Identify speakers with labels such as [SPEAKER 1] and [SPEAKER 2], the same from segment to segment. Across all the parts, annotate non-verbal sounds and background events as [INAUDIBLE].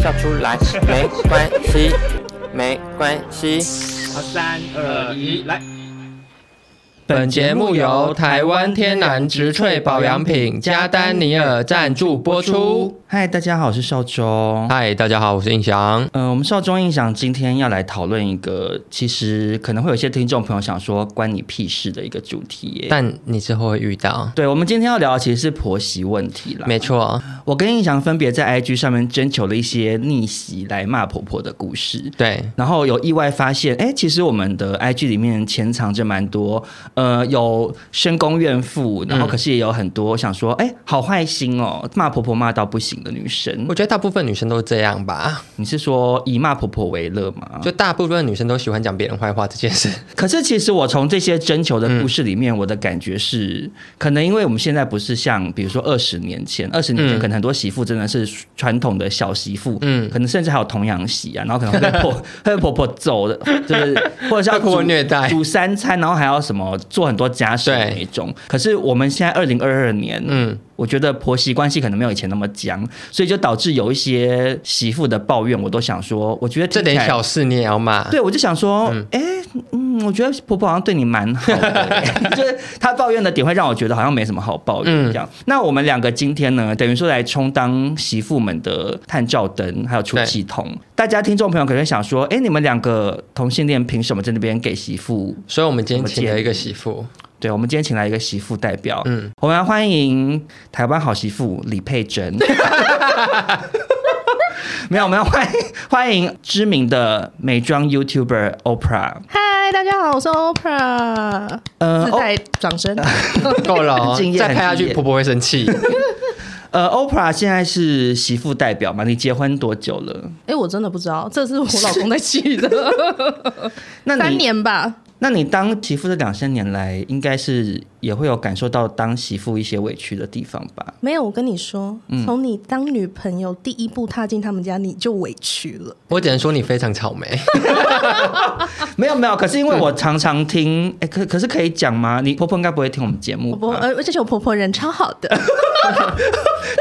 [SPEAKER 1] 笑出来没关系， [LAUGHS] 没关系。
[SPEAKER 2] 好，三二一，来！
[SPEAKER 3] 本节目由台湾天然植萃保养品加丹尼尔赞助播出。
[SPEAKER 2] 嗨，大家好，我是少中。
[SPEAKER 3] 嗨，大家好，我是印翔。
[SPEAKER 2] 嗯、我们少中印象今天要来讨论一个，其实可能会有些听众朋友想说关你屁事的一个主题耶。
[SPEAKER 3] 但你之后会遇到，
[SPEAKER 2] 对，我们今天要聊的其实是婆媳问题啦。
[SPEAKER 3] 没错，
[SPEAKER 2] 我跟印翔分别在 IG 上面征求了一些逆袭来骂婆婆的故事。
[SPEAKER 3] 对，
[SPEAKER 2] 然后有意外发现，哎，其实我们的 IG 里面潜藏着蛮多，呃，有深宫怨妇，然后
[SPEAKER 3] 嗯
[SPEAKER 2] 可是也有很多想说，哎，好坏心哦，骂婆婆骂到不行的女生
[SPEAKER 3] 我。觉得大部分女生都这样吧，
[SPEAKER 2] 你是说以骂婆婆为乐吗？
[SPEAKER 3] 就大部分女生都喜欢讲别人坏话这件事。
[SPEAKER 2] 可是其实我从这些征求的故事里面，我的感觉是，可能因为我们现在不是像比如说二十年前，二十年前
[SPEAKER 3] 嗯
[SPEAKER 2] 可能很多媳妇真的是传统的小媳妇，
[SPEAKER 3] 嗯
[SPEAKER 2] 嗯，可能甚至还有童养媳啊，然后可能会 [LAUGHS] 被婆会被婆婆揍的，就是 [LAUGHS] 或者是要
[SPEAKER 3] 被婆婆
[SPEAKER 2] 煮
[SPEAKER 3] 虐待
[SPEAKER 2] 煮三餐，然后还要什么做很多家事的
[SPEAKER 3] 对
[SPEAKER 2] 那种。可是我们现在二零二二年，
[SPEAKER 3] 嗯
[SPEAKER 2] 嗯。我觉得婆媳关系可能没有以前那么僵，所以就导致有一些媳妇的抱怨，我都想说，我觉得
[SPEAKER 3] 这
[SPEAKER 2] 听起
[SPEAKER 3] 点
[SPEAKER 2] 来
[SPEAKER 3] 小事你也要骂？
[SPEAKER 2] [LAUGHS] 对，我就想说，哎、嗯，我觉得婆婆好像对你蛮好的耶，就是她抱怨的点会让我觉得好像没什么好抱怨这样。那我们两个今天呢，等于说来充当媳妇们的探照灯，还有出气筒。大家听众朋友可能会想说，哎、你们两个同性恋凭什么在那边给媳妇？
[SPEAKER 3] 所以我们今天请了一个媳妇，
[SPEAKER 2] 对，我们今天请来一个媳妇代表，
[SPEAKER 3] 嗯
[SPEAKER 2] 嗯，我们要欢迎台湾好媳妇李佩珍。没有，我们要欢迎欢迎知名的美妆 YouTuber Oprah。
[SPEAKER 4] 嗨，大家好，我是 Oprah，
[SPEAKER 2] 呃
[SPEAKER 4] 自
[SPEAKER 2] ，O-
[SPEAKER 4] 带掌 [LAUGHS] 声。
[SPEAKER 3] 够了、哦
[SPEAKER 2] 很敬，业
[SPEAKER 3] 再拍下
[SPEAKER 2] 很敬
[SPEAKER 3] 去
[SPEAKER 2] 业
[SPEAKER 3] 婆婆会生气。
[SPEAKER 2] 呃，OPRA 现在是媳妇代表嘛？你结婚多久了？
[SPEAKER 4] 哎、我真的不知道，这是我老公在起 [LAUGHS] 的，
[SPEAKER 2] 那你
[SPEAKER 4] 三年吧。
[SPEAKER 2] 那你当媳妇这两三年来，应该是也会有感受到当媳妇一些委屈的地方吧？
[SPEAKER 4] 没有，我跟你说，从你当女朋友第一步踏进他们家，你就委屈了。
[SPEAKER 3] 我只能说你非常草莓。
[SPEAKER 4] 啊
[SPEAKER 2] 没有没有，可是因为我常常听，哎、可可是可以讲吗？你婆婆应该不会听我们节目
[SPEAKER 4] 我婆，
[SPEAKER 2] 吧，
[SPEAKER 4] 而而且我婆婆人超好的，
[SPEAKER 2] [LAUGHS]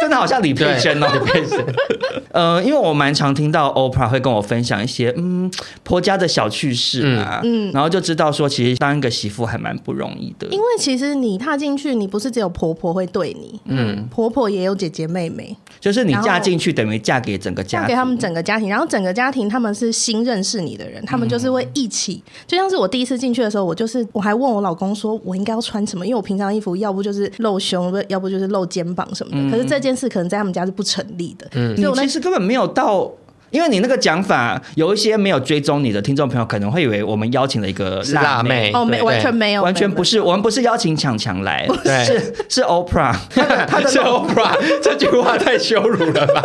[SPEAKER 2] 真的好像李佩珍哦，李佩珍。
[SPEAKER 4] [LAUGHS]
[SPEAKER 2] 呃，因为我蛮常听到 OPRA 会跟我分享一些嗯婆家的小趣事啊，
[SPEAKER 4] 嗯
[SPEAKER 2] 嗯，然后就知道说其实当一个媳妇还蛮不容易的，
[SPEAKER 4] 因为其实你踏进去，你不是只有婆婆会对你，嗯，婆婆也有姐姐妹妹，
[SPEAKER 2] 就是你
[SPEAKER 4] 然后
[SPEAKER 2] 嫁进去等于嫁给整个家
[SPEAKER 4] 嫁
[SPEAKER 2] 族，
[SPEAKER 4] 给他们整个家庭，然后整个家庭他们是新认识你的人，他们就是会一起，就像是我第一次进去的时候，我就是我还问我老公说我应该要穿什么，因为我平常衣服要不就是露胸，要不就是露肩膀什么的，可是这件事可能在他们家是不成立的，所以我
[SPEAKER 2] 你
[SPEAKER 4] 那
[SPEAKER 2] 其实根本没有到。因为你那个讲法，有一些没有追踪你的听众朋友可能会以为我们邀请了一个
[SPEAKER 3] 是辣
[SPEAKER 2] 辣
[SPEAKER 3] 妹
[SPEAKER 4] 哦没
[SPEAKER 3] 对
[SPEAKER 4] 完全没有，
[SPEAKER 2] 完全
[SPEAKER 4] 没有
[SPEAKER 2] 不是，我们不是邀请强强来，
[SPEAKER 3] 对
[SPEAKER 2] 是是 Oprah，她 [LAUGHS] 的她
[SPEAKER 3] [LAUGHS]
[SPEAKER 2] 的
[SPEAKER 3] 是
[SPEAKER 2] 露
[SPEAKER 3] Oprah 这句话太羞辱了
[SPEAKER 2] [LAUGHS]
[SPEAKER 3] 吧？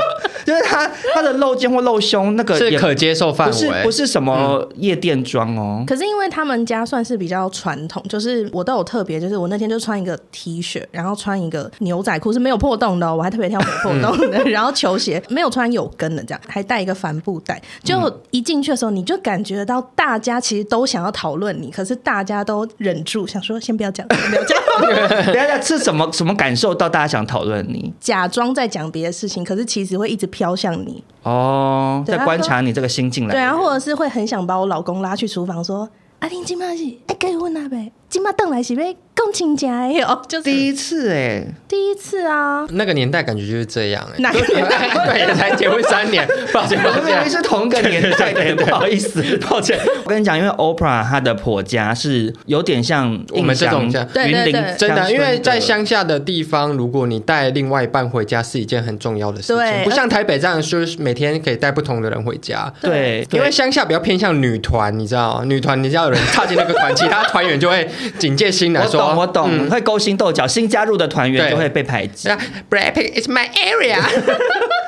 [SPEAKER 2] 就是她她的露肩或露胸那个
[SPEAKER 3] 是
[SPEAKER 2] 也
[SPEAKER 3] 可接受范
[SPEAKER 2] 不是
[SPEAKER 3] 围，嗯
[SPEAKER 2] 不是什么夜店装
[SPEAKER 3] [LAUGHS]
[SPEAKER 2] 哦，
[SPEAKER 4] 可是因为他们家算是比较传统，就是我都有特别，就是我那天就穿一个 T 恤，然后穿一个牛仔裤是没有破洞的哦、我还特别挑没破洞
[SPEAKER 2] 嗯
[SPEAKER 4] 的， [LAUGHS] 然后球鞋没有穿有跟的这样，还带一个帆布袋。就一进去的时候，你就感觉到大家其实都想要讨论你，可是大家都忍住，想说先不要讲，先不要讲，
[SPEAKER 2] 等一下是什么什么感受到大家想讨论你
[SPEAKER 4] 假装在讲别的事情，可是其实会一直飘向你。
[SPEAKER 2] 哦，
[SPEAKER 4] 对
[SPEAKER 2] 在
[SPEAKER 4] 她
[SPEAKER 2] 观察你这个新进来，
[SPEAKER 4] 对啊，，或者是会很想把我老公拉去厨房说：“阿玲今麦是哎，给我那呗，今麦邓来是被共亲家哦，就是
[SPEAKER 2] 第一次哎、
[SPEAKER 4] 第一次啊，
[SPEAKER 3] 那个年代感觉就是这样、欸。
[SPEAKER 4] 哪个年代
[SPEAKER 3] [LAUGHS] 对，也才结婚三年， [LAUGHS] 抱歉抱
[SPEAKER 2] 我们明明
[SPEAKER 3] 歉。
[SPEAKER 2] 是同一个年代的，不好意思，抱歉。 [LAUGHS] 我跟你讲，因为 Oprah 她的婆家是有点像
[SPEAKER 3] 我们这种家
[SPEAKER 2] 印象云林
[SPEAKER 4] 对对对
[SPEAKER 3] 真
[SPEAKER 2] 乡
[SPEAKER 3] 的，啊
[SPEAKER 2] 村
[SPEAKER 3] 因为在乡下的地方，如果你带另外一半回家是一件很重要的事情，
[SPEAKER 4] 对
[SPEAKER 3] 不像台北这样，就是每天可以带不同的人回家。
[SPEAKER 2] 对，
[SPEAKER 3] 因为乡下比较偏向女团，你知道，女团你只要有人踏进那个团，其他团员就会警戒心来
[SPEAKER 2] 我
[SPEAKER 3] 说，
[SPEAKER 2] 懂，我懂，
[SPEAKER 3] 嗯
[SPEAKER 2] 会勾心斗角，新加入的团员
[SPEAKER 3] 对
[SPEAKER 2] 就会被排挤。
[SPEAKER 3] 那 Blackpink 嗯 is my area，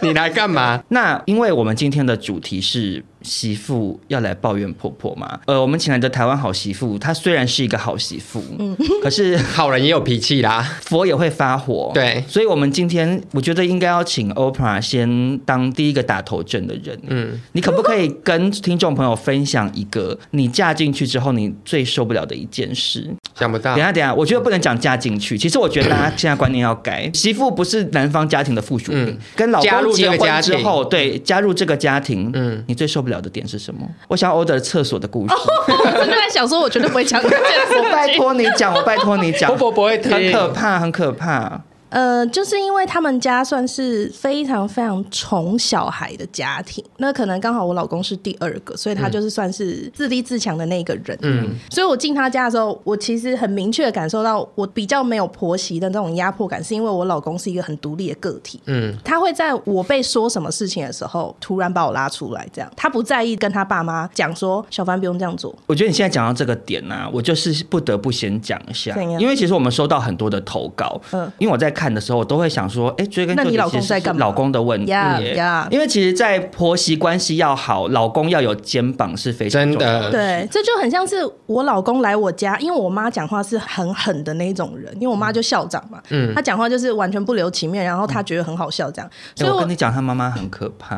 [SPEAKER 3] 你来干嘛？
[SPEAKER 2] 那因为我们今天的主题是媳妇要来抱怨婆婆嘛，呃，我们请来的台湾好媳妇，她虽然是一个好媳妇，嗯， [LAUGHS] 可是
[SPEAKER 3] 好人也有脾气啦，
[SPEAKER 2] 佛也会发火，
[SPEAKER 3] 对
[SPEAKER 2] 所以我们今天我觉得应该要请 Oprah 先当第一个打头阵的人，嗯，你可不可以跟听众朋友分享一个你嫁进去之后你最受不了的一件事？
[SPEAKER 3] 想不到
[SPEAKER 2] 等一。下等一下，我觉得不能讲嫁进去。其实我觉得大家现在观念要改，媳妇不是男方家庭的附属品，
[SPEAKER 3] 嗯
[SPEAKER 2] 跟老
[SPEAKER 3] 加
[SPEAKER 2] 公
[SPEAKER 3] 入这
[SPEAKER 2] 结
[SPEAKER 3] 个
[SPEAKER 2] 婚之
[SPEAKER 3] 家庭
[SPEAKER 2] 后，对，加入这个家庭，
[SPEAKER 3] 嗯
[SPEAKER 2] 嗯，你最受不了的点是什么？我想要 order 厕所的故事。
[SPEAKER 4] [LAUGHS] 我真的在想说，我绝对不会讲这件事
[SPEAKER 2] [LAUGHS] 我拜
[SPEAKER 4] 情。
[SPEAKER 2] 托你讲，我拜托你
[SPEAKER 3] [LAUGHS]
[SPEAKER 2] 讲
[SPEAKER 3] 婆，婆不会听，
[SPEAKER 2] 很可怕，很可怕。
[SPEAKER 4] [LAUGHS] 呃，就是因为他们家算是非常非常宠小孩的家庭，那可能刚好我老公是第二个，所以他就是算是自立自强的那个人。嗯，所以我进他家的时候，我其实很明确地感受到我比较没有婆媳的那种压迫感，是因为我老公是一个很独立的个体。
[SPEAKER 3] 嗯，
[SPEAKER 4] 他会在我被说什么事情的时候，突然把我拉出来，这样他不在意跟他爸妈讲说小凡不用这样做，
[SPEAKER 2] 我觉得你现在讲到这个点呢、啊，我就是不得不先讲一下
[SPEAKER 4] 怎，样
[SPEAKER 2] 因为其实我们收到很多的投稿，
[SPEAKER 4] 嗯
[SPEAKER 2] 嗯，
[SPEAKER 4] [LAUGHS]
[SPEAKER 2] 因为我在看的时候，我都会想说，哎、追根究
[SPEAKER 4] 那
[SPEAKER 2] 底
[SPEAKER 4] 你老公
[SPEAKER 2] 其实是
[SPEAKER 4] 在干嘛
[SPEAKER 2] 老公的问题
[SPEAKER 4] 呀
[SPEAKER 2] 耶
[SPEAKER 4] 呀
[SPEAKER 2] 因为其实，在婆媳关系要好，老公要有肩膀是非常
[SPEAKER 3] 真
[SPEAKER 2] 重要的。
[SPEAKER 3] 的，
[SPEAKER 4] 对，这就很像是我老公来我家，因为我妈讲话是很狠的那一种人，因为我妈就校长嘛，嗯，她讲话就是完全不留情面，然后她觉得很好笑这样，所
[SPEAKER 2] 哎
[SPEAKER 4] 以
[SPEAKER 2] 我
[SPEAKER 4] 我
[SPEAKER 2] 跟你讲，他妈妈很可怕，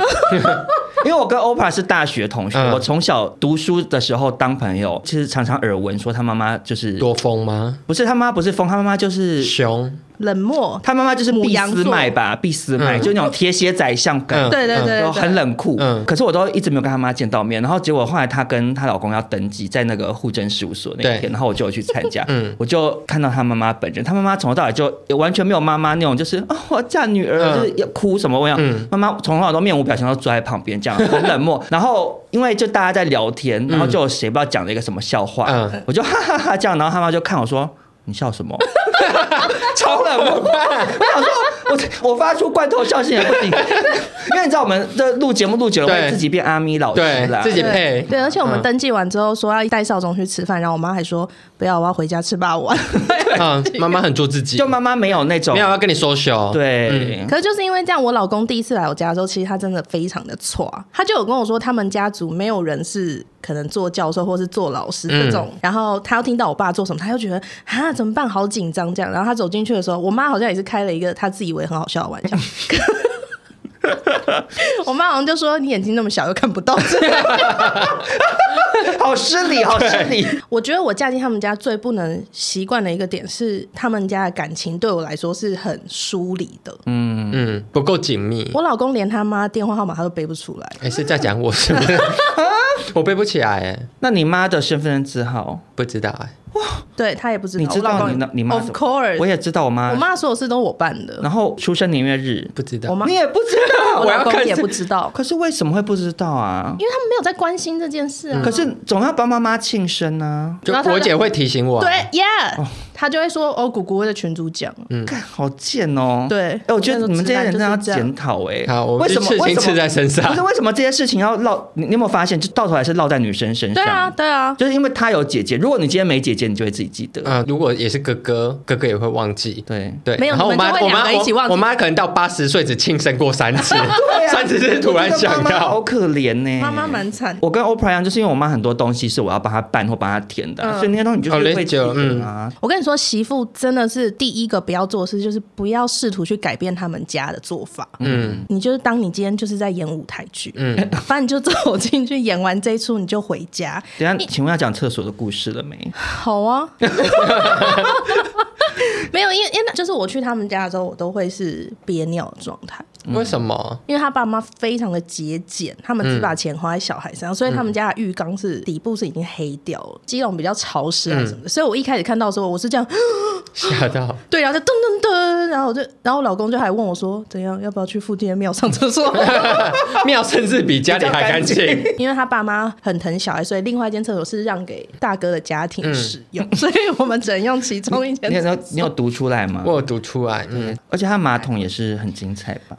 [SPEAKER 2] [LAUGHS] 因为我跟 OPRA 是大学同学，
[SPEAKER 3] 嗯
[SPEAKER 2] 我从小读书的时候当朋友，其实常常耳闻说他妈妈就是，
[SPEAKER 3] 多疯吗？
[SPEAKER 2] 不是他妈妈不是疯，他妈妈就是
[SPEAKER 3] 熊，
[SPEAKER 4] 冷漠，
[SPEAKER 2] 他妈妈就是
[SPEAKER 4] 母
[SPEAKER 2] 俾
[SPEAKER 4] 羊
[SPEAKER 2] 斯
[SPEAKER 4] 座
[SPEAKER 2] 麦吧，俾斯麦、
[SPEAKER 3] 嗯
[SPEAKER 2] 就那种贴蝎宰相感。
[SPEAKER 3] 嗯
[SPEAKER 4] 对对对对
[SPEAKER 2] 然后很冷酷，
[SPEAKER 3] 嗯
[SPEAKER 2] 可是我都一直没有跟他妈见到面，然后结果后来她跟她老公要登记在那个户政事务所那一
[SPEAKER 3] 对
[SPEAKER 2] 天，然后我就有去参加，
[SPEAKER 3] 嗯
[SPEAKER 2] 我就看到她妈妈本人，她妈妈从头到尾就完全没有妈妈那种，就是啊、我要嫁女儿，
[SPEAKER 3] 嗯
[SPEAKER 2] 就是要哭什么我想，
[SPEAKER 3] 嗯
[SPEAKER 2] 妈妈从头到尾都面无表情，都坐在旁边这样很
[SPEAKER 3] [LAUGHS]
[SPEAKER 2] 冷漠，然后因为就大家在聊天，然后就有谁不知道讲了一个什么笑话，
[SPEAKER 3] 嗯
[SPEAKER 2] 我就哈哈哈这样，然后她妈就看我说你笑什么？
[SPEAKER 3] [LAUGHS]
[SPEAKER 2] [LAUGHS] 超冷漠。我想说，我 [LAUGHS] 我发出罐头笑声也不行， [LAUGHS] 因为你知道我们的录节目录久了，
[SPEAKER 3] 对
[SPEAKER 2] 会自己变阿咪老师
[SPEAKER 3] 对
[SPEAKER 2] 啦。
[SPEAKER 3] 自己配，
[SPEAKER 4] 对，而且我们
[SPEAKER 3] 嗯
[SPEAKER 4] 登记完之后说要带少宗去吃饭，然后我妈还说不要，我要回家吃霸王。
[SPEAKER 3] 嗯，妈妈很做自己，
[SPEAKER 2] 就妈妈没有那种
[SPEAKER 3] 没有要跟你嗯 social，，
[SPEAKER 2] 对。
[SPEAKER 4] 可是就是因为这样，我老公第一次来我家的时候，其实他真的非常的错，他就有跟我说，他们家族没有人是可能做教授或是做老师这种。然后他又听到我爸做什么，他又觉得啊怎么办，好紧张这样。然后他走进去的时候，我妈好像也是开了一个他自以为很好笑的玩笑。 [LAUGHS] 我妈好像就说：“你眼睛那么小，又看不到。
[SPEAKER 2] 好
[SPEAKER 3] [LAUGHS]
[SPEAKER 2] 失礼，好失礼。”
[SPEAKER 4] 我觉得我嫁进他们家最不能习惯的一个点是，他们家的感情对我来说是很疏离的。
[SPEAKER 3] 嗯，不够紧密。
[SPEAKER 4] 我老公连他妈电话号码他都背不出来。
[SPEAKER 3] 还是在讲我是不是？我背不起来，哎，
[SPEAKER 2] 那你妈的身份证字号，
[SPEAKER 3] 不知道哎，
[SPEAKER 4] 对他也不知道，
[SPEAKER 2] 你知
[SPEAKER 4] 我老
[SPEAKER 2] 道
[SPEAKER 4] 公
[SPEAKER 2] 你那你妈
[SPEAKER 4] ？Of
[SPEAKER 2] 怎么
[SPEAKER 4] course，
[SPEAKER 2] 我也知道我妈
[SPEAKER 4] 我，妈所有事都是我办的，
[SPEAKER 2] 然后出生年月日，
[SPEAKER 3] 不知
[SPEAKER 4] 我
[SPEAKER 3] 道。
[SPEAKER 4] 妈
[SPEAKER 2] 你也不知道。
[SPEAKER 3] 啊
[SPEAKER 4] 我
[SPEAKER 3] 我要
[SPEAKER 4] 老公
[SPEAKER 3] 看
[SPEAKER 4] 也
[SPEAKER 3] 这
[SPEAKER 4] 不知道，
[SPEAKER 2] 可是为什么会不知道啊？
[SPEAKER 4] 因为他们没有在关心这件事啊。
[SPEAKER 2] 嗯可是总要帮妈妈庆生啊！
[SPEAKER 3] 就
[SPEAKER 4] 然后他就
[SPEAKER 3] 我姐会提醒我，
[SPEAKER 4] 对，，Yeah，他就会说哦，姑姑会在群主讲，
[SPEAKER 2] 看好贱哦。
[SPEAKER 4] 嗯对
[SPEAKER 2] 哎，我觉得你们这些人真的要
[SPEAKER 4] 那时候直男就是这样
[SPEAKER 2] 检讨哎。
[SPEAKER 3] 好，我
[SPEAKER 2] 为
[SPEAKER 3] 就
[SPEAKER 2] 什么
[SPEAKER 3] 刺青
[SPEAKER 2] 为什
[SPEAKER 3] 刺
[SPEAKER 2] 么
[SPEAKER 3] 在身上
[SPEAKER 2] 不是，为什么这些事情要落？你你有没有发现，就到头来是落在女生身上？
[SPEAKER 4] 对啊，，对啊，
[SPEAKER 2] 就是因为她有姐姐。如果你今天没姐姐，你就会自己记得。
[SPEAKER 3] 嗯，如果也是哥哥，哥哥也会忘记。
[SPEAKER 2] 对，
[SPEAKER 3] 对，
[SPEAKER 4] 没有
[SPEAKER 3] 然后我
[SPEAKER 4] 你们
[SPEAKER 3] 妈
[SPEAKER 4] 就会
[SPEAKER 3] 我
[SPEAKER 4] 两
[SPEAKER 3] 妈
[SPEAKER 4] 个一起忘
[SPEAKER 3] 我
[SPEAKER 4] 记
[SPEAKER 3] 我妈可能到八十岁只庆生过三次，
[SPEAKER 2] 对啊
[SPEAKER 3] 三次是突然想
[SPEAKER 2] 我觉得妈妈好
[SPEAKER 3] 到，
[SPEAKER 2] 可怜呢、
[SPEAKER 4] 妈妈蛮惨。
[SPEAKER 2] 我跟 Oprah 一样，就是因为我妈很多东西是我要帮她办或帮她填的啊、
[SPEAKER 4] 嗯
[SPEAKER 2] 所以那些东西你就是
[SPEAKER 3] 哦
[SPEAKER 2] 会记得啊。
[SPEAKER 4] 我跟你说，媳妇真的是第一个不要做的事，就是不要试图去改变他们家的做法。
[SPEAKER 3] 嗯
[SPEAKER 4] 你就是当你今天就是在演舞台剧，
[SPEAKER 3] 嗯，
[SPEAKER 4] 反正你就走进去演完这一出，你就回家。
[SPEAKER 2] 等一下，请问要讲厕所的故事了 [LAUGHS] 没？
[SPEAKER 4] 好啊， [LAUGHS] 没有，因为因为就是我去他们家的时候，我都会是憋尿的状态，
[SPEAKER 3] 嗯为什么？
[SPEAKER 4] 因为他爸妈非常的节俭，他们只把钱花在小孩身上，所以他们家的浴缸是底部是已经黑掉了，基隆比较潮湿啊什么的，所以我一开始看到的时候，我是这样， [GASPS]
[SPEAKER 3] 吓到， [LAUGHS]
[SPEAKER 4] 对，然后就噔噔噔，然后我就，然后我老公就还问我说，怎样，要不要去附近的庙上厕所？ [LAUGHS]
[SPEAKER 3] 庙甚至比家里还干净。
[SPEAKER 4] 因为他爸妈很疼小孩，所以另外一间厕所是让给大哥的家庭使用，所以我们只能用其中一间
[SPEAKER 2] 你
[SPEAKER 4] 厕所。
[SPEAKER 2] 有你有读出来吗
[SPEAKER 3] 我？有读出来，嗯，
[SPEAKER 2] 而且她马桶也是很精彩吧？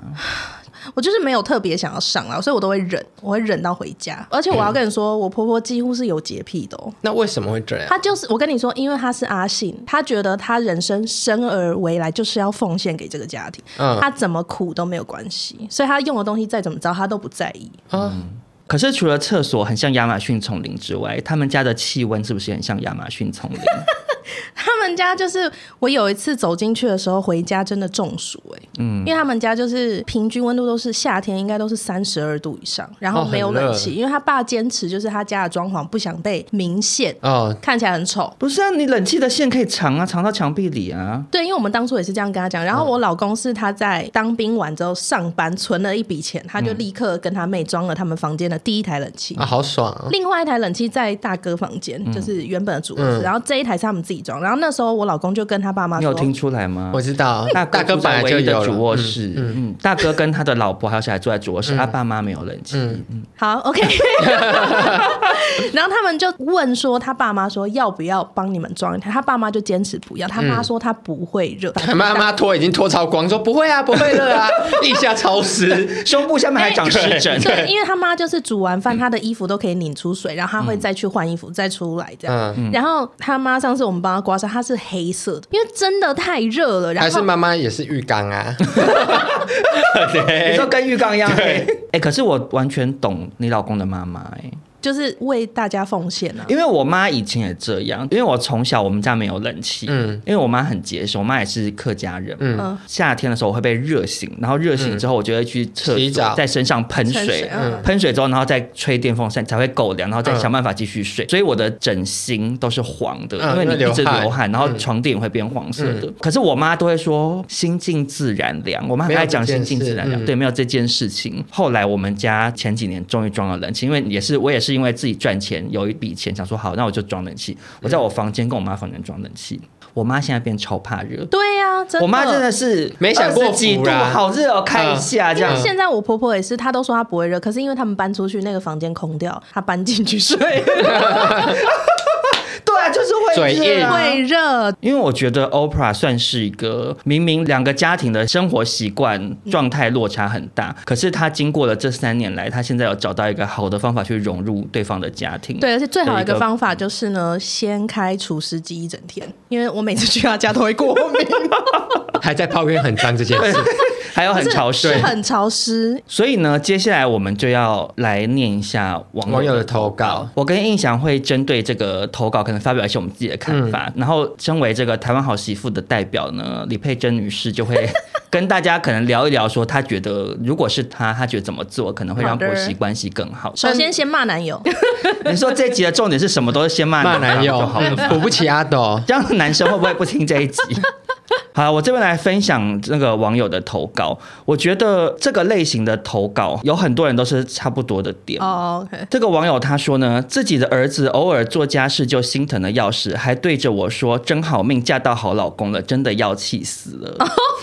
[SPEAKER 4] 我就是没有特别想要上啦，所以我都会忍，我会忍到回家。而且我要跟你说，我婆婆几乎是有洁癖的、哦。
[SPEAKER 3] 那为什么会这样？
[SPEAKER 4] 她就是我跟你说，因为她是阿信，她觉得她人生生而为来就是要奉献给这个家庭，
[SPEAKER 3] 嗯
[SPEAKER 4] 她怎么苦都没有关系，所以她用的东西再怎么着，她都不在意。 [LAUGHS]
[SPEAKER 3] 啊，
[SPEAKER 2] 可是除了厕所很像亚马逊丛林之外，他们家的气温是不是很像亚马逊丛林？
[SPEAKER 4] 他们家就是我有一次走进去的时候，回家真的中暑哎、嗯，因为他们家就是平均温度都是夏天应该都是三十二度以上，然后
[SPEAKER 3] 哦
[SPEAKER 4] 没有
[SPEAKER 3] 很热
[SPEAKER 4] 冷气，因为他爸坚持就是他家的装潢不想被明线，
[SPEAKER 3] 哦，
[SPEAKER 4] 看起来很丑。
[SPEAKER 2] 不是啊，你冷气的线可以藏啊，藏到墙壁里啊。
[SPEAKER 4] 对，因为我们当初也是这样跟他讲。然后
[SPEAKER 2] 嗯
[SPEAKER 4] 我老公是他在当兵完之后上班存了一笔钱，他
[SPEAKER 2] 嗯
[SPEAKER 4] 就立刻跟他妹装了他们房间的第一台冷气。
[SPEAKER 3] 啊，好爽啊！
[SPEAKER 4] 另外一台冷气在大哥房间，
[SPEAKER 2] 嗯
[SPEAKER 4] 就是原本的主卧
[SPEAKER 3] 嗯
[SPEAKER 4] 室，然后这一台是他们自己装。然后那时候我老公就跟他爸妈
[SPEAKER 2] 你
[SPEAKER 4] 说：“
[SPEAKER 2] 有听出来吗？
[SPEAKER 3] 我知道，
[SPEAKER 2] 大
[SPEAKER 3] 大哥
[SPEAKER 2] 哥
[SPEAKER 3] 本来就
[SPEAKER 2] 唯一的
[SPEAKER 3] 有
[SPEAKER 2] 主卧
[SPEAKER 3] 了，
[SPEAKER 2] 室，嗯，大哥跟他的老婆还有小孩住在主卧室，
[SPEAKER 3] 嗯
[SPEAKER 2] 他爸妈没有冷气，嗯，
[SPEAKER 4] 好，OK。然后他们就问说，他爸妈说要不要帮你们装一台？他爸妈就坚持不要，他
[SPEAKER 2] 嗯
[SPEAKER 4] 妈说他不会热。
[SPEAKER 3] 他妈妈脱已经脱超光，说不会啊，不会热 [LAUGHS] 啊，腋下潮湿。
[SPEAKER 2] 胸部下面还长湿 [LAUGHS]
[SPEAKER 3] [LAUGHS]
[SPEAKER 2] 疹，
[SPEAKER 4] 对，因为他妈就是煮完饭，他的衣服都可以拧出水，然后他会再去换衣服，再出来这样。
[SPEAKER 3] 嗯，
[SPEAKER 4] 然后他妈上次我们帮他刮痧，他是黑色的，因为真的太热了。然
[SPEAKER 3] 还
[SPEAKER 4] 后
[SPEAKER 3] 是妈妈也是浴缸啊？
[SPEAKER 2] 你说跟浴缸一样黑。哎，可是我完全懂你老公的妈妈，哎，
[SPEAKER 3] 嗯
[SPEAKER 4] 就是为大家奉献啊。
[SPEAKER 2] 因为我妈以前也这样，因为我从小我们家没有冷气，嗯
[SPEAKER 3] 嗯，
[SPEAKER 2] 因为我妈很节省，我妈也是客家人，嗯，
[SPEAKER 4] 嗯，
[SPEAKER 2] 夏天的时候我会被热醒，然后热醒之后我就会去
[SPEAKER 3] 嗯
[SPEAKER 2] 厕
[SPEAKER 3] 洗
[SPEAKER 2] 所
[SPEAKER 3] 澡
[SPEAKER 2] 在身上喷
[SPEAKER 4] 喷
[SPEAKER 2] 水
[SPEAKER 4] 水，嗯
[SPEAKER 2] 喷水之后然后再吹电风扇才会够凉，然后再
[SPEAKER 3] 嗯
[SPEAKER 2] 想办法继续睡，所以我的枕芯都是黄的，
[SPEAKER 3] 嗯
[SPEAKER 2] 因为
[SPEAKER 3] 因为
[SPEAKER 2] 你一直
[SPEAKER 3] 流汗
[SPEAKER 2] 流汗，然后
[SPEAKER 3] 嗯
[SPEAKER 2] 床垫也会变黄色的。可是我妈都会说心静自然凉，我妈很爱讲心静自然
[SPEAKER 3] 没有这件
[SPEAKER 2] 凉，
[SPEAKER 3] 事嗯
[SPEAKER 2] 对，没有这件事情。后来我们家前几年终于装了冷气，因为也是我也是因为自己赚钱有一笔钱，想说好那我就装冷气，我在我房间跟我妈房间装冷气，我妈现在变超怕热。
[SPEAKER 4] 对呀、真的。
[SPEAKER 2] 我妈真的是
[SPEAKER 3] 没想过啊嗯
[SPEAKER 2] 20几
[SPEAKER 3] 服
[SPEAKER 2] 度，
[SPEAKER 3] 啦
[SPEAKER 2] 好热哦，开一下这
[SPEAKER 4] 因
[SPEAKER 2] 样
[SPEAKER 4] 为。现在我婆婆也是，她都说她不会热，可是因为他们搬出去那个房间空掉，她搬进去睡，
[SPEAKER 2] 对啊，就是会
[SPEAKER 3] 嘴
[SPEAKER 2] 热
[SPEAKER 3] 硬
[SPEAKER 2] 啊、
[SPEAKER 4] 会热，
[SPEAKER 2] 因为我觉得 Oprah 算是一个明明两个家庭的生活习惯状态落差很大，可是她经过了这三年来，她现在有找到一个好的方法去融入 [LAUGHS] 对方的家庭。
[SPEAKER 4] 对，而且最
[SPEAKER 2] 的
[SPEAKER 4] 好的
[SPEAKER 2] 一
[SPEAKER 4] 一
[SPEAKER 2] 个
[SPEAKER 4] 个方法就是呢，先开除湿机一整天，因为我每次去她家都会过敏，
[SPEAKER 3] 还在抱怨很脏这件事。 [LAUGHS]
[SPEAKER 2] 还有很潮湿
[SPEAKER 4] [LAUGHS] 是。很潮湿。
[SPEAKER 2] 所以呢，接下来我们就要来念一下网
[SPEAKER 3] 网
[SPEAKER 2] 友
[SPEAKER 3] 友的投稿，
[SPEAKER 2] 我跟印象会针对这个投稿，可能发表一些我们自己的看
[SPEAKER 3] 嗯
[SPEAKER 2] 法。然后，身为这个台湾好媳妇的代表呢，李佩珍女士就会 [LAUGHS] 跟大家可能聊一聊，说她觉得如果是她，她觉得怎么做可能会让
[SPEAKER 4] 好的
[SPEAKER 2] 婆媳关系更好。
[SPEAKER 4] 首先先骂男友，
[SPEAKER 2] 你说这集的重点是什么？都是先骂
[SPEAKER 3] 骂男友
[SPEAKER 2] 就好了，
[SPEAKER 3] 补不起阿
[SPEAKER 4] [LAUGHS]
[SPEAKER 3] 斗。
[SPEAKER 2] 这样男生会不会不听这一集？好， [LAUGHS] 我这边来分享那个网友的投稿。我觉得这个类型的投稿有很多人都是差不多的点。
[SPEAKER 4] [LAUGHS] 哦，OK、o k
[SPEAKER 2] 这个网友他说呢，自己的儿子偶尔做家事就心疼的要死，还对着我说：“真好命，嫁到好老公了，真的要气死了。” [LAUGHS]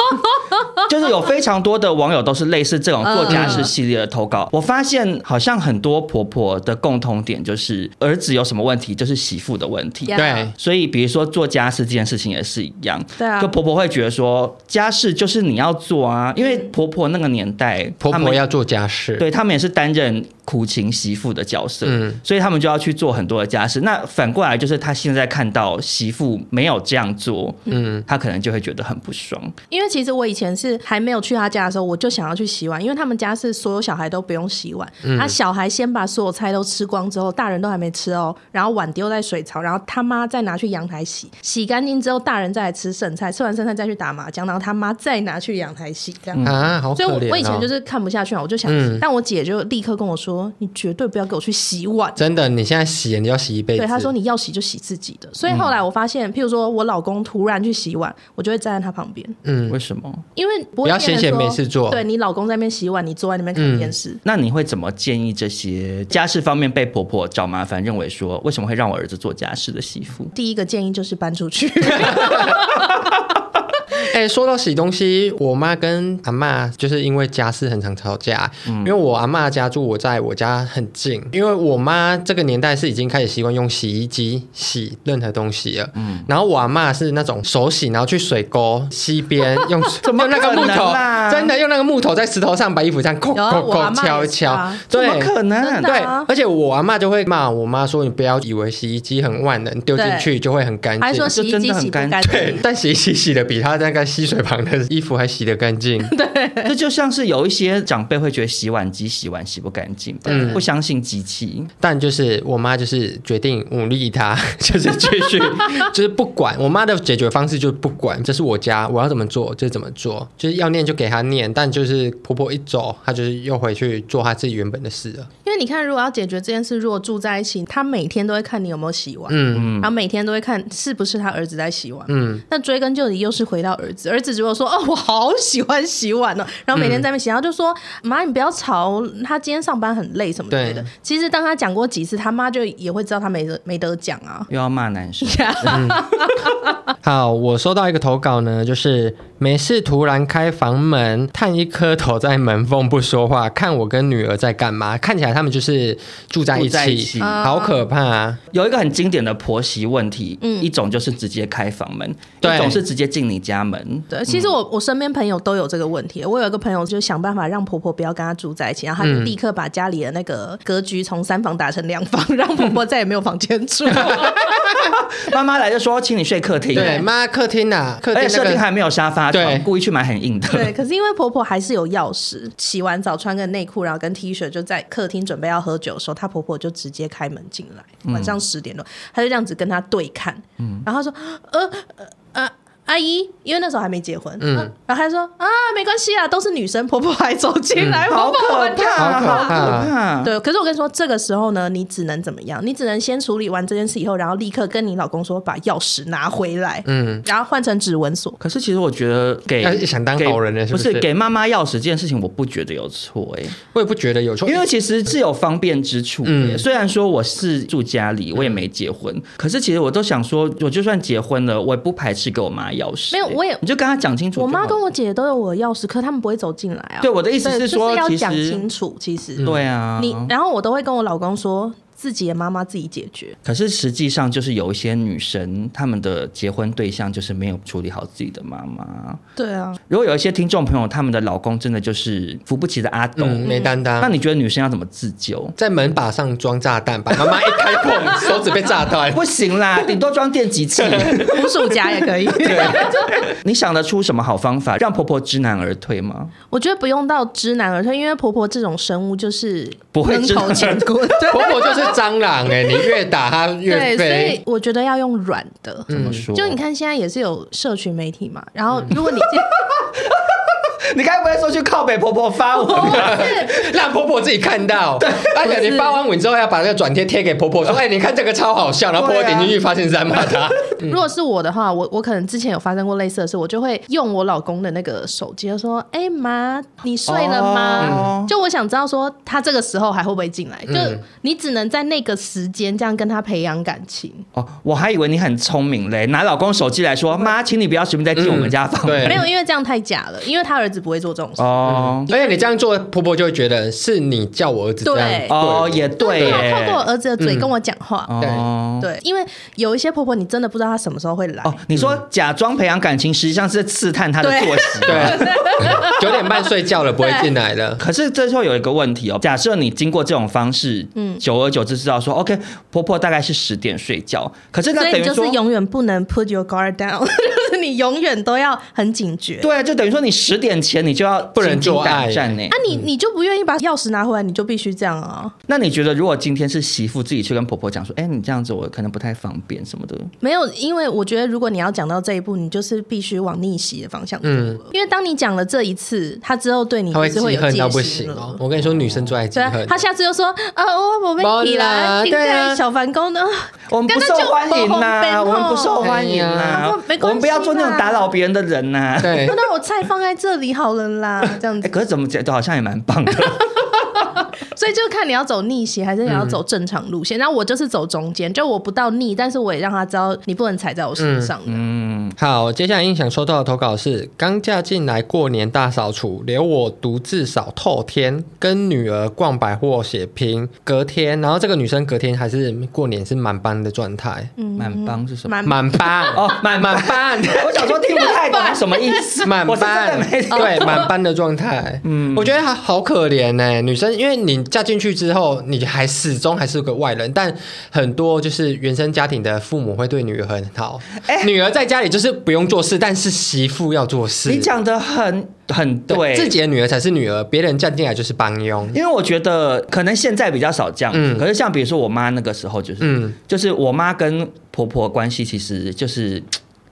[SPEAKER 2] 就是有非常多的网友都是类似这种做家事系列的投稿。我发现好像很多婆婆的共同点就是儿子有什么问题，就是媳妇的问题。
[SPEAKER 4] Yeah
[SPEAKER 3] 对，
[SPEAKER 2] 所以，比如说做家事这件事情也是一样，
[SPEAKER 4] 对啊
[SPEAKER 2] 就婆婆会觉得说家事就是你要做啊，因为婆婆那个年代，
[SPEAKER 3] 婆
[SPEAKER 2] 她们
[SPEAKER 3] 婆要做家事。
[SPEAKER 2] 对他们也是担任苦情媳妇的角色，
[SPEAKER 3] 嗯
[SPEAKER 2] 所以他们就要去做很多的家事。那反过来就是他现在看到媳妇没有这样做，嗯，他可能就会觉得很不爽。
[SPEAKER 4] 因为其实我以前是还没有去他家的时候，我就想要去洗碗，因为他们家是所有小孩都不用洗碗，
[SPEAKER 3] 嗯
[SPEAKER 4] 他、小孩先把所有菜都吃光之后，大人都还没吃哦，然后碗丢在水槽，然后他妈再拿去阳台洗，洗干净之后，大人再来吃剩菜，吃完剩菜再去打麻将，然后他妈再拿去阳台洗，这样。
[SPEAKER 3] 啊，好可
[SPEAKER 4] 所以
[SPEAKER 3] 怜、
[SPEAKER 4] 我
[SPEAKER 3] 哦。、
[SPEAKER 4] 我以前就是看不下去嘛，我就想，
[SPEAKER 3] 嗯
[SPEAKER 4] 但我姐就立刻跟我说：“你绝对不要给我去洗碗。”
[SPEAKER 3] 真的，你现在洗，你要洗一辈子。
[SPEAKER 4] 对，他说你要洗就洗自己的。
[SPEAKER 3] 嗯
[SPEAKER 4] 所以后来我发现，譬如说我老公突然去洗碗，我就会站在他旁边，
[SPEAKER 3] 嗯
[SPEAKER 2] 为什么？
[SPEAKER 4] 因为不
[SPEAKER 3] 不
[SPEAKER 4] 会
[SPEAKER 3] 要
[SPEAKER 4] 变成
[SPEAKER 3] 闲闲
[SPEAKER 4] 说
[SPEAKER 3] 没事做嗯
[SPEAKER 4] 对你老公在那边洗碗，你坐在那边看电视。
[SPEAKER 2] 那你会怎么建议这些家事方面被婆婆找麻烦，认为说为什么会让我儿子做家事的媳妇？
[SPEAKER 3] [LAUGHS]
[SPEAKER 4] 第一个建议就是搬出去，
[SPEAKER 3] 哎、说到洗东西，我妈跟阿嬷就是因为家事很常吵架，因为我阿嬷家住我在我家很近，因为我妈这个年代是已经开始习惯用洗衣机洗任何东西了，然后我阿嬷是那种手洗，然后去水沟溪边用
[SPEAKER 2] 怎么
[SPEAKER 3] 用那个
[SPEAKER 2] 可
[SPEAKER 3] 木
[SPEAKER 2] 能
[SPEAKER 3] 头，
[SPEAKER 2] 啦
[SPEAKER 3] 真的用那个木头在石头上把衣服这样扣
[SPEAKER 4] 有啊
[SPEAKER 3] 扣
[SPEAKER 4] 我阿
[SPEAKER 3] 扣
[SPEAKER 4] 嬷
[SPEAKER 3] 敲
[SPEAKER 4] 也
[SPEAKER 3] 一
[SPEAKER 4] 是
[SPEAKER 3] 敲
[SPEAKER 4] 啊，
[SPEAKER 2] 怎
[SPEAKER 3] 对，
[SPEAKER 2] 么可能
[SPEAKER 4] 真？的
[SPEAKER 3] 对
[SPEAKER 4] 啊，
[SPEAKER 3] 而且我阿妈就会骂我妈说：“你不要以为洗衣机很万能，丢进去就会很干
[SPEAKER 4] 还
[SPEAKER 3] 净
[SPEAKER 4] 说。
[SPEAKER 2] 就
[SPEAKER 4] 洗衣
[SPEAKER 2] 真的
[SPEAKER 4] 机
[SPEAKER 2] 很
[SPEAKER 4] 洗不
[SPEAKER 2] 干
[SPEAKER 4] 干
[SPEAKER 2] 净
[SPEAKER 4] 净。
[SPEAKER 3] 但洗衣机洗的比她那个吸水旁的衣服还洗得干净。
[SPEAKER 2] [LAUGHS] 这就像是有一些长辈会觉得洗碗机洗碗洗不干净，
[SPEAKER 3] 嗯
[SPEAKER 2] 不相信机器。
[SPEAKER 3] 但就是我妈就是决定忤逆她， [LAUGHS] 就是继续，就是不管。我妈的解决方式就是不管，这是我家，我要怎么做就怎么做，就是要念就给她念。但就是婆婆一走，她就是又回去做她自己原本的事了。
[SPEAKER 4] 因为你看，如果要解决这件事，如果住在一起，他每天都会看你有没有洗碗，
[SPEAKER 3] 嗯
[SPEAKER 4] 然后每天都会看是不是他儿子在洗碗。
[SPEAKER 3] 嗯，
[SPEAKER 4] 那追根究底又是回到儿子，儿子如果说哦，我好喜欢洗碗哦，然后每天在那边洗，然后就说妈，你不要吵，他今天上班很累什么之类的
[SPEAKER 3] 对。
[SPEAKER 4] 其实当他讲过几次，他妈就也会知道他没得没得讲啊。
[SPEAKER 2] 又要骂男生，啊
[SPEAKER 3] 好，我收到一个投稿呢，就是没事突然开房门，探一颗头在门缝不说话，看我跟女儿在干嘛。看起来他们就是住在一
[SPEAKER 2] 住在
[SPEAKER 3] 起，
[SPEAKER 2] 一起
[SPEAKER 3] 好可怕、啊。
[SPEAKER 2] 有一个很经典的婆媳问题，
[SPEAKER 4] 嗯
[SPEAKER 2] 一种就是直接开房门，
[SPEAKER 3] 对
[SPEAKER 2] 一种是直接进你家门。
[SPEAKER 3] [LAUGHS]
[SPEAKER 4] 对，
[SPEAKER 3] 嗯
[SPEAKER 4] 其实我、我身边朋友都有这个问题。我有一个朋友就想办法让婆婆不要跟她住在一起，然后她就
[SPEAKER 3] 嗯
[SPEAKER 4] 立刻把家里的那个格局从三房打成两房，让婆婆再也没有房间
[SPEAKER 3] [LAUGHS]
[SPEAKER 4] 住。
[SPEAKER 2] 妈妈来就说请你睡客厅，
[SPEAKER 3] 对，妈，客厅啊，客
[SPEAKER 2] 而且
[SPEAKER 3] 厅
[SPEAKER 2] 哎设
[SPEAKER 3] 那
[SPEAKER 2] 定
[SPEAKER 3] 个。
[SPEAKER 2] 还没有沙发床
[SPEAKER 3] 对，
[SPEAKER 2] 故意去买很硬
[SPEAKER 3] [LAUGHS]
[SPEAKER 2] 的。
[SPEAKER 4] 对，可是因为婆婆还是有钥匙，洗完澡穿个内裤，然后跟 T 恤就在客厅准备要喝酒的时候，她婆婆就直接开门进来，晚
[SPEAKER 3] 嗯
[SPEAKER 4] 上十点多，她就这样子跟她对看，然后她说呃呃呃。阿姨，因为那时候还没结婚，嗯，然后她就说啊，没关系啊，都是女生，婆婆还走进来，婆
[SPEAKER 2] 好
[SPEAKER 4] 婆
[SPEAKER 2] 可
[SPEAKER 4] 很
[SPEAKER 2] 怕，
[SPEAKER 3] 嗯好可
[SPEAKER 2] 好可
[SPEAKER 3] 怕
[SPEAKER 2] 怕！
[SPEAKER 4] 对，可是我跟你说，这个时候呢，你只能怎么样？你只能先处理完这件事以后，然后立刻跟你老公说把钥匙拿回来，
[SPEAKER 3] 嗯，
[SPEAKER 4] 然后换成指纹锁。
[SPEAKER 2] 可是其实我觉得
[SPEAKER 3] 哎
[SPEAKER 2] 给
[SPEAKER 3] 想当
[SPEAKER 2] 给
[SPEAKER 3] 好人了是
[SPEAKER 2] 不
[SPEAKER 3] 不是
[SPEAKER 2] 是给妈妈钥匙这件事情，我不觉得有错哎、
[SPEAKER 3] 我也不觉得有错，
[SPEAKER 2] 因为其实是有方便之处的耶、
[SPEAKER 3] 嗯
[SPEAKER 2] 虽然说我是住家里，我也没结婚，可是其实我都想说，我就算结婚了，我也不排斥给我妈钥匙、欸
[SPEAKER 4] 没有我也
[SPEAKER 2] 你就跟她讲清楚就
[SPEAKER 4] 我
[SPEAKER 2] 好了。
[SPEAKER 4] 妈跟我姐都有我的钥匙，可他们不会走进来啊。
[SPEAKER 2] 对我的意思
[SPEAKER 4] 对
[SPEAKER 2] 是
[SPEAKER 4] 就
[SPEAKER 2] 说，
[SPEAKER 4] 要
[SPEAKER 2] 其
[SPEAKER 4] 讲
[SPEAKER 2] 实
[SPEAKER 4] 清楚。其实、
[SPEAKER 2] 对啊，
[SPEAKER 4] 你，然后我都会跟我老公说，自己的妈妈自己解决。
[SPEAKER 2] 可是实际上就是有一些女生，她们的结婚对象就是没有处理好自己的妈妈。
[SPEAKER 4] 对啊，
[SPEAKER 2] 如果有一些听众朋友，他们的老公真的就是扶不起的阿斗，
[SPEAKER 3] 嗯，没担当。
[SPEAKER 2] 那你觉得女生要怎么自
[SPEAKER 4] [LAUGHS]
[SPEAKER 2] 救？
[SPEAKER 3] 在门把上装炸弹吧，妈妈一开碰，手指被炸
[SPEAKER 2] [LAUGHS]
[SPEAKER 3] 断。
[SPEAKER 2] 不行啦，顶多装电击器。
[SPEAKER 4] 红薯夹也
[SPEAKER 2] [LAUGHS]
[SPEAKER 4] 可以。
[SPEAKER 2] 你想得出什么好方法让婆婆知难而退
[SPEAKER 4] [LAUGHS]
[SPEAKER 2] 吗？
[SPEAKER 4] 我觉得不用到知难而退，因为婆婆这种生物就是
[SPEAKER 2] 不会
[SPEAKER 4] 闷
[SPEAKER 2] 知 [LAUGHS]
[SPEAKER 4] 头
[SPEAKER 2] 难
[SPEAKER 4] 前
[SPEAKER 2] 而
[SPEAKER 4] 滚。
[SPEAKER 3] 婆婆就是蟑螂哎、你越打它越
[SPEAKER 4] 对，所以
[SPEAKER 3] 飞。
[SPEAKER 4] 我觉得要用软的。
[SPEAKER 2] 怎么说？
[SPEAKER 4] 就你，看，现在也是有社群媒体嘛，然后
[SPEAKER 2] 嗯 [LAUGHS]
[SPEAKER 4] 如果你今天
[SPEAKER 2] 你该不会说去靠北婆婆发文
[SPEAKER 4] 哦
[SPEAKER 2] 吧？
[SPEAKER 3] 让婆婆自己看到。而且你发完文之后要把这个转贴贴给婆婆说：“哎、你看这个超好笑。”然后婆婆
[SPEAKER 2] 啊
[SPEAKER 3] 点进去发现是在骂
[SPEAKER 2] [LAUGHS]
[SPEAKER 3] 她。
[SPEAKER 2] 嗯
[SPEAKER 4] 如果是我的话，我我可能之前有发生过类似的事，我就会用我老公的那个手机，就说：“哎、妈，你睡了吗？”
[SPEAKER 2] 哦
[SPEAKER 4] 就我想知道说他这个时候还会不会进来，就
[SPEAKER 3] 嗯
[SPEAKER 4] 你只能在那个时间这样跟他培养感情。
[SPEAKER 2] 哦，我还以为你很聪明嘞，拿老公手机来说，妈，请你不要随便再进我们家房门。
[SPEAKER 3] 对
[SPEAKER 4] 没有，因为这样太假了，因为他儿子不会做这种事。
[SPEAKER 2] 哦
[SPEAKER 3] 而且你这样做，婆婆就会觉得是你叫我儿子这样。
[SPEAKER 4] 对
[SPEAKER 2] 哦，也对
[SPEAKER 4] 对啊，透
[SPEAKER 2] 耶
[SPEAKER 4] 过我儿子的嘴跟我讲话。
[SPEAKER 3] 对
[SPEAKER 2] 哦
[SPEAKER 4] 对，因为有一些婆婆，你真的不知道她什么时候会来。
[SPEAKER 2] 哦，你说假装培养感情，实际上是在刺探他的
[SPEAKER 4] 对
[SPEAKER 2] 作息。
[SPEAKER 3] 对，九点半睡觉了，不会进来了。
[SPEAKER 2] 可是这时候有一个问题哦，假设你经过这种方式，嗯，久而久之知道说，OK，婆婆大概是十点睡觉，可是那
[SPEAKER 4] 所以
[SPEAKER 2] 等于
[SPEAKER 4] 你就
[SPEAKER 2] 说
[SPEAKER 4] 是，永远不能 put your guard down，就是 [LAUGHS] 你永远都要很警觉。
[SPEAKER 2] 对啊，就等于说你十点前你就要
[SPEAKER 3] 不能做爱
[SPEAKER 2] 心惊胆战呢
[SPEAKER 4] 啊。你，你就不愿意把钥匙拿回来，你就必须这样啊。
[SPEAKER 2] 那你觉得如果今天是媳妇自己去跟婆婆讲说，哎，你这样子我可能不太方便什么的，
[SPEAKER 4] 没有，因为我觉得如果你要讲到这一步，你就是必须往逆袭的方向走了。因为当你讲了这一次，他之后对你
[SPEAKER 3] 她嗯
[SPEAKER 4] 就
[SPEAKER 3] 会
[SPEAKER 4] 是
[SPEAKER 3] 记
[SPEAKER 4] 会有
[SPEAKER 3] 恨到
[SPEAKER 4] 戒
[SPEAKER 3] 不
[SPEAKER 4] 心
[SPEAKER 3] 行
[SPEAKER 4] 了。
[SPEAKER 3] 哦！我跟你说，女生最爱记
[SPEAKER 4] 对啊
[SPEAKER 3] 恨，。
[SPEAKER 4] 他下次又说，呃，我我被你
[SPEAKER 3] 没啦
[SPEAKER 4] 啦，顶
[SPEAKER 3] 对啊
[SPEAKER 4] 在小凡公呢，
[SPEAKER 2] 我们不
[SPEAKER 4] 刚才
[SPEAKER 2] 受
[SPEAKER 4] 就
[SPEAKER 2] 欢迎
[SPEAKER 4] 没方便
[SPEAKER 2] 呐、
[SPEAKER 4] 哦
[SPEAKER 2] 我们不受欢迎呐、
[SPEAKER 3] 哎
[SPEAKER 4] 呀没关系啊啦
[SPEAKER 2] 我们不要做那种打扰别人的人呐、哎、
[SPEAKER 3] [LAUGHS] 对， [LAUGHS]
[SPEAKER 4] 那我菜放在这里好了啦，这样子。
[SPEAKER 2] 可是怎么讲，都好像也蛮棒的。
[SPEAKER 4] 所以就看你要走逆袭还是你要走正常路线。然后我就是走中间，就我不到逆，但是我也让他知道你不能踩在我身上的。
[SPEAKER 2] 嗯，
[SPEAKER 3] 好，接下来印象收到的投稿是：刚嫁进来过年大扫除，留我独自扫透天，跟女儿逛百货血拼。隔天，然后这个女生隔天还是过年是满班的状态，
[SPEAKER 2] 嗯
[SPEAKER 4] 嗯
[SPEAKER 2] 满帮是什么？
[SPEAKER 4] 蛮
[SPEAKER 3] 满班
[SPEAKER 2] 哦，满
[SPEAKER 3] 满
[SPEAKER 4] [LAUGHS]
[SPEAKER 3] 班。
[SPEAKER 2] 我想说听不太懂什么意 [LAUGHS] 思，
[SPEAKER 3] 满
[SPEAKER 2] 我是真
[SPEAKER 3] 班
[SPEAKER 2] 的没懂
[SPEAKER 3] 对满班的状态，嗯，我觉得她好可怜呢、女生，因为你嫁进去之后，你还始终还是个外人，但很多就是原生家庭的父母会对女儿很好，
[SPEAKER 2] 哎
[SPEAKER 3] 女儿在家里就是不用做事，但是媳妇要做事。
[SPEAKER 2] 你讲的很很
[SPEAKER 3] 对
[SPEAKER 2] 对，
[SPEAKER 3] 自己的女儿才是女儿，别人嫁进来就是帮佣。
[SPEAKER 2] 因为我觉得可能现在比较少这样子，
[SPEAKER 3] 嗯
[SPEAKER 2] 可是像比如说我妈那个时候就是，
[SPEAKER 3] 嗯
[SPEAKER 2] 就是我妈跟婆婆关系其实就是。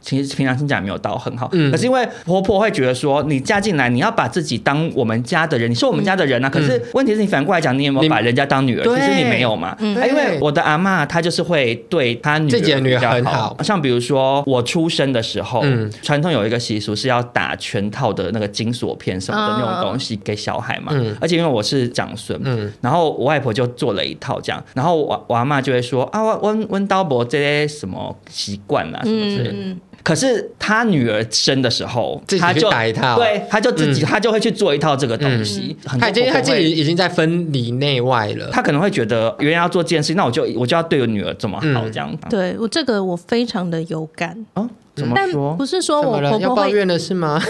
[SPEAKER 2] 其实平常心讲没有到很好，
[SPEAKER 3] 嗯
[SPEAKER 2] 可是因为婆婆会觉得说，你嫁进来，你要把自己当我们家的人，你是我们家的人啊。可是问题是你反过来讲，你有
[SPEAKER 3] 嗯
[SPEAKER 2] 没
[SPEAKER 3] 你
[SPEAKER 2] 有把人家当女儿？
[SPEAKER 3] 对
[SPEAKER 2] 其实你没有嘛。
[SPEAKER 3] 嗯
[SPEAKER 2] 啊因为我的阿嬷她就是会对她女儿
[SPEAKER 3] 自己的女儿
[SPEAKER 2] 比较
[SPEAKER 3] 很
[SPEAKER 2] 好，像比如说我出生的时候，
[SPEAKER 3] 嗯
[SPEAKER 2] 传统有一个习俗是要打全套的那个金锁片什么的那
[SPEAKER 4] 嗯
[SPEAKER 2] 种东西给小孩嘛。
[SPEAKER 3] 嗯
[SPEAKER 2] 而且因为我是长孙，
[SPEAKER 3] 嗯
[SPEAKER 2] 然后我外婆就做了一套这样，然后我我阿妈就会说啊，我温温刀伯这些什么习惯啊什么之类的。
[SPEAKER 4] 嗯，
[SPEAKER 2] 可是她女儿生的时候
[SPEAKER 3] 自，己
[SPEAKER 2] 她
[SPEAKER 3] 去
[SPEAKER 2] 就
[SPEAKER 3] 打一套
[SPEAKER 2] 对，她就自己，她就会去做一套这个东西。很
[SPEAKER 3] 嗯
[SPEAKER 2] 多
[SPEAKER 3] 她已经
[SPEAKER 2] 婆
[SPEAKER 3] 她
[SPEAKER 2] 婆
[SPEAKER 3] 自
[SPEAKER 2] 会
[SPEAKER 3] 己已经在分离内外了。
[SPEAKER 2] 她可能会觉得原来要做这件事，那我就我就要对我女儿这么好
[SPEAKER 3] 嗯
[SPEAKER 2] 这样。
[SPEAKER 4] 对我这个我非常的有感，
[SPEAKER 2] 哦，怎么
[SPEAKER 4] 但
[SPEAKER 2] 说
[SPEAKER 4] 不？是说
[SPEAKER 3] 怎
[SPEAKER 4] 我
[SPEAKER 3] 么
[SPEAKER 4] 婆
[SPEAKER 3] 了？要
[SPEAKER 4] 婆
[SPEAKER 3] 抱
[SPEAKER 4] 会
[SPEAKER 3] 怨了是吗？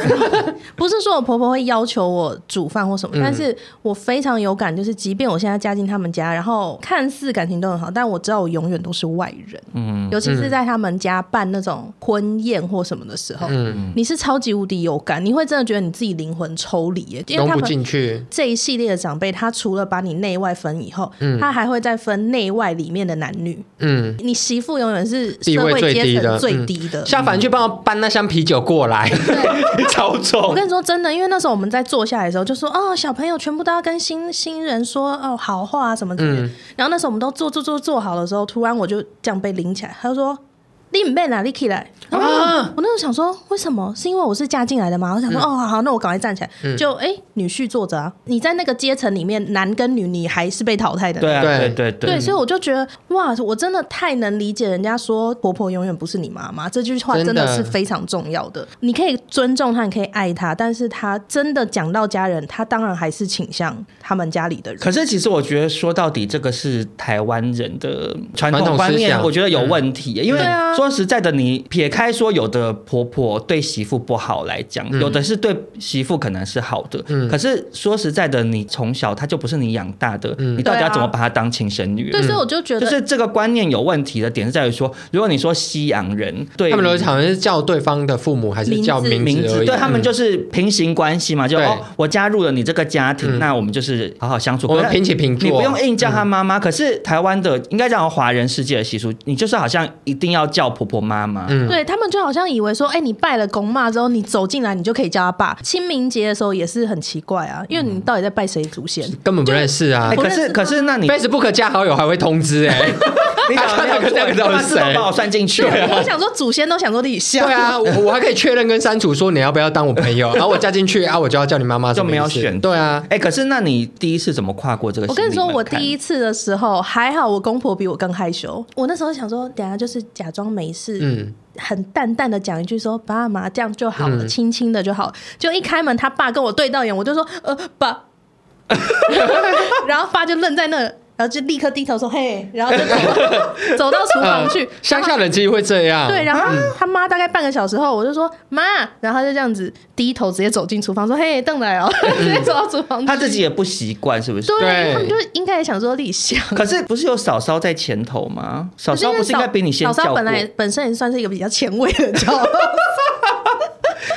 [SPEAKER 4] 不是说我婆婆会要求我煮饭或什么，
[SPEAKER 3] 嗯
[SPEAKER 4] 但是我非常有感，就是即便我现在嫁进他们家，然后看似感情都很好，但我知道我永远都是外人。嗯，尤其是在他们家办那种婚宴或什么的时候，
[SPEAKER 3] 嗯，
[SPEAKER 4] 你是超级无敌有感，你会真的觉得你自己灵魂抽离耶，因为
[SPEAKER 3] 融
[SPEAKER 4] 他
[SPEAKER 3] 不
[SPEAKER 4] 们。
[SPEAKER 3] 进去。
[SPEAKER 4] 这一系列的长辈，他除了把你内外分以后，
[SPEAKER 3] 嗯
[SPEAKER 4] 他还会再分内外里面的男女。
[SPEAKER 3] 嗯，
[SPEAKER 4] 你媳妇永远是
[SPEAKER 3] 地
[SPEAKER 4] 社
[SPEAKER 3] 位
[SPEAKER 4] 会
[SPEAKER 3] 最低
[SPEAKER 4] 阶
[SPEAKER 3] 的
[SPEAKER 4] 层最
[SPEAKER 3] 嗯
[SPEAKER 4] 低的，
[SPEAKER 3] 下凡去帮我搬那箱啤酒过来。
[SPEAKER 2] 超
[SPEAKER 4] 我
[SPEAKER 3] 哦
[SPEAKER 2] 重
[SPEAKER 4] 跟你说真的，因为那时候我们在坐下来的时候，就说哦，小朋友全部都要跟新新人说哦好话啊什么之类的。
[SPEAKER 3] 嗯
[SPEAKER 4] 然后那时候我们都坐坐坐坐好的时候，突然我就这样被拎起来，他就说。你妹哪里起来？然后我想
[SPEAKER 3] 啊嗯
[SPEAKER 4] 我那时候想说，为什么？是因为我是嫁进来的吗？我想说，哦，好好，那我赶快站起来。就哎、女婿坐着啊，你在那个阶层里面，男跟女，你还是被淘汰的。
[SPEAKER 2] 对啊，对
[SPEAKER 3] 对
[SPEAKER 2] 对
[SPEAKER 4] 对，所以我就觉得哇，我真的太能理解人家说婆婆永远不是你妈妈这句话，
[SPEAKER 3] 真的
[SPEAKER 4] 真的是非常重要的。你可以尊重她，你可以爱她，但是她真的讲到家人，她当然还是倾向他们家里的人。
[SPEAKER 2] 可是，其实我觉得说到底，这个是台湾人的
[SPEAKER 3] 传
[SPEAKER 2] 传统
[SPEAKER 3] 统
[SPEAKER 2] 观
[SPEAKER 3] 思
[SPEAKER 2] 念，
[SPEAKER 3] 想
[SPEAKER 2] 我觉得有问题。因为
[SPEAKER 4] 对啊
[SPEAKER 2] 说实在的，你撇开说有的婆婆对媳妇不好来讲，
[SPEAKER 3] 嗯
[SPEAKER 2] 有的是对媳妇可能是好的。可是说实在的，你从小她就不是你养大的，
[SPEAKER 3] 嗯
[SPEAKER 2] 你到底要怎么把她当亲生女儿？
[SPEAKER 4] 啊对，所以我就觉
[SPEAKER 2] 就
[SPEAKER 4] 得，
[SPEAKER 2] 是这个观念有问题的点是在于说，如果你说西洋人对
[SPEAKER 3] 他们都好像是叫对方的父母，还是叫名
[SPEAKER 2] 名
[SPEAKER 3] 而
[SPEAKER 2] 字，
[SPEAKER 3] 已。嗯
[SPEAKER 2] 对他们就是平行关系嘛，就
[SPEAKER 3] 对
[SPEAKER 2] 哦，我加入了你这个家庭，
[SPEAKER 3] 嗯
[SPEAKER 2] 那我们就是好好相处。
[SPEAKER 3] 我们
[SPEAKER 2] 可是
[SPEAKER 3] 平起平坐嗯
[SPEAKER 2] 你不用硬叫她妈妈。可是台湾的应该讲华人世界的习俗，你就是好像一定要叫婆婆妈妈。
[SPEAKER 3] 嗯
[SPEAKER 4] 对他们就好像以为说，哎、你拜了公妈之后，你走进来，你就可以叫她爸。清明节的时候也是很奇怪啊，因为你到底在拜谁祖先？
[SPEAKER 3] 根本不认识啊
[SPEAKER 2] 哎，。可
[SPEAKER 4] 我认
[SPEAKER 2] 是
[SPEAKER 4] 识
[SPEAKER 2] 可是那你
[SPEAKER 3] Facebook 加好友还会通知哎、
[SPEAKER 2] [LAUGHS] 你讲的没有错
[SPEAKER 3] 他那个
[SPEAKER 2] 你干嘛自动
[SPEAKER 3] 谁
[SPEAKER 2] 把我算进去？
[SPEAKER 3] 啊
[SPEAKER 4] 我想说祖先都想说自己像，
[SPEAKER 3] 对啊，我我还可以确认跟删除说你要不要当我朋
[SPEAKER 2] [LAUGHS]
[SPEAKER 3] 友，然后我加进去啊，我就要叫你妈妈，
[SPEAKER 2] 就没有选
[SPEAKER 3] 什么意思对啊，
[SPEAKER 2] 哎，可是那你第一次怎么跨过这个
[SPEAKER 4] 我
[SPEAKER 2] 心理
[SPEAKER 4] 跟
[SPEAKER 2] 门
[SPEAKER 4] 你
[SPEAKER 2] 槛？
[SPEAKER 4] 说，我第一次的时候还好，我公婆比我更害羞。我那时候想说，等下就是假装没事，
[SPEAKER 3] 嗯，
[SPEAKER 4] 很淡淡的讲一句说“爸妈”，这样就好了，
[SPEAKER 3] 嗯
[SPEAKER 4] 轻轻的就好。就一开门，他爸跟我对到眼，我就说“呃，爸”， [LAUGHS] 然后爸就愣在那，然后就立刻低头说“嘿”，然后就
[SPEAKER 3] [LAUGHS]
[SPEAKER 4] 走走到厨房去。
[SPEAKER 3] 呃嗯乡下人嗯其实会这样，
[SPEAKER 4] 对，，然后他妈大概半个小时后，我就说妈，然后他就这样子低头直接走进厨房，说嘿，邓来哦，直接走到厨房去。
[SPEAKER 2] 他自己也不习惯，是不是？
[SPEAKER 4] 对，
[SPEAKER 3] 对
[SPEAKER 4] 他们就应该也想说立夏。
[SPEAKER 2] 可是不是有嫂嫂在前头吗？嫂
[SPEAKER 4] 可是因
[SPEAKER 2] 嫂
[SPEAKER 4] 为
[SPEAKER 2] 不是应该比你先
[SPEAKER 4] 嫂
[SPEAKER 2] 叫
[SPEAKER 4] 嫂
[SPEAKER 2] 过
[SPEAKER 4] 本来本身也算是一个比较前卫的教，
[SPEAKER 2] [LAUGHS]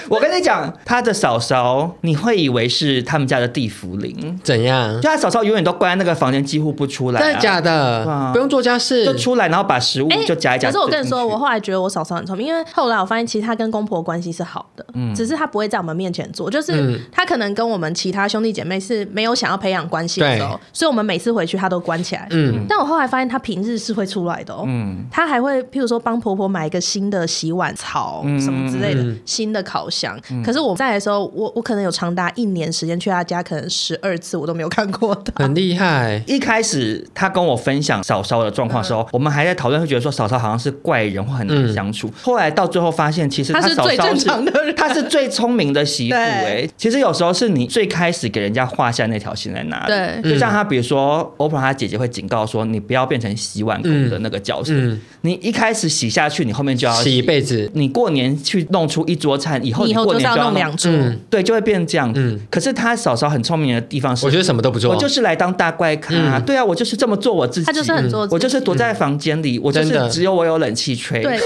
[SPEAKER 2] 我跟你讲，他的嫂嫂，你会以为是他们家的地福灵，
[SPEAKER 3] 怎样
[SPEAKER 2] 就？他嫂嫂永远都关在那个房间，几乎不出来、
[SPEAKER 3] 真的假的？
[SPEAKER 2] 啊哇
[SPEAKER 3] 不用做家事
[SPEAKER 2] 就，出来，然后把食物就夹一夹、
[SPEAKER 4] 哎可是我跟你说，我
[SPEAKER 2] 后
[SPEAKER 4] 后来觉得我嫂嫂很聪明，因为后来我发现其实她跟公婆关系是好的，
[SPEAKER 2] 嗯
[SPEAKER 4] 只是她不会在我们面前做，就是
[SPEAKER 3] 嗯
[SPEAKER 4] 她可能跟我们其他兄弟姐妹是没有想要培养关系的时候
[SPEAKER 3] 对，
[SPEAKER 4] 所以我们每次回去她都关起来。
[SPEAKER 3] 嗯，
[SPEAKER 4] 但我后来发现，她平日是会出来的哦。
[SPEAKER 2] 嗯
[SPEAKER 4] 她还会，譬如说帮婆婆买一个新的洗碗槽什么之类的，
[SPEAKER 3] 嗯
[SPEAKER 4] 新的烤香。
[SPEAKER 2] 嗯
[SPEAKER 4] 可是我在的时候，我我可能有长达一年时间去他家，可能十二次我都没有看过他。
[SPEAKER 3] 很厉害。
[SPEAKER 2] 一开始他跟我分享嫂嫂的状况的时
[SPEAKER 4] 嗯
[SPEAKER 2] 候，我们还在讨论，会觉得说嫂嫂好像是怪人或很难相处。后来到最后发现，其实
[SPEAKER 4] 她嗯是
[SPEAKER 2] 嫂嫂
[SPEAKER 4] 最正常的人
[SPEAKER 2] 她是最聪明的媳妇、
[SPEAKER 4] 对
[SPEAKER 2] 哎，其实有时候是你最开始给人家画下那条线在哪里。
[SPEAKER 3] 嗯
[SPEAKER 4] 对
[SPEAKER 2] 就像他，比如说 Oprah，他姐姐会警告说，你不要变成洗碗工的那个角色。
[SPEAKER 3] 嗯嗯
[SPEAKER 2] 你一开始洗下去，你后面就要
[SPEAKER 3] 洗一辈子，
[SPEAKER 2] 你过年去弄出一桌菜，以后你
[SPEAKER 4] 你以后
[SPEAKER 2] 过
[SPEAKER 4] 就是
[SPEAKER 2] 年
[SPEAKER 4] 要
[SPEAKER 2] 就要
[SPEAKER 4] 弄两桌，
[SPEAKER 3] 嗯
[SPEAKER 2] 对，就会变这样。
[SPEAKER 3] 嗯
[SPEAKER 2] 可是他嫂嫂很聪明的地方是，
[SPEAKER 3] 我觉得什么都不做，
[SPEAKER 2] 我就是来当大怪咖、
[SPEAKER 3] 嗯
[SPEAKER 2] 对啊，我就是这么做我自己，
[SPEAKER 4] 他就是很做自己
[SPEAKER 2] 我就是躲在房间里，我就
[SPEAKER 3] 嗯真的
[SPEAKER 2] 是只有我有冷气吹。啊
[SPEAKER 4] 对。 [LAUGHS]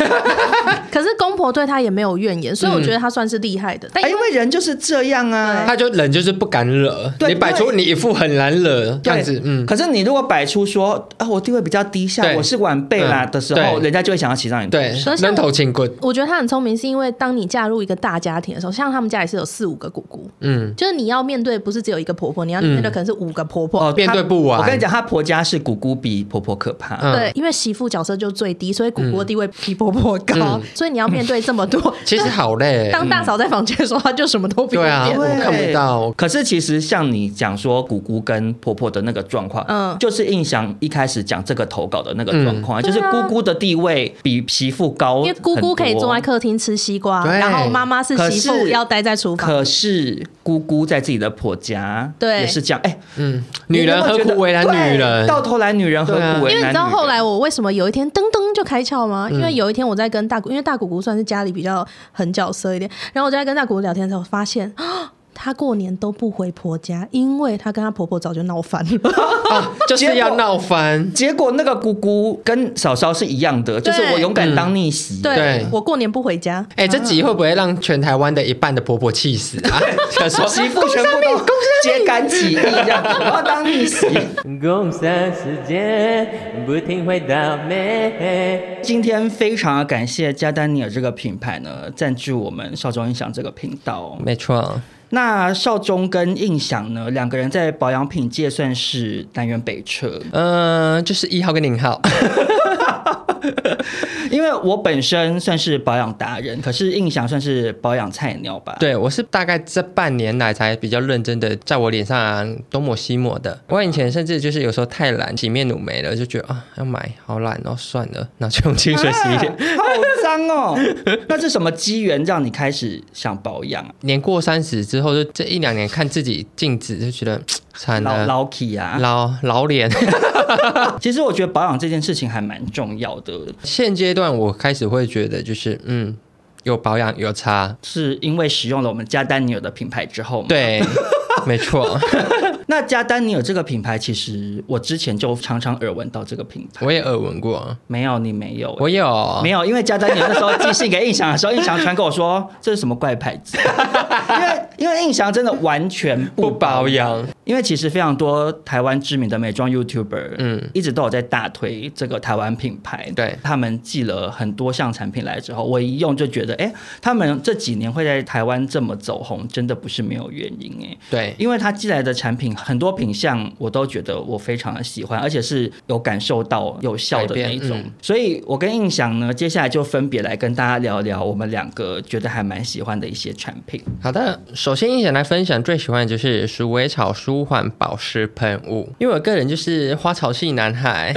[SPEAKER 4] 可是公婆对他也没有怨言，所以我觉得他算是厉害的。但
[SPEAKER 2] 哎，因为人就是这样啊。
[SPEAKER 3] 他就人就是不敢惹，
[SPEAKER 2] 对
[SPEAKER 3] 你摆出
[SPEAKER 2] 对
[SPEAKER 3] 你一副很难惹这样子，嗯，
[SPEAKER 2] 可是你如果摆出说啊，我地位比较低下，
[SPEAKER 3] 对
[SPEAKER 2] 我是晚辈啦
[SPEAKER 3] 嗯
[SPEAKER 2] 的时候，
[SPEAKER 3] 对
[SPEAKER 2] 人家就会想要骑上你。
[SPEAKER 3] 对
[SPEAKER 4] 所以，像
[SPEAKER 3] 扔头轻棍，
[SPEAKER 4] 我觉得他很聪明，是因为当你嫁入一个大家庭的时候，像他们家也是有四五个姑姑，
[SPEAKER 3] 嗯，
[SPEAKER 4] 就是你要面对不是只有一个婆婆，你要面对可能是五个婆婆。
[SPEAKER 2] 哦，
[SPEAKER 3] 面
[SPEAKER 2] 她
[SPEAKER 3] 对不完
[SPEAKER 2] 我跟你讲，她婆家是姑姑比婆婆可怕。
[SPEAKER 3] 嗯
[SPEAKER 4] 对，因为媳妇角色就最低，所以姑姑的地位比婆婆高，
[SPEAKER 3] 嗯
[SPEAKER 4] 所以你要面对这么多。
[SPEAKER 3] 其实好累，
[SPEAKER 4] [LAUGHS] 当大嫂在房间的时候，她就什么都不用
[SPEAKER 3] 对啊，
[SPEAKER 4] 变。
[SPEAKER 3] 我看不到，
[SPEAKER 2] 可是其实像你讲说姑姑跟婆婆的那个状况，
[SPEAKER 4] 嗯
[SPEAKER 2] 就是印象一开始讲这个投稿的那个状况啊，
[SPEAKER 4] 嗯
[SPEAKER 2] 就是
[SPEAKER 4] 对啊
[SPEAKER 2] 姑姑的地位比媳妇高，
[SPEAKER 4] 因为姑姑可以坐在。客厅吃西瓜，
[SPEAKER 3] 对
[SPEAKER 4] 然后妈妈是媳
[SPEAKER 2] 可
[SPEAKER 4] 妇
[SPEAKER 2] 是
[SPEAKER 4] 要待在厨房。
[SPEAKER 2] 可是姑姑在自己的婆家，
[SPEAKER 4] 对
[SPEAKER 2] 也是这样。哎、
[SPEAKER 3] 嗯，
[SPEAKER 2] 你
[SPEAKER 3] 女
[SPEAKER 2] 有没
[SPEAKER 3] 人
[SPEAKER 2] 有
[SPEAKER 3] 何
[SPEAKER 2] 觉得
[SPEAKER 3] 苦为难
[SPEAKER 2] 对
[SPEAKER 3] 女人？
[SPEAKER 2] 到头来，女人啊何苦为难女嗯
[SPEAKER 3] 对
[SPEAKER 2] 人？
[SPEAKER 4] 因为你知道后来我为什么有一天噔噔就开窍吗？因为有一天我在跟大姑，因为大姑姑算是家里比较狠角色一点，然后我就在跟大姑姑聊天的时候发现。 [GASPS] 啊她过年都不回婆家，因为她跟她婆婆早就闹翻了。
[SPEAKER 2] [LAUGHS]
[SPEAKER 3] 啊，就是要闹翻，
[SPEAKER 2] 结果那个姑姑跟嫂嫂是一样的，就是
[SPEAKER 4] 对
[SPEAKER 2] 我勇敢当逆袭。
[SPEAKER 4] 对
[SPEAKER 3] 对
[SPEAKER 4] 我过年不回家，
[SPEAKER 3] 哎，这集会不会让全台湾的一半的婆婆气
[SPEAKER 5] [LAUGHS]
[SPEAKER 3] 死啊？想说
[SPEAKER 2] [LAUGHS] 媳妇全部都揭竿起义，这样我要当逆 [LAUGHS] 袭。
[SPEAKER 5] 共享时间，不停回到美。
[SPEAKER 2] 今天非常感谢加丹尼尔这个品牌呢，赞助我们少中音响这个频道。
[SPEAKER 3] 没错，
[SPEAKER 2] 那少中跟印响呢，两个人在保养品界算是南辕北辙，
[SPEAKER 3] 嗯，就是一号跟零号， [LAUGHS]
[SPEAKER 2] 因为我本身算是保养达人，可是印象算是保养菜鸟吧。
[SPEAKER 3] 对，我是大概这半年来才比较认真的在我脸上、东抹西抹的。我以前甚至就是有时候太懒，洗面乳没了，就觉得啊要买，好懒哦，算了，那就用清水洗一
[SPEAKER 2] 啊
[SPEAKER 3] 点。
[SPEAKER 2] 好脏
[SPEAKER 3] [LAUGHS]
[SPEAKER 2] 哦！那是什么机缘让你开始想保养啊？
[SPEAKER 3] 年过三十之后，就这一两年看自己镜子就觉得惨
[SPEAKER 2] 老
[SPEAKER 3] 了，
[SPEAKER 2] 老 K 啊，
[SPEAKER 3] 老老脸。 [LAUGHS]
[SPEAKER 2] 其实我觉得保养这件事情还蛮重要的，
[SPEAKER 3] 现阶段我开始会觉得就是嗯，有保养有差，
[SPEAKER 2] 是因为使用了我们加丹尼尔的品牌之后嘛。 [LAUGHS]
[SPEAKER 3] 对，没错，
[SPEAKER 2] 那加丹尼尔这个品牌，其实我之前就常常耳闻到这个品牌，
[SPEAKER 3] 我也耳闻过，
[SPEAKER 2] 没有你没有，
[SPEAKER 3] 我有
[SPEAKER 2] 没有，因为加丹尼尔那时候寄信给印翔的时候，印翔传给我说这是什么怪牌 [LAUGHS] 子，因为因为印翔真的完全
[SPEAKER 3] 不
[SPEAKER 2] 不
[SPEAKER 3] 保
[SPEAKER 2] 保养。
[SPEAKER 3] 养，
[SPEAKER 2] 因为其实非常多台湾知名的美妆 YouTuber，
[SPEAKER 3] 嗯
[SPEAKER 2] 嗯，一直都有在大推这个台湾品牌。
[SPEAKER 3] 对
[SPEAKER 2] 他们寄了很多项产品来之后，我一用就觉得，哎，他们这几年会在台湾这么走红，真的不是没有原因哎。
[SPEAKER 3] 对。
[SPEAKER 2] 因为他寄来的产品很多品相，我都觉得我非常的喜欢，而且是有感受到有效的那一
[SPEAKER 3] 改
[SPEAKER 2] 种。
[SPEAKER 3] 变嗯
[SPEAKER 2] 所以我跟印象呢，接下来就分别来跟大家聊聊我们两个觉得还蛮喜欢的一些产品。
[SPEAKER 3] 好的，首先一起来分享最喜欢的就是鼠尾草舒缓保湿喷雾，因为我个人就是花草系男孩，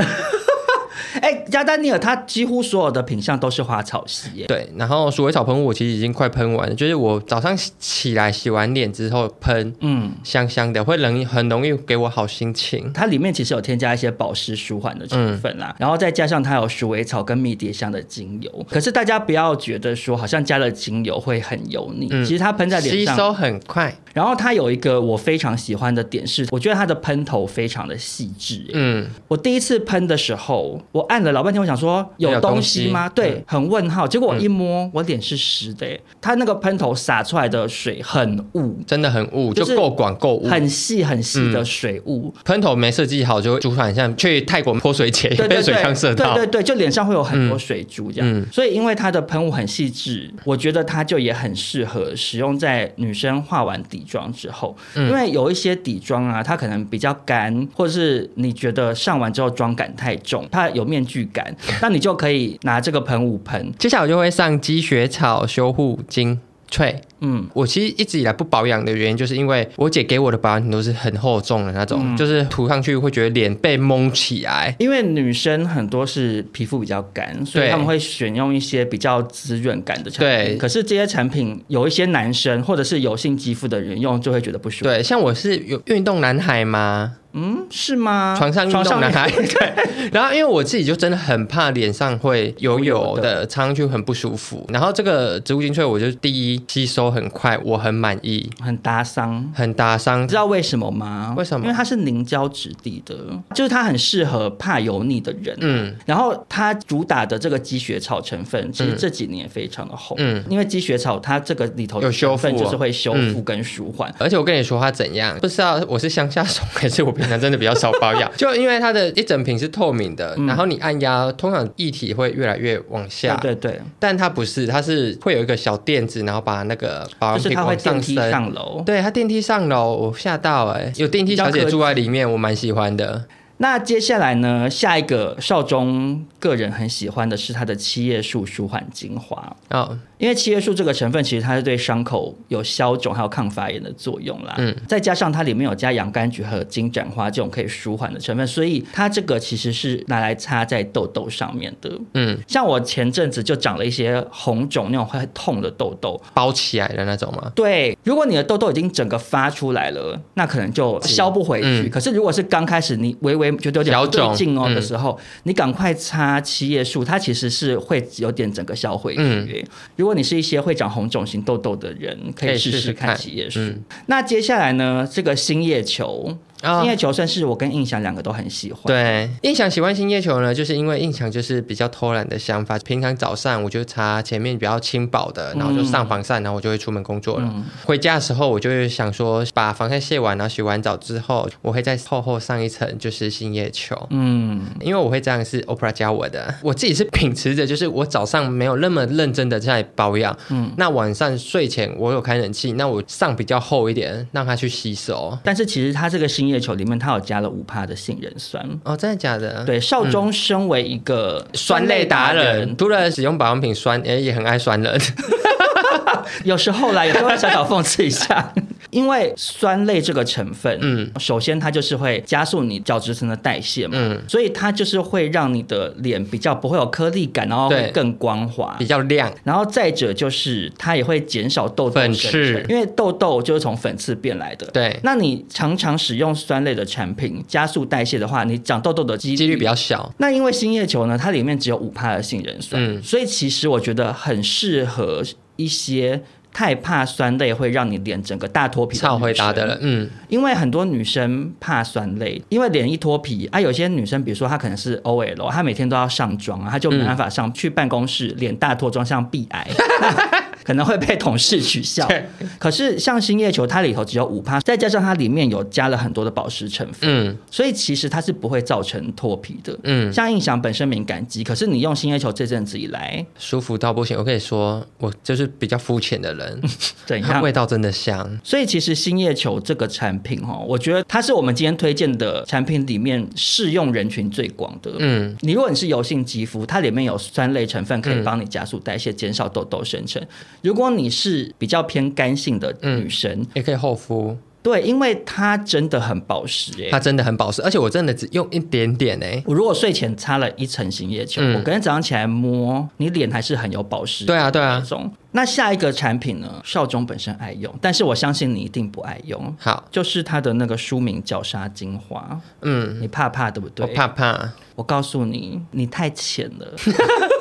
[SPEAKER 2] 哎，加丹尼尔他几乎所有的品相都是花草系耶。
[SPEAKER 3] 对，然后鼠尾草喷雾我其实已经快喷完了，就是我早上起来洗完脸之后喷，
[SPEAKER 2] 嗯，
[SPEAKER 3] 香香的，会容很容易给我好心情。
[SPEAKER 2] 它里面其实有添加一些保湿舒缓的成分
[SPEAKER 3] 嗯
[SPEAKER 2] 啦，然后再加上它有鼠尾草跟迷迭香的精油。可是大家不要觉得说好像加了精油会很油腻，
[SPEAKER 3] 嗯
[SPEAKER 2] 其实它喷在脸
[SPEAKER 3] 吸
[SPEAKER 2] 上
[SPEAKER 3] 收很快，
[SPEAKER 2] 然后它有一个我非常喜欢的点是，我觉得它的喷头非常的细致。欸
[SPEAKER 3] 嗯，
[SPEAKER 2] 我第一次喷的时候，我按了老半天，我想说
[SPEAKER 3] 有
[SPEAKER 2] 有
[SPEAKER 3] 东
[SPEAKER 2] 东
[SPEAKER 3] 西
[SPEAKER 2] 西吗？
[SPEAKER 3] 嗯
[SPEAKER 2] 对，很问号。结果我一摸，我脸是湿的欸。它那个喷头洒出来的水很雾，
[SPEAKER 3] 真的很雾，就
[SPEAKER 2] 就是
[SPEAKER 3] 够广够雾。
[SPEAKER 2] 很细很细的水雾。
[SPEAKER 3] 喷头没设计好，就会主反像去泰国泼水节
[SPEAKER 2] 对
[SPEAKER 3] 被
[SPEAKER 2] 对
[SPEAKER 3] 水枪
[SPEAKER 2] 对，
[SPEAKER 3] 射到。
[SPEAKER 2] 对对对，就脸上会有很多水珠这样，
[SPEAKER 3] 嗯
[SPEAKER 2] 所以因为它的喷雾很细致，我觉得它就也很适合使用在女生化完底妆之后，
[SPEAKER 3] 嗯
[SPEAKER 2] 因为有一些底妆啊，它可能比较干，或者是你觉得上完之后妆感太重，它有面具
[SPEAKER 3] [LAUGHS]
[SPEAKER 2] 感，那你就可以拿这个喷雾喷。
[SPEAKER 3] 接下来我就会上积雪草修护精粹，
[SPEAKER 2] 嗯，
[SPEAKER 3] 我其实一直以来不保养的原因，就是因为我姐给我的保养品都是很厚重的那种，
[SPEAKER 2] 嗯
[SPEAKER 3] 就是涂上去会觉得脸被蒙起来。
[SPEAKER 2] 因为女生很多是皮肤比较干，所以
[SPEAKER 3] 对
[SPEAKER 2] 他们会选用一些比较滋润感的产品。
[SPEAKER 3] 对
[SPEAKER 2] 可是这些产品有一些男生或者是油性肌肤的人用就会觉得不舒服。，
[SPEAKER 3] 对，像我是有运动男孩嘛，
[SPEAKER 2] 嗯，是吗？
[SPEAKER 3] 床上运
[SPEAKER 2] 床
[SPEAKER 3] 动
[SPEAKER 2] 上
[SPEAKER 3] 男孩。 [LAUGHS] 对，然后因为我自己就真的很怕脸上会油油的，擦上去很不舒服。然后这个植物精粹，我就第一吸收很快，我很满意，
[SPEAKER 2] 很搭伤。
[SPEAKER 3] 很搭伤
[SPEAKER 2] 你知。道为什么吗？
[SPEAKER 3] 为什么
[SPEAKER 2] 因为它是凝胶质地的，就是它很适合怕油腻的人。
[SPEAKER 3] 嗯，
[SPEAKER 2] 然后它主打的这个积雪草成分，其实这几年也非常的红。
[SPEAKER 3] 嗯
[SPEAKER 2] 因为积雪草它这个里头的
[SPEAKER 3] 有修
[SPEAKER 2] 成分
[SPEAKER 3] 复哦
[SPEAKER 2] 就是会修复跟舒缓。
[SPEAKER 3] 而且我跟你说它怎样，不知道我是乡下怂，还是我平常真的比较少保养。就因为它的一整瓶是透明的，
[SPEAKER 2] 嗯
[SPEAKER 3] 然后你按压，通常液体会越来越往下。
[SPEAKER 2] 对对对，
[SPEAKER 3] 但它不是，它是会有一个小垫子，然后把那个保养
[SPEAKER 2] 就是
[SPEAKER 3] 品
[SPEAKER 2] 它会
[SPEAKER 3] 往
[SPEAKER 2] 电
[SPEAKER 3] 上
[SPEAKER 2] 梯
[SPEAKER 3] 升。
[SPEAKER 2] 上楼。
[SPEAKER 3] 对，它电梯上楼，我吓到哎、有电梯小姐住在里面，我蛮喜欢的。
[SPEAKER 2] 那接下来呢，下一个少中个人很喜欢的是它的七叶树舒缓精华。
[SPEAKER 3] 哦，
[SPEAKER 2] 因为七叶树这个成分，其实它是对伤口有消肿还有抗发炎的作用啦。
[SPEAKER 3] 嗯，
[SPEAKER 2] 再加上它里面有加洋甘菊和金盏花这种可以舒缓的成分，所以它这个其实是拿来擦在痘痘上面的。
[SPEAKER 3] 嗯，
[SPEAKER 2] 像我前阵子就长了一些红肿那种会痛的痘痘，
[SPEAKER 3] 包起来的那种吗？
[SPEAKER 2] 对，如果你的痘痘已经整个发出来了，那可能就消不回去。
[SPEAKER 3] 嗯
[SPEAKER 2] 可是如果是刚开始你微微觉得有点
[SPEAKER 3] 小
[SPEAKER 2] 不对
[SPEAKER 3] 肿
[SPEAKER 2] 劲哦
[SPEAKER 3] 嗯
[SPEAKER 2] 的时候，你赶快擦七叶树，它其实是会有点整个消回去。
[SPEAKER 3] 嗯
[SPEAKER 2] 如果你是一些会长红肿型痘痘的人，可
[SPEAKER 3] 可
[SPEAKER 2] 以
[SPEAKER 3] 以
[SPEAKER 2] 试
[SPEAKER 3] 试
[SPEAKER 2] 试
[SPEAKER 3] 试
[SPEAKER 2] 看
[SPEAKER 3] 看
[SPEAKER 2] 七叶树。
[SPEAKER 3] 嗯
[SPEAKER 2] 那接下来呢，这个新叶球，
[SPEAKER 3] 啊
[SPEAKER 2] 新叶球算是我跟印象两个都很喜欢。
[SPEAKER 3] 对，印象喜欢新叶球呢，就是因为印象就是比较偷懒的想法。平常早上我就擦前面比较轻薄的，然后就上防晒，然后我就会出门工作了。回家的时候，我就会想说，把防晒卸完，然后洗完澡之后，我会再厚厚上一层，就是新叶球。
[SPEAKER 2] 嗯，
[SPEAKER 3] 因为我会这样是 Oprah 教我的，我自己是秉持着就是我早上没有那么认真的在保养，嗯，那晚上睡前我有开冷气，那我上比较厚一点，让它去吸收。
[SPEAKER 2] 但是其实它这个新叶球里面，它有加了五帕的杏仁酸。
[SPEAKER 3] 哦，真的假的？。
[SPEAKER 2] 对，少中身为一个
[SPEAKER 3] 酸类达
[SPEAKER 2] 人
[SPEAKER 3] 人，除了使用保养品酸，诶，也很爱酸人。 [LAUGHS]
[SPEAKER 2] [LAUGHS] 有时候啦，有时候会小小讽刺一下。 [LAUGHS] 因为酸类这个成分，嗯
[SPEAKER 3] 嗯，
[SPEAKER 2] 首先它就是会加速你角质层的代谢嘛，
[SPEAKER 3] 嗯
[SPEAKER 2] 所以它就是会让你的脸比较不会有颗粒感，然后会
[SPEAKER 3] 对
[SPEAKER 2] 更光滑
[SPEAKER 3] 比。较亮，
[SPEAKER 2] 然后再者就是它也会减少痘痘
[SPEAKER 3] 粉
[SPEAKER 2] 生
[SPEAKER 3] 刺
[SPEAKER 2] 成因为痘痘就是从粉刺变来的。
[SPEAKER 3] 对
[SPEAKER 2] 那你常常使用酸类的产品加速代谢的话，你长痘痘的几
[SPEAKER 3] 几率比较小。
[SPEAKER 2] 那因为新叶球呢，它里面只有五帕的杏仁酸，
[SPEAKER 3] 嗯
[SPEAKER 2] 所以其实我觉得很适合一些太怕酸类会让你脸整个大脱皮的
[SPEAKER 3] 超回答
[SPEAKER 2] 女生
[SPEAKER 3] 的了，，嗯，
[SPEAKER 2] 因为很多女生怕酸类，因为脸一脱皮啊，有些女生比如说她可能是 OL，她每天都要上妆啊，她就没办法上、去办公室，脸大脱妆像壁癌。 [LAUGHS] 可能会被同事
[SPEAKER 3] [LAUGHS]
[SPEAKER 2] 取笑，可是像新叶球，它里头只有五帕，再加上它里面有加了很多的保湿成分，
[SPEAKER 3] 嗯
[SPEAKER 2] 所以其实它是不会造成脱皮的。
[SPEAKER 3] 嗯，
[SPEAKER 2] 像印象本身敏感肌，可是你用新月球这阵子以来，
[SPEAKER 3] 舒服到不行。我可以说，我就是比较肤浅的人，
[SPEAKER 2] 嗯怎
[SPEAKER 3] 它 [LAUGHS]
[SPEAKER 2] 样
[SPEAKER 3] 味？道真的香。
[SPEAKER 2] 所以其实新叶球这个产品哦，我觉得它是我们今天推荐的产品里面适用人群最广的。
[SPEAKER 3] 嗯，
[SPEAKER 2] 你如果你是油性肌肤，它里面有酸类成分可以
[SPEAKER 3] 嗯
[SPEAKER 2] 帮你加速代谢，减少痘痘生成。如果你是比较偏干性的
[SPEAKER 3] 嗯
[SPEAKER 2] 女生，
[SPEAKER 3] 也可以厚敷，
[SPEAKER 2] 对，因为它真的很保湿欸诶、
[SPEAKER 3] 它真的很保湿，而且我真的只用一点点哎、
[SPEAKER 2] 我如果睡前擦了一层新叶球，
[SPEAKER 3] 嗯
[SPEAKER 2] 我隔天早上起来摸，你脸还是很有保湿
[SPEAKER 3] 对啊，对啊。
[SPEAKER 2] 中。那下一个产品呢？少中本身爱用，但是我相信你一定不爱用，
[SPEAKER 3] 好，
[SPEAKER 2] 就是它的那个书名角鲨精华，
[SPEAKER 3] 嗯，
[SPEAKER 2] 你怕怕对不对？
[SPEAKER 3] 我怕怕 [LAUGHS]
[SPEAKER 2] 我告诉你，你太浅了。 [LAUGHS]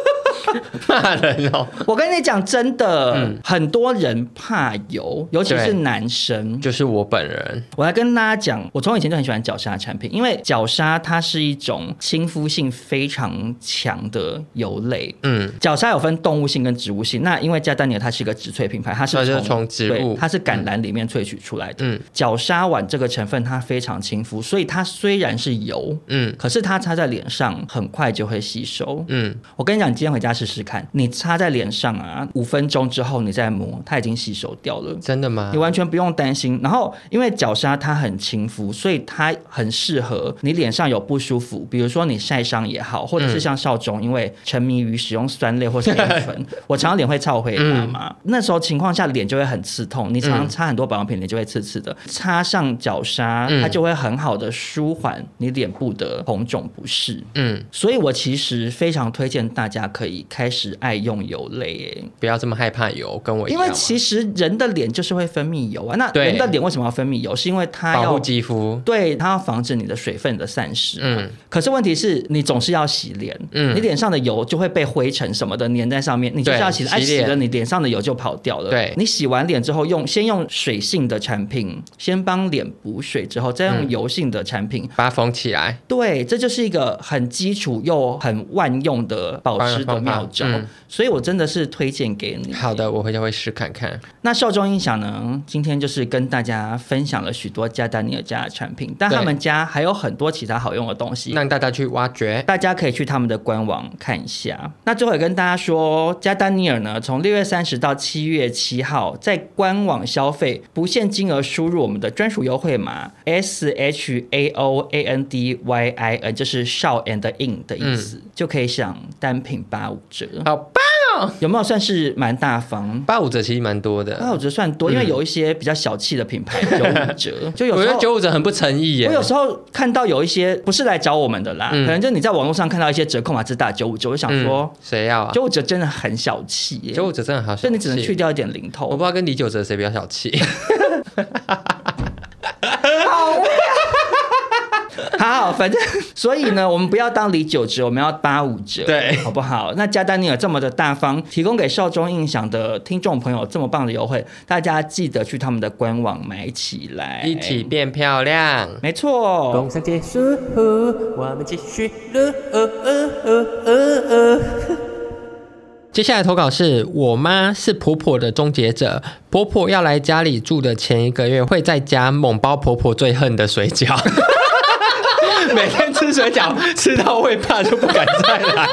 [SPEAKER 3] 骂人哦，
[SPEAKER 2] 我跟你讲，真的，很多人怕油，尤其
[SPEAKER 3] 嗯
[SPEAKER 2] 是
[SPEAKER 3] 对
[SPEAKER 2] 男生。
[SPEAKER 3] 就是我本人，
[SPEAKER 2] 我来跟大家讲，我从以前就很喜欢角鲨产品，因为角鲨它是一种亲肤性非常强的油类。
[SPEAKER 3] 嗯，
[SPEAKER 2] 角鲨有分动物性跟植物性，那因为加丹尼尔它是一个植萃品牌，它是
[SPEAKER 3] 它哦就是从植物
[SPEAKER 2] 对它是橄榄里面萃取出来的。
[SPEAKER 3] 嗯
[SPEAKER 2] 角鲨烷这个成分它非常亲肤，所以它虽然是油，
[SPEAKER 3] 嗯
[SPEAKER 2] 可是它擦在脸上很快就会吸收。
[SPEAKER 3] 嗯，
[SPEAKER 2] 我跟你讲，你今天回家家试试看，你擦在脸上啊，五分钟之后你再摸，它已经吸收掉了。
[SPEAKER 3] 真的吗
[SPEAKER 2] 你？完全不用担心。然后，因为角鲨它很亲肤，所以它很适合你脸上有不舒服，比如说你晒伤也好，或者
[SPEAKER 3] 嗯
[SPEAKER 2] 是像少中，因为沉迷于使用酸类或是面
[SPEAKER 3] [LAUGHS]
[SPEAKER 2] 粉，我常常脸会燥回
[SPEAKER 3] 嗯
[SPEAKER 2] 它嘛。那时候情况下脸就会很刺痛，你常常擦很多保养品，脸就会刺刺的。擦上角鲨，
[SPEAKER 3] 嗯
[SPEAKER 2] 它就会很好的舒缓你脸部的红肿不适。
[SPEAKER 3] 嗯，
[SPEAKER 2] 所以我其实非常推荐大家可以开始爱用油类耶。
[SPEAKER 3] 不要这么害怕油，跟我一
[SPEAKER 2] 因
[SPEAKER 3] 样啊。
[SPEAKER 2] 为其实人的脸就是会分泌油啊，那
[SPEAKER 3] 对
[SPEAKER 2] 人的脸为什么要分泌油？是因为它
[SPEAKER 3] 保
[SPEAKER 2] 要
[SPEAKER 3] 护肌肤，
[SPEAKER 2] 对它要防止你的水分的散失。
[SPEAKER 3] 嗯，
[SPEAKER 2] 可是问题是你总是要洗脸，
[SPEAKER 3] 嗯
[SPEAKER 2] 你脸上的油就会被灰尘什么的粘在上面，你就是要洗，
[SPEAKER 3] 对
[SPEAKER 2] 哎，
[SPEAKER 3] 洗
[SPEAKER 2] 洗
[SPEAKER 3] 脸
[SPEAKER 2] 了你脸上的油就跑掉了。
[SPEAKER 3] 对
[SPEAKER 2] 你洗完脸之后用先用水性的产品先帮脸补水，之后再用油性的产品。
[SPEAKER 3] 把它缝起来。
[SPEAKER 2] 对，这就是一个很基础又很万用的保湿的妙招，
[SPEAKER 3] 方法嗯
[SPEAKER 2] 所以我真的是推荐给你。
[SPEAKER 3] 好的，我回家会试看看。
[SPEAKER 2] 那受众音响呢？今天就是跟大家分享了许多加丹尼尔家的产品，但
[SPEAKER 3] 对
[SPEAKER 2] 他们家还有很多其他好用的东西。
[SPEAKER 3] 让大家去挖掘。
[SPEAKER 2] 大家可以去他们的官网看一下。那最后也跟大家说，加丹尼尔呢，从六月三十到七月七号，在官网消费不限金额，输入我们的专属优惠码 S H A O A N D Y I N，就是 Shaw and In 的意思，就可以享单品八五折。
[SPEAKER 3] 好吧，
[SPEAKER 2] 有没有算是蛮大方？
[SPEAKER 3] 八五折其实蛮多的。
[SPEAKER 2] 八五折算多，因为有一些比较小气的品牌九
[SPEAKER 3] [LAUGHS]
[SPEAKER 2] 五折，就有
[SPEAKER 3] 嗯我
[SPEAKER 2] 时
[SPEAKER 3] 觉
[SPEAKER 2] 候
[SPEAKER 3] 得。九五折很不诚意耶。
[SPEAKER 2] 我有时候看到有一些不是来找我们的啦，
[SPEAKER 3] 嗯
[SPEAKER 2] 可能就你在网络上看到一些折扣码只打九五折，我就想说
[SPEAKER 3] 嗯谁要啊？
[SPEAKER 2] 九五折真的很小气耶，
[SPEAKER 3] 九五折真的好小气，
[SPEAKER 2] 所以你只能去掉一点零
[SPEAKER 3] 我
[SPEAKER 2] 头
[SPEAKER 3] 不。知道跟李九哲谁比较小气。
[SPEAKER 2] 好，反正所以呢，我们不要当离九折，我们要八五折，
[SPEAKER 3] 对
[SPEAKER 2] 好不好？那加丹尼尔这么的大方，提供给少中印象的听众朋友这么棒的优惠，大家记得去他们的官网买起来，
[SPEAKER 3] [LAUGHS] 一起。变漂亮。
[SPEAKER 2] 没错，
[SPEAKER 5] 工商结束，我们继续录。哦哦哦哦哦
[SPEAKER 3] 接下来投稿是我妈是婆婆的终结者，婆婆要来家里住的前一个月，会在家猛包婆婆最恨的水饺。 [LAUGHS] 每天吃水饺吃到会怕，就不敢再来。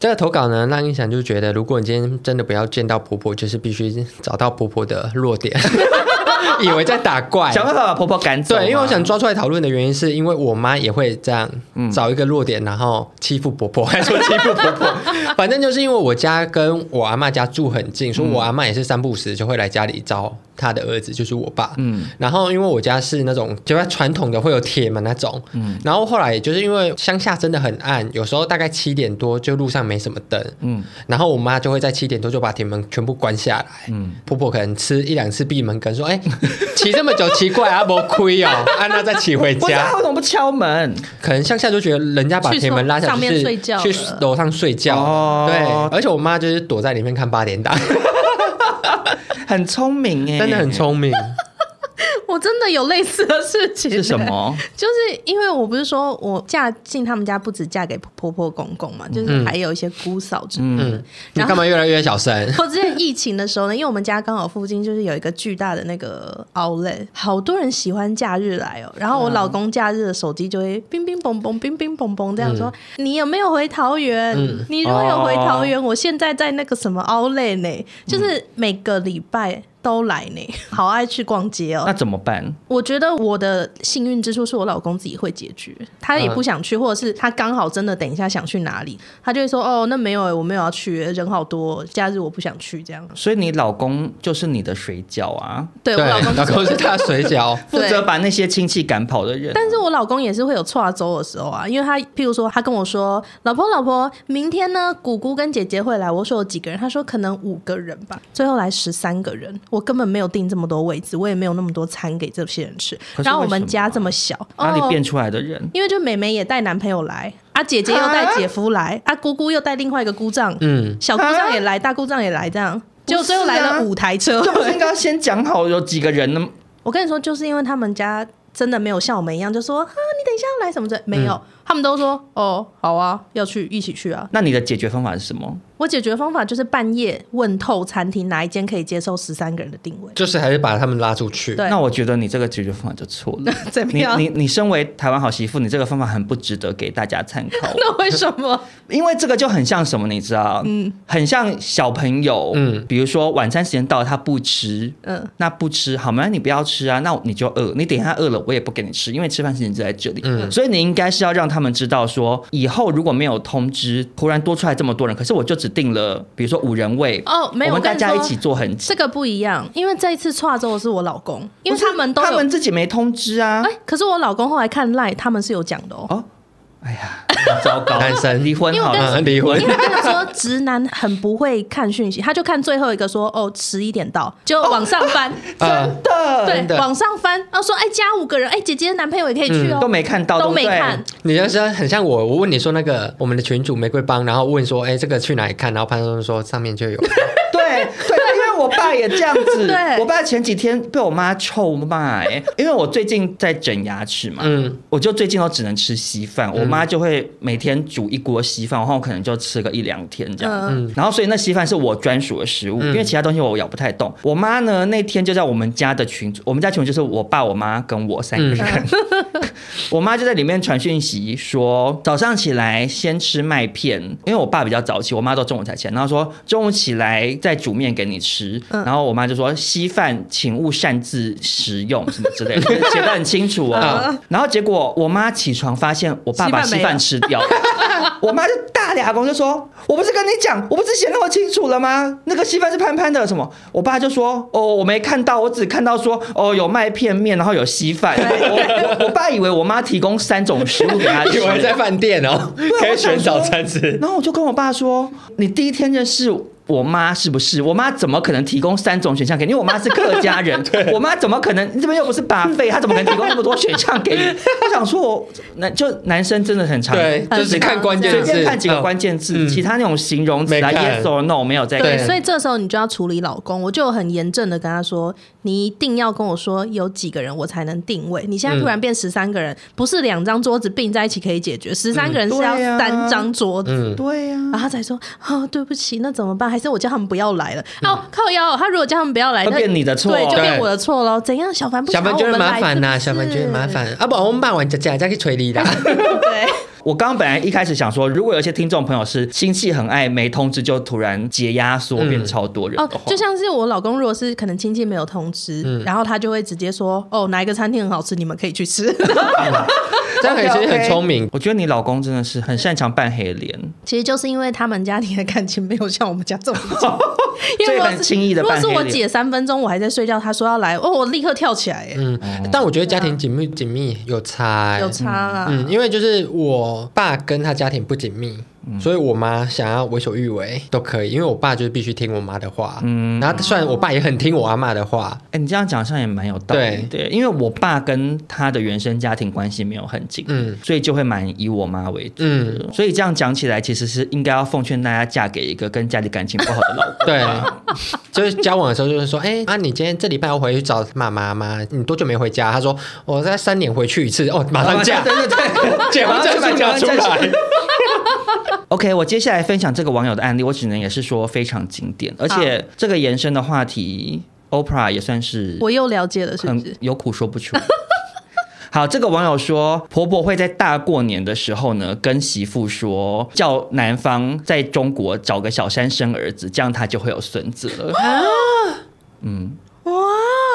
[SPEAKER 3] 这个投稿呢，让印象就觉得，如果你今天真的不要见到婆婆，就是必须找到婆婆的弱点， [LAUGHS] 以为在打怪。
[SPEAKER 2] 想办法把婆婆赶走嘛。
[SPEAKER 3] 对，因为我想抓出来讨论的原因，是因为我妈也会这样找一个弱点，然后欺负婆 [LAUGHS] 婆，还说欺负婆婆。反正就是因为我家跟我阿妈家住很近，所以我阿妈也是三不五时就会来家里招她的儿子，就是我爸。嗯，然后因为我家是那种就较传统的，会有铁门那种。嗯，然后后来就是因为乡下真的很暗，有时候大概七点多就路上没什么灯。嗯，然后我妈就会在七点多就把铁门全部关下来。嗯，婆婆可能吃一两次闭门羹，说：“哎、 [LAUGHS] 骑这么久，奇怪啊，没亏哦， [LAUGHS] 安娜再骑回
[SPEAKER 2] 不知道
[SPEAKER 3] 家
[SPEAKER 2] 她。”为什么不敲门？
[SPEAKER 3] 可能乡下就觉得人家把铁门拉下就
[SPEAKER 4] 去上
[SPEAKER 3] 是
[SPEAKER 4] 上面睡觉了
[SPEAKER 3] 去楼上睡觉。
[SPEAKER 2] 哦
[SPEAKER 3] 对，而且我妈就是躲在里面看八点档，
[SPEAKER 2] 很聪明哎，
[SPEAKER 3] 真的很。聪明。欸
[SPEAKER 4] 我真的有类似的事情、
[SPEAKER 2] 是什？么？
[SPEAKER 4] [LAUGHS] 就是因为我不是说我嫁进他们家，不止嫁给婆婆公公嘛，
[SPEAKER 2] 嗯
[SPEAKER 4] 就是还有一些姑嫂之类的
[SPEAKER 3] 嗯，你
[SPEAKER 4] 然后
[SPEAKER 3] 干嘛越来越小声？
[SPEAKER 4] 我之前疫情的时候呢，因为我们家刚好附近就是有一个巨大的那个 outlet，好多人喜欢假日来哦。然后我老公假日的手机就会冰冰嘣嘣、冰冰嘣嘣这样说：“你有没有回桃园？
[SPEAKER 3] 嗯
[SPEAKER 4] 你如果有回桃园，我现在在那个什么 outlet 呢，就是每个礼拜。”都来呢，好爱去逛街哦
[SPEAKER 2] 那。怎么办？
[SPEAKER 4] 我觉得我的幸运之处是我老公自己会解决，他也
[SPEAKER 2] 嗯
[SPEAKER 4] 不想去，或者是他刚好真的等一下想去哪里，他就会说：“哦，那没有、欸，我没有要去、人好多、假日我不想去。”这样，
[SPEAKER 2] 所以你老公就是你的水饺啊，
[SPEAKER 4] 对我老公
[SPEAKER 3] 老公是他的水饺。
[SPEAKER 2] 负
[SPEAKER 4] 对
[SPEAKER 2] 责把那些亲戚赶跑的人。
[SPEAKER 4] [LAUGHS] 但是我老公也是会有跨周的时候啊，因为他譬如说他跟我说：“老婆，老婆，明天呢，姑姑跟姐姐会来。”我说有几个人？他说可能五个人吧，最后来十三个人，我根本没有订这么多位置，我也没有那么多餐给这些人吃。
[SPEAKER 2] 可是
[SPEAKER 4] 然后我
[SPEAKER 2] 为什
[SPEAKER 4] 们
[SPEAKER 2] 么啊
[SPEAKER 4] 家这么小，
[SPEAKER 2] 哪里
[SPEAKER 4] 哦
[SPEAKER 2] 变出来的人？
[SPEAKER 4] 因为就妹妹也带男朋友来，啊姐姐又带姐夫来，啊姑姑又带另外一个姑丈，
[SPEAKER 3] 嗯，
[SPEAKER 4] 小姑丈也来，大姑丈也来，这样，结果最后来了五台车。
[SPEAKER 2] 这不啊是应啊该先讲好有几个人呢？
[SPEAKER 4] [LAUGHS] 我跟你说，就是因为他们家真的没有像我们一样，就说啊你等一下
[SPEAKER 2] 嗯
[SPEAKER 4] 要来什么的，没有，他们都说哦好啊，要去一起去啊。
[SPEAKER 2] 那你的解决方法是什么？
[SPEAKER 4] 我解决方法就是半夜问透餐厅哪一间可以接受十三个人的定位。 [LAUGHS]
[SPEAKER 3] 就是还是把他们拉出去。
[SPEAKER 4] 对
[SPEAKER 2] 那我觉得你这个解决方法就错
[SPEAKER 4] [LAUGHS]
[SPEAKER 2] 了。
[SPEAKER 4] 怎么
[SPEAKER 2] 你
[SPEAKER 4] 样
[SPEAKER 2] 你你身为台湾好媳妇，你这个方法很不值得给大家参考。
[SPEAKER 4] 那为什么？
[SPEAKER 2] 因为这个就很像什么，你知道？嗯，很像小朋友，嗯
[SPEAKER 3] 嗯，
[SPEAKER 2] 比如说晚餐时间到了，他不吃，嗯
[SPEAKER 4] 嗯，
[SPEAKER 2] 那不吃，好嘛，那你不要吃啊，那你就饿，你等一下饿了，我也不给你吃，因为吃饭时间就在这里，嗯，所以你应该是要让他们知道说，以后如果没有通知，突然多出来这么多人，可是我就只定了，比如说五人位，
[SPEAKER 4] 哦没有
[SPEAKER 2] 我们大
[SPEAKER 4] 我跟你
[SPEAKER 2] 家
[SPEAKER 4] 说
[SPEAKER 2] 一起做很
[SPEAKER 4] 这个不一样，因为这一次跨州的是我老公，因为他们都
[SPEAKER 2] 他
[SPEAKER 4] 有
[SPEAKER 2] 们自己没通知啊
[SPEAKER 4] 哎、，可是我老公后来看赖，他们是有讲的哦。
[SPEAKER 2] 哦，哎呀，糟糕，
[SPEAKER 3] 单身
[SPEAKER 2] 离婚
[SPEAKER 4] 因为
[SPEAKER 2] 好
[SPEAKER 4] 我跟
[SPEAKER 2] 了，
[SPEAKER 3] 嗯离婚
[SPEAKER 4] 因为他们说直男很不会看讯息，他就看最后一个说哦十一点到，就往上 [LAUGHS] 翻，
[SPEAKER 3] 呃，
[SPEAKER 4] 对
[SPEAKER 3] 真，的
[SPEAKER 4] 往上翻，然后说哎加五个人，哎姐姐的男朋友也可以去哦，
[SPEAKER 2] 都没看到，
[SPEAKER 4] 都没
[SPEAKER 2] 对不对
[SPEAKER 4] 看，
[SPEAKER 3] 你要是很像我，我问你说那个我们的群主玫瑰帮，然后问说，哎，这个去哪里看？然后潘松说上面就有。
[SPEAKER 2] [LAUGHS] 对对，因为我爸也这样子。
[SPEAKER 4] 对
[SPEAKER 2] 我爸前几天被我妈臭骂、欸，因为我最近在整牙齿嘛，
[SPEAKER 3] 嗯
[SPEAKER 2] 我就最近都只能吃稀饭，我妈就会每天煮一锅稀饭，然后我可能就吃个一两天这样。
[SPEAKER 4] 嗯
[SPEAKER 2] 然后所以那稀饭是我专属的食物，因为其他东西我咬不太动。我妈呢那天就在我们家的群组，我们家群组就是我爸、我妈跟我三个人。我妈就在里面传讯息说，早上起来先吃麦片，因为我爸比较早起，我妈都中午才起来。然后说中午起来再煮面给你吃，
[SPEAKER 4] 嗯
[SPEAKER 2] 然后我妈就说稀饭请勿擅自食用什么之
[SPEAKER 4] [LAUGHS]
[SPEAKER 2] 类的，就是写的很清楚哦。然后结果我妈起床发现我爸把稀
[SPEAKER 4] 嗯稀饭没
[SPEAKER 2] 饭
[SPEAKER 4] 了
[SPEAKER 2] 吃掉，我妈就大俩公就说：“我不是跟你讲，我不是写那么清楚了吗？那个稀饭是潘潘的什么？”我爸就说：“哦，我没看到，我只看到说哦有麦片面，然后有稀饭。我”我我爸以为我妈提供三种食物给他
[SPEAKER 3] [LAUGHS]
[SPEAKER 2] 吃
[SPEAKER 3] 以，为嗯在饭店哦， [LAUGHS] 可以选早餐吃。
[SPEAKER 2] 然后我就跟我爸说：“你第一天认识我妈是不是？我妈怎么可能提供三种选项给你？因为我妈是客家人，
[SPEAKER 3] [LAUGHS]
[SPEAKER 2] 我妈怎么可能？你这边又不是把费，她怎么可能提供那么多选项给你？”我想说我，男就男生真的很常
[SPEAKER 3] 对，嗯就是看关键
[SPEAKER 2] 随
[SPEAKER 3] 字，
[SPEAKER 2] 便看几个关键字，
[SPEAKER 3] 嗯
[SPEAKER 2] 其他那种形容词啊
[SPEAKER 3] 没看
[SPEAKER 2] ，yes or no 没有在
[SPEAKER 4] 对，
[SPEAKER 3] 对
[SPEAKER 4] 所以这时候你就要处理老公，我就很严正的跟他说，你一定要跟我说有几个人我才能定位。你现在突然变十三个人，不是两张桌子并在一起可以解决，十三个人是要
[SPEAKER 2] 对啊
[SPEAKER 4] 三张桌子。
[SPEAKER 3] 嗯，
[SPEAKER 2] 对呀、
[SPEAKER 4] 然后他才说：“哦，对不起，那怎么办？还是我叫他们不要来了？
[SPEAKER 3] 嗯
[SPEAKER 4] 哦，靠腰！他如果叫他们不要来，
[SPEAKER 2] 会
[SPEAKER 4] 那
[SPEAKER 2] 变你的错
[SPEAKER 4] 对，就变
[SPEAKER 3] 对
[SPEAKER 4] 我的错喽。怎样？小凡不
[SPEAKER 3] 小
[SPEAKER 4] 凡
[SPEAKER 3] 凡觉得麻烦呐，小凡觉得麻。烦啊，不，我们骂完佳佳再去催你 [LAUGHS] 啦。
[SPEAKER 4] 对，
[SPEAKER 2] 我刚刚本来一开始想说，如果有一些听众朋友是心气很爱，没通知就突然解压缩
[SPEAKER 3] 嗯
[SPEAKER 2] 变超多人
[SPEAKER 4] 哦
[SPEAKER 2] 的话，，
[SPEAKER 4] 就像是我老公，如果是可能亲戚没有通知，
[SPEAKER 3] 嗯
[SPEAKER 4] 然后他就会直接说：哦，哪一个餐厅很好吃，你们可以去吃。 [LAUGHS]
[SPEAKER 3] 这样其实很聪明，
[SPEAKER 2] 我觉得你老公真的是很擅长扮黑脸，
[SPEAKER 4] 其实就是因为他们家庭的感情没有像我们家这么
[SPEAKER 3] [LAUGHS]
[SPEAKER 4] 重，因
[SPEAKER 2] 所
[SPEAKER 4] 为
[SPEAKER 2] 以
[SPEAKER 4] 如果
[SPEAKER 2] 很轻易
[SPEAKER 4] 是
[SPEAKER 2] 的
[SPEAKER 4] 如果
[SPEAKER 2] 扮
[SPEAKER 4] 是
[SPEAKER 2] 黑
[SPEAKER 4] 我
[SPEAKER 2] 脸。
[SPEAKER 4] 姐三分钟我还在睡觉，她说要来，哦，我立刻跳起来，哎
[SPEAKER 3] 嗯，但我觉得家庭紧密紧密有差欸，
[SPEAKER 4] 有差啊。
[SPEAKER 3] 嗯，因为就是我爸跟他家庭不紧密，
[SPEAKER 2] 嗯
[SPEAKER 3] 所以我妈想要为所欲为都可以，因为我爸就是必须听我妈的话，嗯，然后虽然我爸也很听我阿妈的话，
[SPEAKER 2] 哎、你这样讲好像也蛮有道理的，因为我爸跟他的原生家庭关系没有很紧，
[SPEAKER 3] 嗯
[SPEAKER 2] 所以就会蛮以我妈为主。
[SPEAKER 3] 嗯，
[SPEAKER 2] 所以这样讲起来，其实是应该要奉劝大家嫁给一个跟家里感情不好的老
[SPEAKER 3] [LAUGHS]
[SPEAKER 2] 公。
[SPEAKER 3] 对，就是交往的时候就是说，哎、啊，你今天这礼拜要回去找妈妈吗？你多久没回家？他说我在三年回去一次，哦，马上嫁，
[SPEAKER 2] 啊对对对，
[SPEAKER 3] 结婚证书
[SPEAKER 2] 马上
[SPEAKER 3] 交
[SPEAKER 2] 就
[SPEAKER 3] 出
[SPEAKER 2] 把
[SPEAKER 3] 来。
[SPEAKER 2] [LAUGHS] OK，我接下来分享这个网友的案例，我只能也是说非常经典，而且这个延伸的话题，Oprah 也算是
[SPEAKER 4] 我又了解了，是不
[SPEAKER 2] 很
[SPEAKER 4] 是？
[SPEAKER 2] 有苦说不出。 [LAUGHS] 好，这个网友说，婆婆会在大过年的时候呢，跟媳妇说，叫男方在中国找个小三生儿子，这样他就会有孙子了。
[SPEAKER 4] 啊哇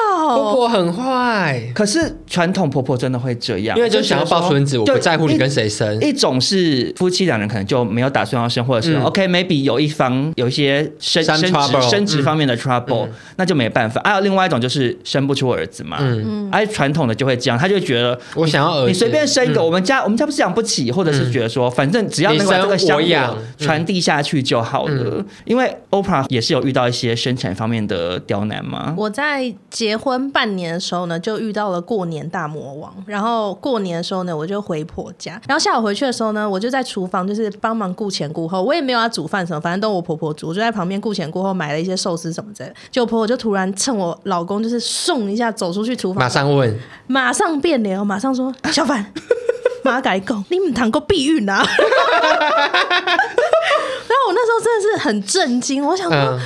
[SPEAKER 3] 婆
[SPEAKER 4] 哦，
[SPEAKER 3] 婆很坏，
[SPEAKER 2] 可是传统婆婆真的会这样，
[SPEAKER 3] 因为就想要抱孙子，我
[SPEAKER 2] 就
[SPEAKER 3] 不在乎你
[SPEAKER 2] 一
[SPEAKER 3] 跟谁生。
[SPEAKER 2] 一种是夫妻两人可能就没有打算要生，或者是、
[SPEAKER 3] 嗯
[SPEAKER 2] OK maybe 有一方有一些生生
[SPEAKER 3] Some
[SPEAKER 2] 殖
[SPEAKER 3] trouble，
[SPEAKER 2] 生殖方面的 trouble，、那就没办法。还、有另外一种就是生不出儿子嘛，嗯，而、传统的就会这样，他就觉得
[SPEAKER 3] 我想要儿子，
[SPEAKER 2] 你随便生一个，我们家我们家不是养不起，或者是觉得说，反正只要能把这个香
[SPEAKER 3] 你生我
[SPEAKER 2] 火
[SPEAKER 3] 养
[SPEAKER 2] 传递下去就好了。因为 Oprah 也是有遇到一些生产方面的刁难嘛，
[SPEAKER 4] 我在结婚半年的时候呢，就遇到了过年大魔王。然后过年的时候呢，我就回婆家。然后下午回去的时候呢，我就在厨房，就是帮忙顾前顾后。我也没有要煮饭什么，反正都我婆婆煮，我就在旁边顾前顾后，买了一些寿司什么之类的。就婆婆就突然趁我老公就是送一下走出去厨房
[SPEAKER 3] 马，上问，
[SPEAKER 4] 马上变脸，我哦马
[SPEAKER 3] [LAUGHS]
[SPEAKER 4] 上说小
[SPEAKER 3] [LAUGHS]
[SPEAKER 4] 凡，马改讲，你唔通够避孕啊！然后我那时候真的是很震惊，我想说
[SPEAKER 3] 嗯，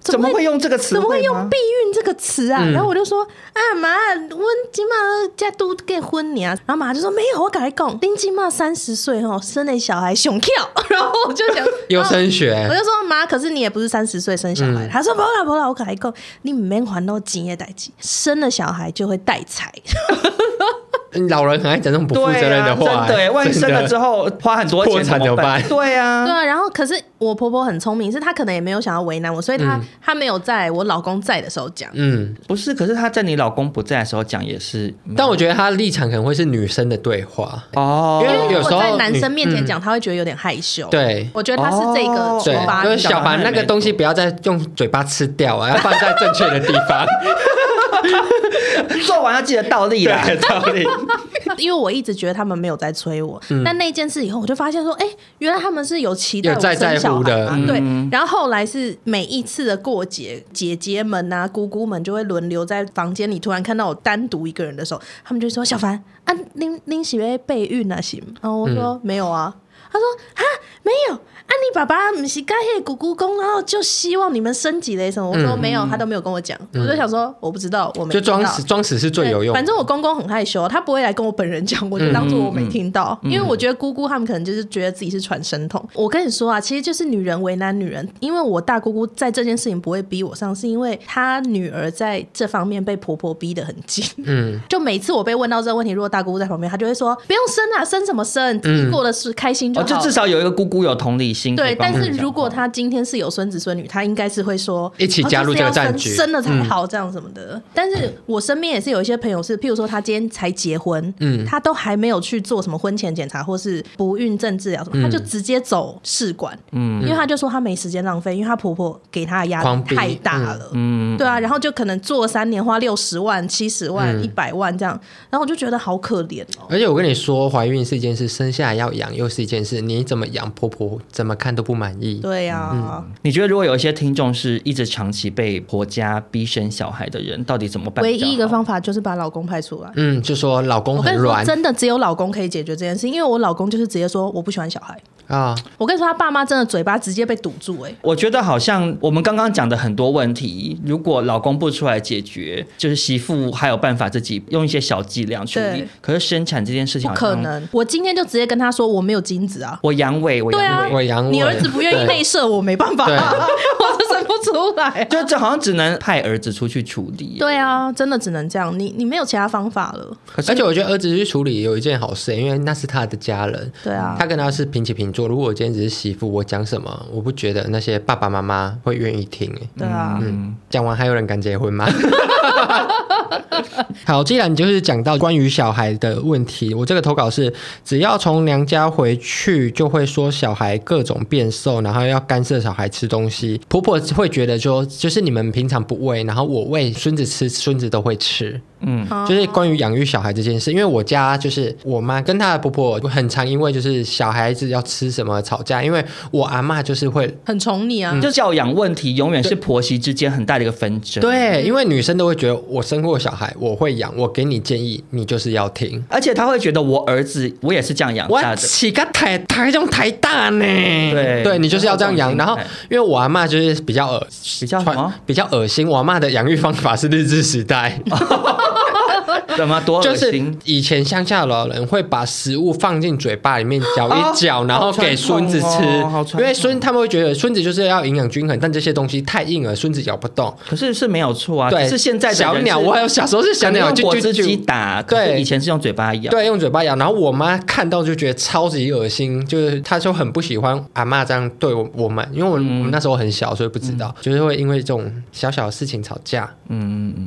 [SPEAKER 2] 怎么会用这个词
[SPEAKER 4] 怎么会
[SPEAKER 2] 汇
[SPEAKER 4] 用
[SPEAKER 2] 吗
[SPEAKER 4] 避孕这个词啊？
[SPEAKER 3] 嗯
[SPEAKER 4] 然后我就说啊妈，我今嘛家都结婚你啊。然后妈就说没有，我赶快讲，丁今嘛三十岁哦，生了小孩熊跳。 [LAUGHS] 然后我就
[SPEAKER 3] [LAUGHS]
[SPEAKER 4] 想
[SPEAKER 3] 又
[SPEAKER 4] 啊
[SPEAKER 3] 升
[SPEAKER 4] 我
[SPEAKER 3] 学，
[SPEAKER 4] 就说妈，可是你也不是三十岁生小孩。
[SPEAKER 3] 哎嗯
[SPEAKER 4] 她说不啦不啦，我跟你讲，你免还到钱的代志，生了小孩就会带财。 [LAUGHS]
[SPEAKER 3] 老人很爱讲这种不
[SPEAKER 2] 对
[SPEAKER 3] 负
[SPEAKER 2] 啊，
[SPEAKER 3] 责任的话、
[SPEAKER 2] 真的耶，万一
[SPEAKER 3] 真
[SPEAKER 2] 生了之后花很多
[SPEAKER 3] 破
[SPEAKER 2] 钱
[SPEAKER 3] 产
[SPEAKER 2] 么办？
[SPEAKER 3] 怎么办
[SPEAKER 2] 对
[SPEAKER 3] 嗯
[SPEAKER 2] 啊，
[SPEAKER 4] 对啊，然后可是我婆婆很聪明，是她可能也没有想要为难我，所以她、她没有在我老公在的时候讲。
[SPEAKER 3] 嗯，
[SPEAKER 2] 不是，可是他在你老公不在的时候讲也是，
[SPEAKER 3] 但我觉得他立场可能会是女生的对话，
[SPEAKER 2] 哦
[SPEAKER 3] 因为有
[SPEAKER 4] 如果
[SPEAKER 3] 时候
[SPEAKER 4] 在男
[SPEAKER 3] 女
[SPEAKER 4] 生面前讲，她会觉得有点害羞。，
[SPEAKER 3] 对。
[SPEAKER 4] 我觉得她是这个
[SPEAKER 2] 哦
[SPEAKER 4] 出
[SPEAKER 3] 对
[SPEAKER 4] 发，
[SPEAKER 3] 就
[SPEAKER 4] 点。
[SPEAKER 3] 是小把那个东西不要再用嘴巴吃掉啊，要放在正确的地方。
[SPEAKER 2] 做完要记得倒立啦，倒
[SPEAKER 4] [LAUGHS]
[SPEAKER 2] 立。
[SPEAKER 4] 因为我一直觉得他们没有在催我，但那件事以后，我就发现说，哎、原来他们是有期
[SPEAKER 3] 嗯
[SPEAKER 4] 待
[SPEAKER 3] 有
[SPEAKER 4] 我
[SPEAKER 3] 在
[SPEAKER 4] 生小孩
[SPEAKER 3] 在乎的
[SPEAKER 4] 嘛
[SPEAKER 3] 嗯
[SPEAKER 4] 对。然后后来是每一次的过节，姐姐们啊、姑姑们就会轮流在房间里，突然看到我单独一个人的时候，他们就说：“小凡啊，您您喜不喜备孕啊？行？”然后我说：“
[SPEAKER 3] 嗯
[SPEAKER 4] 没有啊。”他说：“啊，没有啊，你爸爸不是刚嘿姑姑公，然后就希望你们升级嘞什么？”我说：“没有，他都没有跟我讲。”我就想说：“我不知道，我没
[SPEAKER 3] 嗯就装
[SPEAKER 4] 听到
[SPEAKER 3] 死，装死是最有用的。嗯
[SPEAKER 4] 反正我公公很害羞，他不会来跟我本人讲，我就当做我没听到，因为我觉得姑姑他们可能就是觉得自己是传声筒。我跟你说啊，其实就是女人为难女人，因为我大姑姑在这件事情不会逼我上，是因为她女儿在这方面被婆婆逼得很紧。
[SPEAKER 3] 嗯，
[SPEAKER 4] [LAUGHS] 就每次我被问到这个问题，如果大姑姑在旁边，她就会说不用生啊，生什么生，自
[SPEAKER 3] 嗯
[SPEAKER 4] 己过得是开心就
[SPEAKER 2] 哦，
[SPEAKER 4] 好。
[SPEAKER 2] 就至少有一个姑姑有同理心可
[SPEAKER 4] 对，
[SPEAKER 2] 以帮
[SPEAKER 4] 但
[SPEAKER 2] 你讲话。
[SPEAKER 4] 是如果她今天是有孙子孙女，她应该是会说
[SPEAKER 3] 一起
[SPEAKER 4] 哦
[SPEAKER 3] 加入
[SPEAKER 4] 就是
[SPEAKER 3] 这个
[SPEAKER 4] 要
[SPEAKER 3] 战
[SPEAKER 4] 生
[SPEAKER 3] 局嗯
[SPEAKER 4] 生了才好这样什么的。但是我身边也是有一些朋友是，譬如说她今天才结婚，嗯，她都还没有去做什么婚前检查或是不孕症治啊疗什么，
[SPEAKER 3] 嗯
[SPEAKER 4] 她就直接走试管，嗯，因为她就说她没时间浪费，因为她婆婆给她的压
[SPEAKER 3] 狂
[SPEAKER 4] 力
[SPEAKER 3] 逼
[SPEAKER 4] 太大了，嗯，对啊，然后就可能做三年花六十万、七十万、
[SPEAKER 3] 嗯
[SPEAKER 4] 一百万这样，然后我就觉得好可怜哦。
[SPEAKER 3] 而且我跟你说，怀孕是一件事，生下来要养又是一件事，你怎么养，婆婆怎么看都不满意。
[SPEAKER 4] 对啊呀、
[SPEAKER 3] 嗯
[SPEAKER 2] 你觉得如果有一些听众是一直长期被婆家逼生小孩的人，到底怎么办？
[SPEAKER 4] 唯一一个，方法就是把老公派出来。
[SPEAKER 3] 嗯，就说老公
[SPEAKER 4] 我跟
[SPEAKER 3] 很
[SPEAKER 4] 你说，
[SPEAKER 3] 软
[SPEAKER 4] 真的只有老公可以解决这件事，因为我老公就是直接说我不喜欢小孩。
[SPEAKER 3] 啊，
[SPEAKER 4] 我跟你说，他爸妈真的嘴巴直接被堵住、欸，哎，
[SPEAKER 2] 我觉得好像我们刚刚讲的很多问题，如果老公不出来解决，就是媳妇还有办法自己用一些小伎俩处理
[SPEAKER 4] 对。
[SPEAKER 2] 可是生产这件事情
[SPEAKER 4] 不
[SPEAKER 2] 好像
[SPEAKER 4] 可，能！我今天就直接跟他说我没有精子啊。
[SPEAKER 2] 我阳痿，我
[SPEAKER 4] 对
[SPEAKER 2] 阳痿。
[SPEAKER 4] 啊，
[SPEAKER 3] 我阳痿
[SPEAKER 4] 你儿子不愿意内射，我没办法、啊， [LAUGHS] 我就生不出来、啊。
[SPEAKER 2] 就这好像只能派儿子出去处理。
[SPEAKER 4] 对啊，真的只能这样，你你没有其他方法了。
[SPEAKER 3] 而且我觉得儿子去处理有一件好事，欸因为那是他的家人。
[SPEAKER 4] 对啊
[SPEAKER 3] 他跟他是平起平坐。如果我今天只是媳妇，我讲什么，我不觉得那些爸爸妈妈会愿意听。欸
[SPEAKER 4] 对啊，
[SPEAKER 3] 讲完还有人敢结婚吗？ [LAUGHS] 好，既然就是讲到关于小孩的问题，我这个投稿是只要从娘家回去，就会说小孩各种变瘦，然后要干涉小孩吃东西。婆婆会觉得说，就是你们平常不喂，然后我喂孙子吃，孙子都会吃。就是关于养育小孩这件事，因为我家就是我妈跟她的婆婆很常因为就是小孩子要吃什么吵架，因为我阿嬷就是会。
[SPEAKER 4] 很宠你
[SPEAKER 3] 嗯
[SPEAKER 4] 啊。
[SPEAKER 2] 就教养问题永远是婆媳之间很大的一个纷争。，
[SPEAKER 3] 对，因为女生都会觉得我生过小孩，我会养，我给你建议，你就是要听。
[SPEAKER 2] 而且他会觉得我儿子我也是这样养
[SPEAKER 3] 我
[SPEAKER 2] 大的。
[SPEAKER 3] 起个台台中台大呢，
[SPEAKER 2] 对
[SPEAKER 3] 对你就是要这样养。
[SPEAKER 2] 这
[SPEAKER 3] 然
[SPEAKER 2] 种
[SPEAKER 3] 后
[SPEAKER 2] 心态
[SPEAKER 3] 因为我阿嬷就是比较恶，
[SPEAKER 2] 比较什哦
[SPEAKER 3] 传
[SPEAKER 2] 么？
[SPEAKER 3] 比较恶心，我阿嬷的养育方法是日治时 [LAUGHS] 代，
[SPEAKER 2] 怎么多
[SPEAKER 3] 就
[SPEAKER 2] 恶
[SPEAKER 3] 是
[SPEAKER 2] 心？
[SPEAKER 3] 以前乡下老人会把食物放进嘴巴里面 [LAUGHS] 嚼一嚼，
[SPEAKER 2] 哦
[SPEAKER 3] 然后给孙子吃，
[SPEAKER 2] 好传统哦好传
[SPEAKER 3] 因
[SPEAKER 2] 统
[SPEAKER 3] 为孙他们会觉得孙子就是要营养均衡，但这些东西太硬了，孙子咬不动。
[SPEAKER 2] 可是是没有错啊，
[SPEAKER 3] 对，
[SPEAKER 2] 只是现在的
[SPEAKER 3] 小
[SPEAKER 2] 人
[SPEAKER 3] 鸟，
[SPEAKER 2] 是
[SPEAKER 3] 我还有小时候是小鸟，
[SPEAKER 2] 可能
[SPEAKER 3] 就
[SPEAKER 2] 用果
[SPEAKER 3] 就
[SPEAKER 2] 汁
[SPEAKER 3] 就
[SPEAKER 2] 机打，可是
[SPEAKER 3] 对
[SPEAKER 2] 以前是用嘴巴咬。
[SPEAKER 3] 对，用嘴巴咬。然后我妈看到就觉得超级恶心，就是她就很不喜欢阿嬷这样对我我们，因为我们、我们那时候很小，所以不知道，就是会因为这种小小的事情吵架。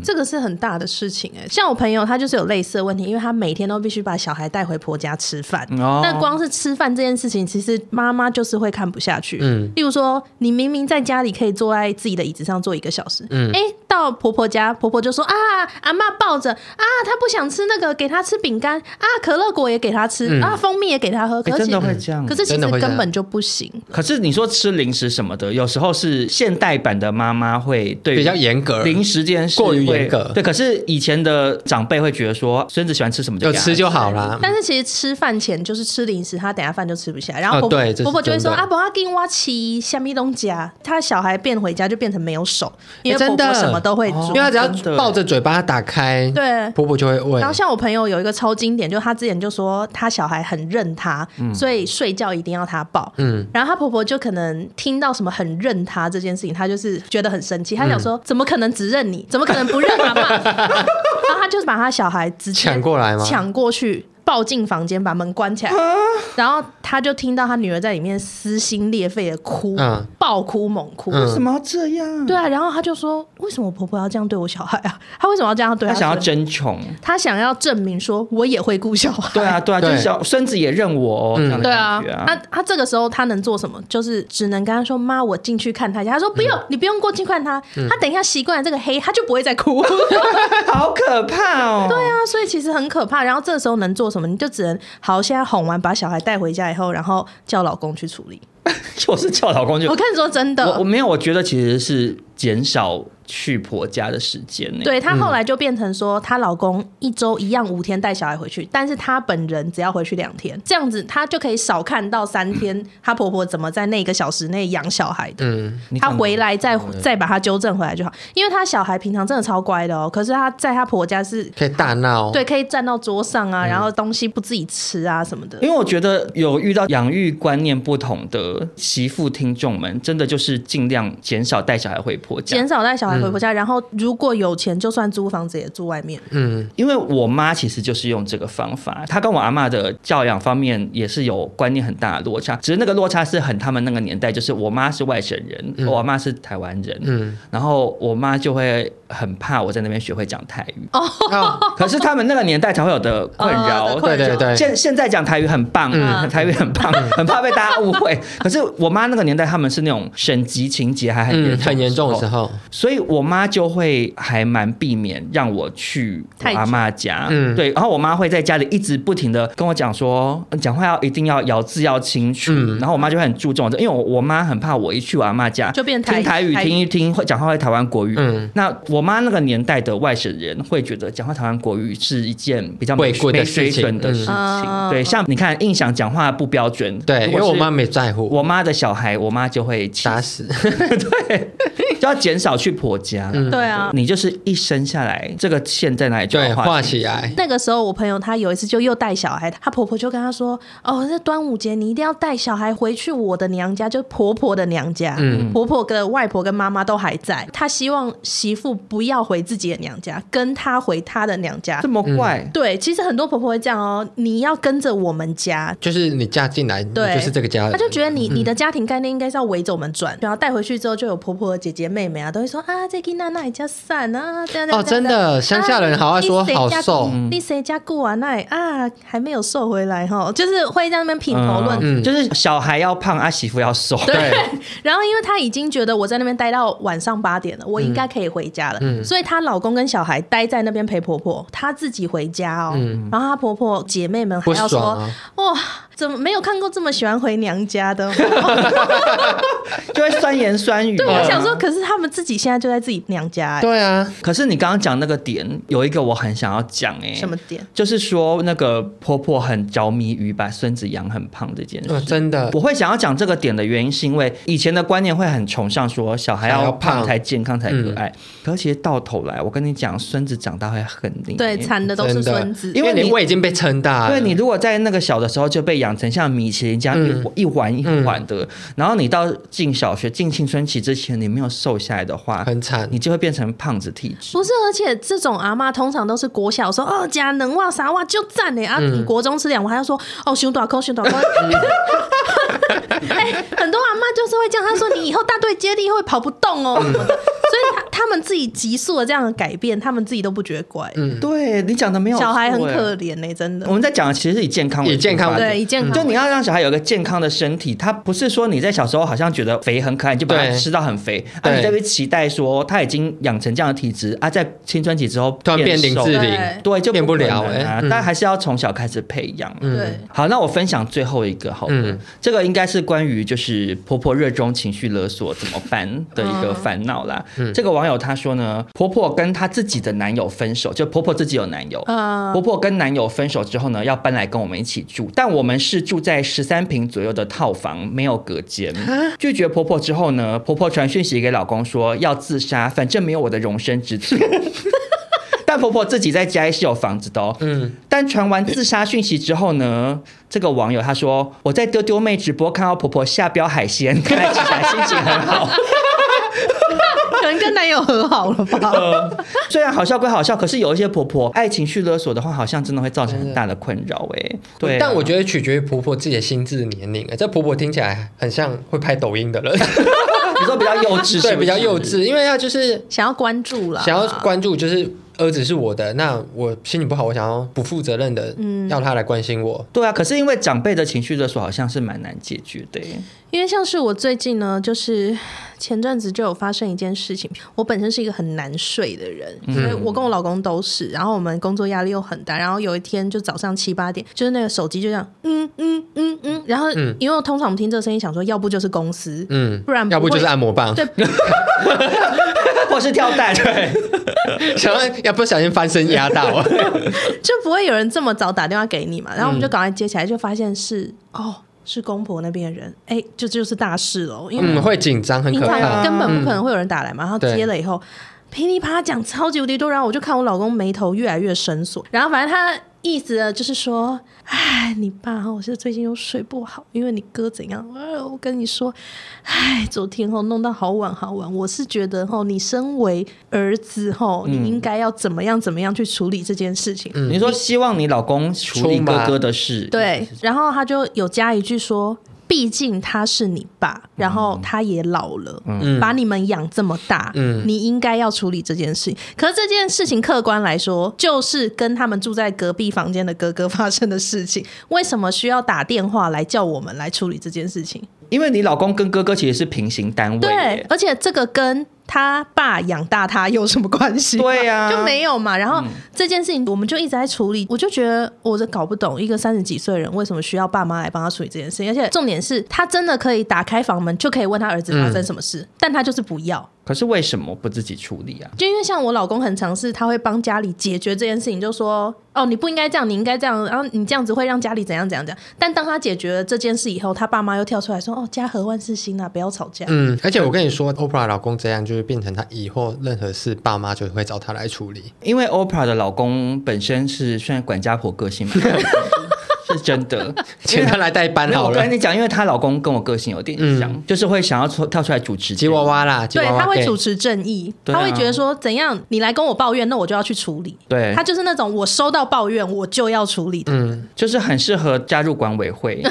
[SPEAKER 4] 这个是很大的事情哎、像我朋友他就是有类似的问题，因为他每天都必须把小孩带回婆家吃饭。
[SPEAKER 2] 哦
[SPEAKER 4] 那光是吃饭这件事情，其实妈妈就是会看不下去。嗯
[SPEAKER 3] 嗯，
[SPEAKER 4] 例如说，你明明在家里可以坐在自己的椅子上坐一个小时，嗯，哎，到婆婆家，婆婆就说啊，阿妈抱着啊，她不想吃那个，给她吃饼干啊，可乐果也给她吃、
[SPEAKER 3] 嗯
[SPEAKER 4] 啊，蜂蜜也给她喝。可
[SPEAKER 2] 哎
[SPEAKER 4] 是
[SPEAKER 2] 真的
[SPEAKER 4] 其
[SPEAKER 2] 会这样
[SPEAKER 4] 可是其
[SPEAKER 3] 真
[SPEAKER 4] 实
[SPEAKER 3] 的会这
[SPEAKER 4] 根
[SPEAKER 3] 样
[SPEAKER 4] 本就不行。
[SPEAKER 2] 可是你说吃零食什么的，有时候是现代版的妈妈会对
[SPEAKER 3] 比较严格，
[SPEAKER 2] 零食这件事
[SPEAKER 3] 过于
[SPEAKER 2] 会
[SPEAKER 3] 严格
[SPEAKER 2] 对，可是以前的长辈会觉得说，孙子喜欢吃什么就
[SPEAKER 3] 有
[SPEAKER 2] 给他
[SPEAKER 3] 吃就好啦。
[SPEAKER 4] 但是其实吃饭前就是吃零食，她等下饭就吃不下。然后
[SPEAKER 3] 哦
[SPEAKER 4] 婆婆、
[SPEAKER 3] 对这是
[SPEAKER 4] 婆婆就会说
[SPEAKER 3] 真的
[SPEAKER 4] 啊，不要给我吃虾米东家。她小孩变回家就变成没有手，因为
[SPEAKER 3] 欸真
[SPEAKER 4] 婆婆
[SPEAKER 3] 的哦
[SPEAKER 4] 什么都会煮。
[SPEAKER 3] 因为他只
[SPEAKER 2] 真的欸
[SPEAKER 3] 要抱着嘴巴打开，
[SPEAKER 4] 对
[SPEAKER 3] 婆婆就会喂
[SPEAKER 4] 然。后像我朋友有一个超经典，就她之前就说她小孩很认她，
[SPEAKER 3] 嗯
[SPEAKER 4] 所以睡觉一定要她抱。嗯，然后她婆婆就可能听到什么很认她这件事情，她就是觉得很生气，
[SPEAKER 3] 嗯
[SPEAKER 4] 她想说、怎么可能只认你，怎么可能不认阿妈？ [LAUGHS] 然后她就是把她小孩直接
[SPEAKER 3] 抢过来吗？
[SPEAKER 4] 抢过去。抱进房间，把门关起来，
[SPEAKER 2] 啊
[SPEAKER 4] 然后她就听到她女儿在里面撕心裂肺的哭，
[SPEAKER 3] 嗯
[SPEAKER 4] 暴哭猛哭。
[SPEAKER 3] 嗯
[SPEAKER 2] 为什么要这样？
[SPEAKER 4] 对啊，然后她就说：“为什么我婆婆要这样对我小孩啊？她为什么要这样对
[SPEAKER 2] 他想要
[SPEAKER 4] 孙
[SPEAKER 2] 争
[SPEAKER 4] 子
[SPEAKER 2] 宠。
[SPEAKER 4] 他想要证明说我也会顾小孩。
[SPEAKER 2] 对啊，对啊，就
[SPEAKER 3] 对嗯
[SPEAKER 2] 是小孙子也认我哦，这样的
[SPEAKER 4] 对
[SPEAKER 2] 感
[SPEAKER 4] 啊
[SPEAKER 2] 觉，
[SPEAKER 4] 他
[SPEAKER 2] 啊。
[SPEAKER 4] 他这个时候他能做什么？就是只能跟他说：“妈，我进去看他一下。”他说：“不
[SPEAKER 2] 嗯
[SPEAKER 4] 用，你不用过去看他。他等一下习惯了这个黑，他就不会
[SPEAKER 2] [LAUGHS]
[SPEAKER 4] 再哭。”对
[SPEAKER 2] 好可怕哦！对啊，
[SPEAKER 4] 啊，所以其实很可怕。然后这时候能做什么？你就只能好，现在哄完把小孩带回家以后，然后叫老公去处理。
[SPEAKER 2] 就是叫老公就
[SPEAKER 4] 我跟你说真
[SPEAKER 2] 我我
[SPEAKER 4] 的，
[SPEAKER 2] 没有，我觉得其实是减少去婆家的时间欸呢。
[SPEAKER 4] 对她后来就变成说，她老公一周一样五天带小孩回去，但是她本人只要回去两天，这样子她就可以少看到三
[SPEAKER 2] [LAUGHS]
[SPEAKER 4] 天她婆婆怎么在那一个小时内养小孩的。
[SPEAKER 3] 嗯，
[SPEAKER 2] 你嗯
[SPEAKER 4] 她
[SPEAKER 2] 干嘛，
[SPEAKER 4] 回来再再把她纠正回来就好，因为她小孩平常真的超乖的哦，可是她在她婆家是
[SPEAKER 3] 可以大
[SPEAKER 2] 哦
[SPEAKER 3] 闹。
[SPEAKER 4] 对可以站到桌上
[SPEAKER 2] 嗯
[SPEAKER 4] 啊，然后东西不自己吃啊什么的
[SPEAKER 2] 因。为我觉得有遇到养育观念不同的媳妇听众们，真的就是尽量减少带小孩回婆家
[SPEAKER 4] 减。少带小孩回婆
[SPEAKER 2] 嗯
[SPEAKER 4] 家，然后如果有钱，就算租房子也住外面。
[SPEAKER 3] 嗯，
[SPEAKER 2] 因为我妈其实就是用这个方法，她跟我阿妈的教养方面也是有观念很大的落差，只是那个落差是很他们那个年代，就是我妈是外省人，
[SPEAKER 4] 嗯
[SPEAKER 2] 我阿妈是台湾人，嗯，然后我妈就会很怕我在那边学会讲台语，
[SPEAKER 3] 哦，
[SPEAKER 2] 可是他们那个年代才会有的困扰，
[SPEAKER 4] 哦的
[SPEAKER 3] 对
[SPEAKER 4] 困
[SPEAKER 3] 对
[SPEAKER 4] 扰
[SPEAKER 3] 对，
[SPEAKER 2] 现现在讲台语很棒，
[SPEAKER 4] 嗯
[SPEAKER 2] 台语很棒，很怕被大家误会。 [LAUGHS] 可是我妈那个年代，他们是那种省级情节还很严
[SPEAKER 3] 嗯，
[SPEAKER 2] 重、
[SPEAKER 3] 很严重的时，候，
[SPEAKER 2] 所以我妈就会还蛮避免让我去我阿妈家。
[SPEAKER 3] 嗯
[SPEAKER 2] 对。然后我妈会在家里一直不停的跟我讲说，嗯讲话要一定要咬字要清楚。
[SPEAKER 3] 嗯
[SPEAKER 2] 然后我妈就会很注重这，因为我我妈很怕我一去我阿妈家
[SPEAKER 4] 就变台
[SPEAKER 2] 听台语
[SPEAKER 4] 台语
[SPEAKER 2] 听一听，会讲话会台湾国语。
[SPEAKER 3] 嗯
[SPEAKER 2] 那我妈那个年代的外省人会觉得讲话台湾国语是一件比较没
[SPEAKER 3] 贵贵的
[SPEAKER 2] 没水
[SPEAKER 3] 事情
[SPEAKER 2] 准的
[SPEAKER 3] 嗯
[SPEAKER 2] 事情。
[SPEAKER 4] 啊
[SPEAKER 2] 对，像你看印象讲话不标准，
[SPEAKER 3] 对，
[SPEAKER 2] 如
[SPEAKER 3] 因
[SPEAKER 2] 果
[SPEAKER 3] 为我
[SPEAKER 2] 是
[SPEAKER 3] 妈没在乎，
[SPEAKER 2] 我妈的小孩，我妈就会气
[SPEAKER 3] 打死。
[SPEAKER 2] 就要减少去婆家。
[SPEAKER 3] 嗯
[SPEAKER 4] 对啊，
[SPEAKER 2] 你就是一生下来，这个线在哪里就
[SPEAKER 3] 对，
[SPEAKER 2] 要
[SPEAKER 3] 画
[SPEAKER 2] 画。
[SPEAKER 3] 起来。
[SPEAKER 4] 那个时候我朋友她有一次就又带小孩，她婆婆就跟她说：“哦，这端午节你一定要带小孩回去我的娘家，就婆婆的娘家，
[SPEAKER 2] 嗯
[SPEAKER 4] 婆婆跟外婆跟妈妈都还在。她希望媳妇不要回自己的娘家，跟她回她的娘家
[SPEAKER 2] 这。么怪，
[SPEAKER 3] 嗯
[SPEAKER 4] 对，其实很多婆婆会这样哦，你要跟着我们家。”
[SPEAKER 3] 就是你嫁进来，你
[SPEAKER 4] 对，
[SPEAKER 3] 就是这个家人，
[SPEAKER 4] 她就觉得
[SPEAKER 3] 嗯
[SPEAKER 4] 你你的家庭概念应该是要围着我们转，然后带回去之后就有婆婆、姐姐、妹妹啊，都会说啊，这囡娜那也叫散啊，这样这样啊
[SPEAKER 3] 哦，真的，乡下人好爱说嗯好瘦，
[SPEAKER 4] 你谁家顾啊？那啊还没有瘦回来哈，就是会在那边品头论足。
[SPEAKER 3] 嗯
[SPEAKER 2] 就是小孩要胖啊，媳妇要瘦。
[SPEAKER 4] 对，然后因为她已经觉得我在那边待到晚上八点了，我应该可以回家了，
[SPEAKER 3] 嗯
[SPEAKER 4] 所以她老公跟小孩待在那边陪婆婆，她自己回家哦。然后她婆婆姐妹们
[SPEAKER 3] 嗯
[SPEAKER 4] 还
[SPEAKER 3] 不
[SPEAKER 4] 要说：“
[SPEAKER 3] 爽啊！
[SPEAKER 4] 哇，怎么没有看过这么喜欢回娘家的？”
[SPEAKER 2] [LAUGHS]
[SPEAKER 4] 哦
[SPEAKER 3] [LAUGHS]
[SPEAKER 2] 就会酸言酸语。啊
[SPEAKER 4] 对，我想说，可是他们自己现在就在自己娘家、欸，
[SPEAKER 3] 对啊，
[SPEAKER 2] 可是你刚刚讲那个点，有一个我很想要讲哎、
[SPEAKER 4] 什么点？
[SPEAKER 2] 就是说那个婆婆很着迷于把孙子养很胖这件事。
[SPEAKER 3] 嗯，真的，
[SPEAKER 2] 我会想要讲这个点的原因，是因为以前的观念会很崇尚说小孩
[SPEAKER 3] 小孩
[SPEAKER 2] 要
[SPEAKER 3] 要胖嗯
[SPEAKER 2] 胖才健康才可爱，可是其实到头来，我跟你讲，孙子长大会很厉
[SPEAKER 4] 对，惨的都是
[SPEAKER 3] 真的
[SPEAKER 4] 孙子，
[SPEAKER 2] 因
[SPEAKER 3] 因
[SPEAKER 2] 为
[SPEAKER 3] 为
[SPEAKER 2] 你
[SPEAKER 3] 你胃已经被撑嗯大了，
[SPEAKER 2] 对你如果在那个小的时候就被养成像米其林这样一、
[SPEAKER 3] 嗯
[SPEAKER 2] 一碗一碗的，然后你到进小学、进青春期之前，你没有瘦下来的话，
[SPEAKER 3] 很惨
[SPEAKER 2] 你。就会变成胖子体质。
[SPEAKER 4] 不是，而且这种阿妈通常都是国小说哦，假能哇啥哇就赞嘞啊，你国中吃两碗，还要说哦熊短扣熊短 [LAUGHS] 扣。哎、很多阿妈就是会这样，她说你以后大队接力会跑不动哦什么的，所以她他们自己急速的这样的改变，他们自己都不觉得怪。
[SPEAKER 3] 嗯
[SPEAKER 2] 对你讲的没有
[SPEAKER 4] 小孩很
[SPEAKER 2] 错哎
[SPEAKER 4] 可怜呢、真的
[SPEAKER 2] 我。们在讲的其实是以健康为
[SPEAKER 3] 以健康
[SPEAKER 2] 出发点
[SPEAKER 4] 对，以健康为主，
[SPEAKER 2] 嗯就你要让小孩有一个健康的身体，他不是说你在小时候好像觉得肥很可爱，你就把它
[SPEAKER 3] 对
[SPEAKER 2] 吃到很肥，啊，
[SPEAKER 3] 对
[SPEAKER 2] 你在被期待说他已经养成这样的体质啊，在青春期之后
[SPEAKER 3] 突然变林
[SPEAKER 2] 瘦
[SPEAKER 3] 志
[SPEAKER 4] 对
[SPEAKER 3] 玲，
[SPEAKER 2] 对，就
[SPEAKER 3] 变不
[SPEAKER 2] 可能
[SPEAKER 3] 了欸
[SPEAKER 2] 啊
[SPEAKER 3] 嗯
[SPEAKER 2] 但还是要从小开始培养。
[SPEAKER 4] 对，
[SPEAKER 2] 好，那我分享最后一个好了，
[SPEAKER 3] 嗯
[SPEAKER 2] 这个应该是关于就是婆婆热衷情绪勒索怎么办的
[SPEAKER 3] 哦
[SPEAKER 2] 一个烦恼啦。这个网友他说呢，婆婆跟她自己的男友分手，就婆婆自己有男友，
[SPEAKER 4] 嗯
[SPEAKER 2] 婆婆跟男友分手之后呢，要搬来跟我们一起住，但我们是住在十三平左右的套房，没有隔间。拒绝婆婆之后呢，婆婆传讯息给老公说要自杀，反正没有我的容身之 [LAUGHS] 处。但婆婆自己在家是有房子的哦。嗯，但传完自杀讯息之后呢，这个网友他说我在丢丢妹直播看到婆婆下标海鲜，看来自杀心情很 [LAUGHS] 好。
[SPEAKER 4] 可能跟男友和好了吧？
[SPEAKER 2] 虽然好笑归好笑，可是有一些婆婆爱情绪勒索的话，好像真的会造成很大的困扰哎、对啊、
[SPEAKER 3] 但我觉得取决于婆婆自己的心智年龄。啊这婆婆听起来很像会拍抖音的人，
[SPEAKER 2] 你说比较幼稚是不是，
[SPEAKER 3] [LAUGHS] 对，比较幼稚，因为她就是
[SPEAKER 4] 想要关注啦，
[SPEAKER 3] 想要关注，就是儿子是我的，那我心情不好，我想要不负责任的，
[SPEAKER 4] 嗯
[SPEAKER 3] 要他来关心我。
[SPEAKER 2] 对啊，可是因为长辈的情绪勒索好像是蛮难解决的耶。
[SPEAKER 4] 因为像是我最近呢，就是前阵子就有发生一件事情。我本身是一个很难睡的人，
[SPEAKER 3] 嗯
[SPEAKER 4] 所以我跟我老公都是。然后我们工作压力又很大。然后有一天就早上七八点，就是那个手机就这样，嗯嗯嗯嗯。然后因为通常我们听这个声音，想说要不就是公司，
[SPEAKER 3] 嗯，
[SPEAKER 4] 不然
[SPEAKER 3] 要不
[SPEAKER 4] 会
[SPEAKER 3] 就是按摩 [LAUGHS] 棒，
[SPEAKER 4] 对
[SPEAKER 2] 或是跳
[SPEAKER 3] [LAUGHS]
[SPEAKER 2] 蛋，对，
[SPEAKER 3] 想要要不小心翻身压
[SPEAKER 4] [LAUGHS]
[SPEAKER 3] 到，
[SPEAKER 4] [LAUGHS] 就不会有人这么早打电话给你嘛。然后我
[SPEAKER 3] 嗯
[SPEAKER 4] 们就赶快接起来，就发现是哦，是公婆那边的人，哎，就这就是大事喽，因为
[SPEAKER 3] 嗯，会紧张，很
[SPEAKER 4] 平
[SPEAKER 3] 可
[SPEAKER 4] 常
[SPEAKER 3] 怕。嗯
[SPEAKER 4] 啊根本不可能会有人打来嘛，然后
[SPEAKER 3] 对
[SPEAKER 4] 接了以后，噼里啪啦讲超级无敌多，然后我就看我老公眉头越来越深锁，然后反正他意思呢就是说，哎，你爸哦，我是最近又睡不好，因为你哥怎样，呃、我跟你说，哎，昨天哦弄到好晚好晚，我是觉得哦，你身为儿子哦，你应该要怎么样怎么样去处理这件事情，
[SPEAKER 2] 嗯你说希望你老公处理
[SPEAKER 3] 出
[SPEAKER 2] 哥
[SPEAKER 3] 马
[SPEAKER 2] 哥的事，
[SPEAKER 4] 对，然后他就有加一句说。毕竟他是你爸，然后他也老了，把你们养这么大，你应该要处理这件事情。可是这件事情客观来说，就是跟他们住在隔壁房间的哥哥发生的事情， [LAUGHS] 为什么需要打电话来叫我们来处理这件事情？
[SPEAKER 2] 因为你老公跟哥哥其实是平行单位，
[SPEAKER 4] 对，，而且这个跟他爸养大他有什么关系？
[SPEAKER 2] 对啊
[SPEAKER 4] 就没有嘛。然后这件事情我们就一直在处理，我就觉得我这搞不懂，一个三十几岁的人为什么需要爸妈来帮他处理这件事情？而且重点是他真的可以打开房门就可以问他儿子发生什么事，但他就是不要。
[SPEAKER 2] 可是为什么不自己处理啊？
[SPEAKER 4] 就因为像我老公很尝试，他会帮家里解决这件事情，就说哦，你不应该这样，你应该这样，然后你这样子会让家里怎样怎样怎样。但当他解决了这件事以后，他爸妈又跳出来说哦，家和万事兴啊，不要吵架。
[SPEAKER 3] 嗯，而且我跟你说，OPRA 老公这样，就是变成他以后任何事，爸妈就会找他来处理。
[SPEAKER 2] 因为 OPRA 的老公本身是算管家婆
[SPEAKER 3] [LAUGHS]
[SPEAKER 2] 个性嘛，是真的。
[SPEAKER 3] 请他来代班
[SPEAKER 2] 没有
[SPEAKER 3] 好
[SPEAKER 2] 我
[SPEAKER 3] 了嗯
[SPEAKER 2] 跟，你讲，因为她老公跟我个性有点像，就是会想要出跳出来主持
[SPEAKER 3] 吉娃娃啦，吉
[SPEAKER 4] 对
[SPEAKER 3] 娃娃
[SPEAKER 4] 他会
[SPEAKER 3] gay
[SPEAKER 4] 主持正义，
[SPEAKER 2] 对啊
[SPEAKER 4] 他会觉得说怎样你来跟我抱怨，那我就要去处理。
[SPEAKER 2] 对
[SPEAKER 4] 他就是那种我收到抱怨我就要处理的。
[SPEAKER 2] 嗯就是很适合加入管委
[SPEAKER 4] [LAUGHS]
[SPEAKER 2] 会。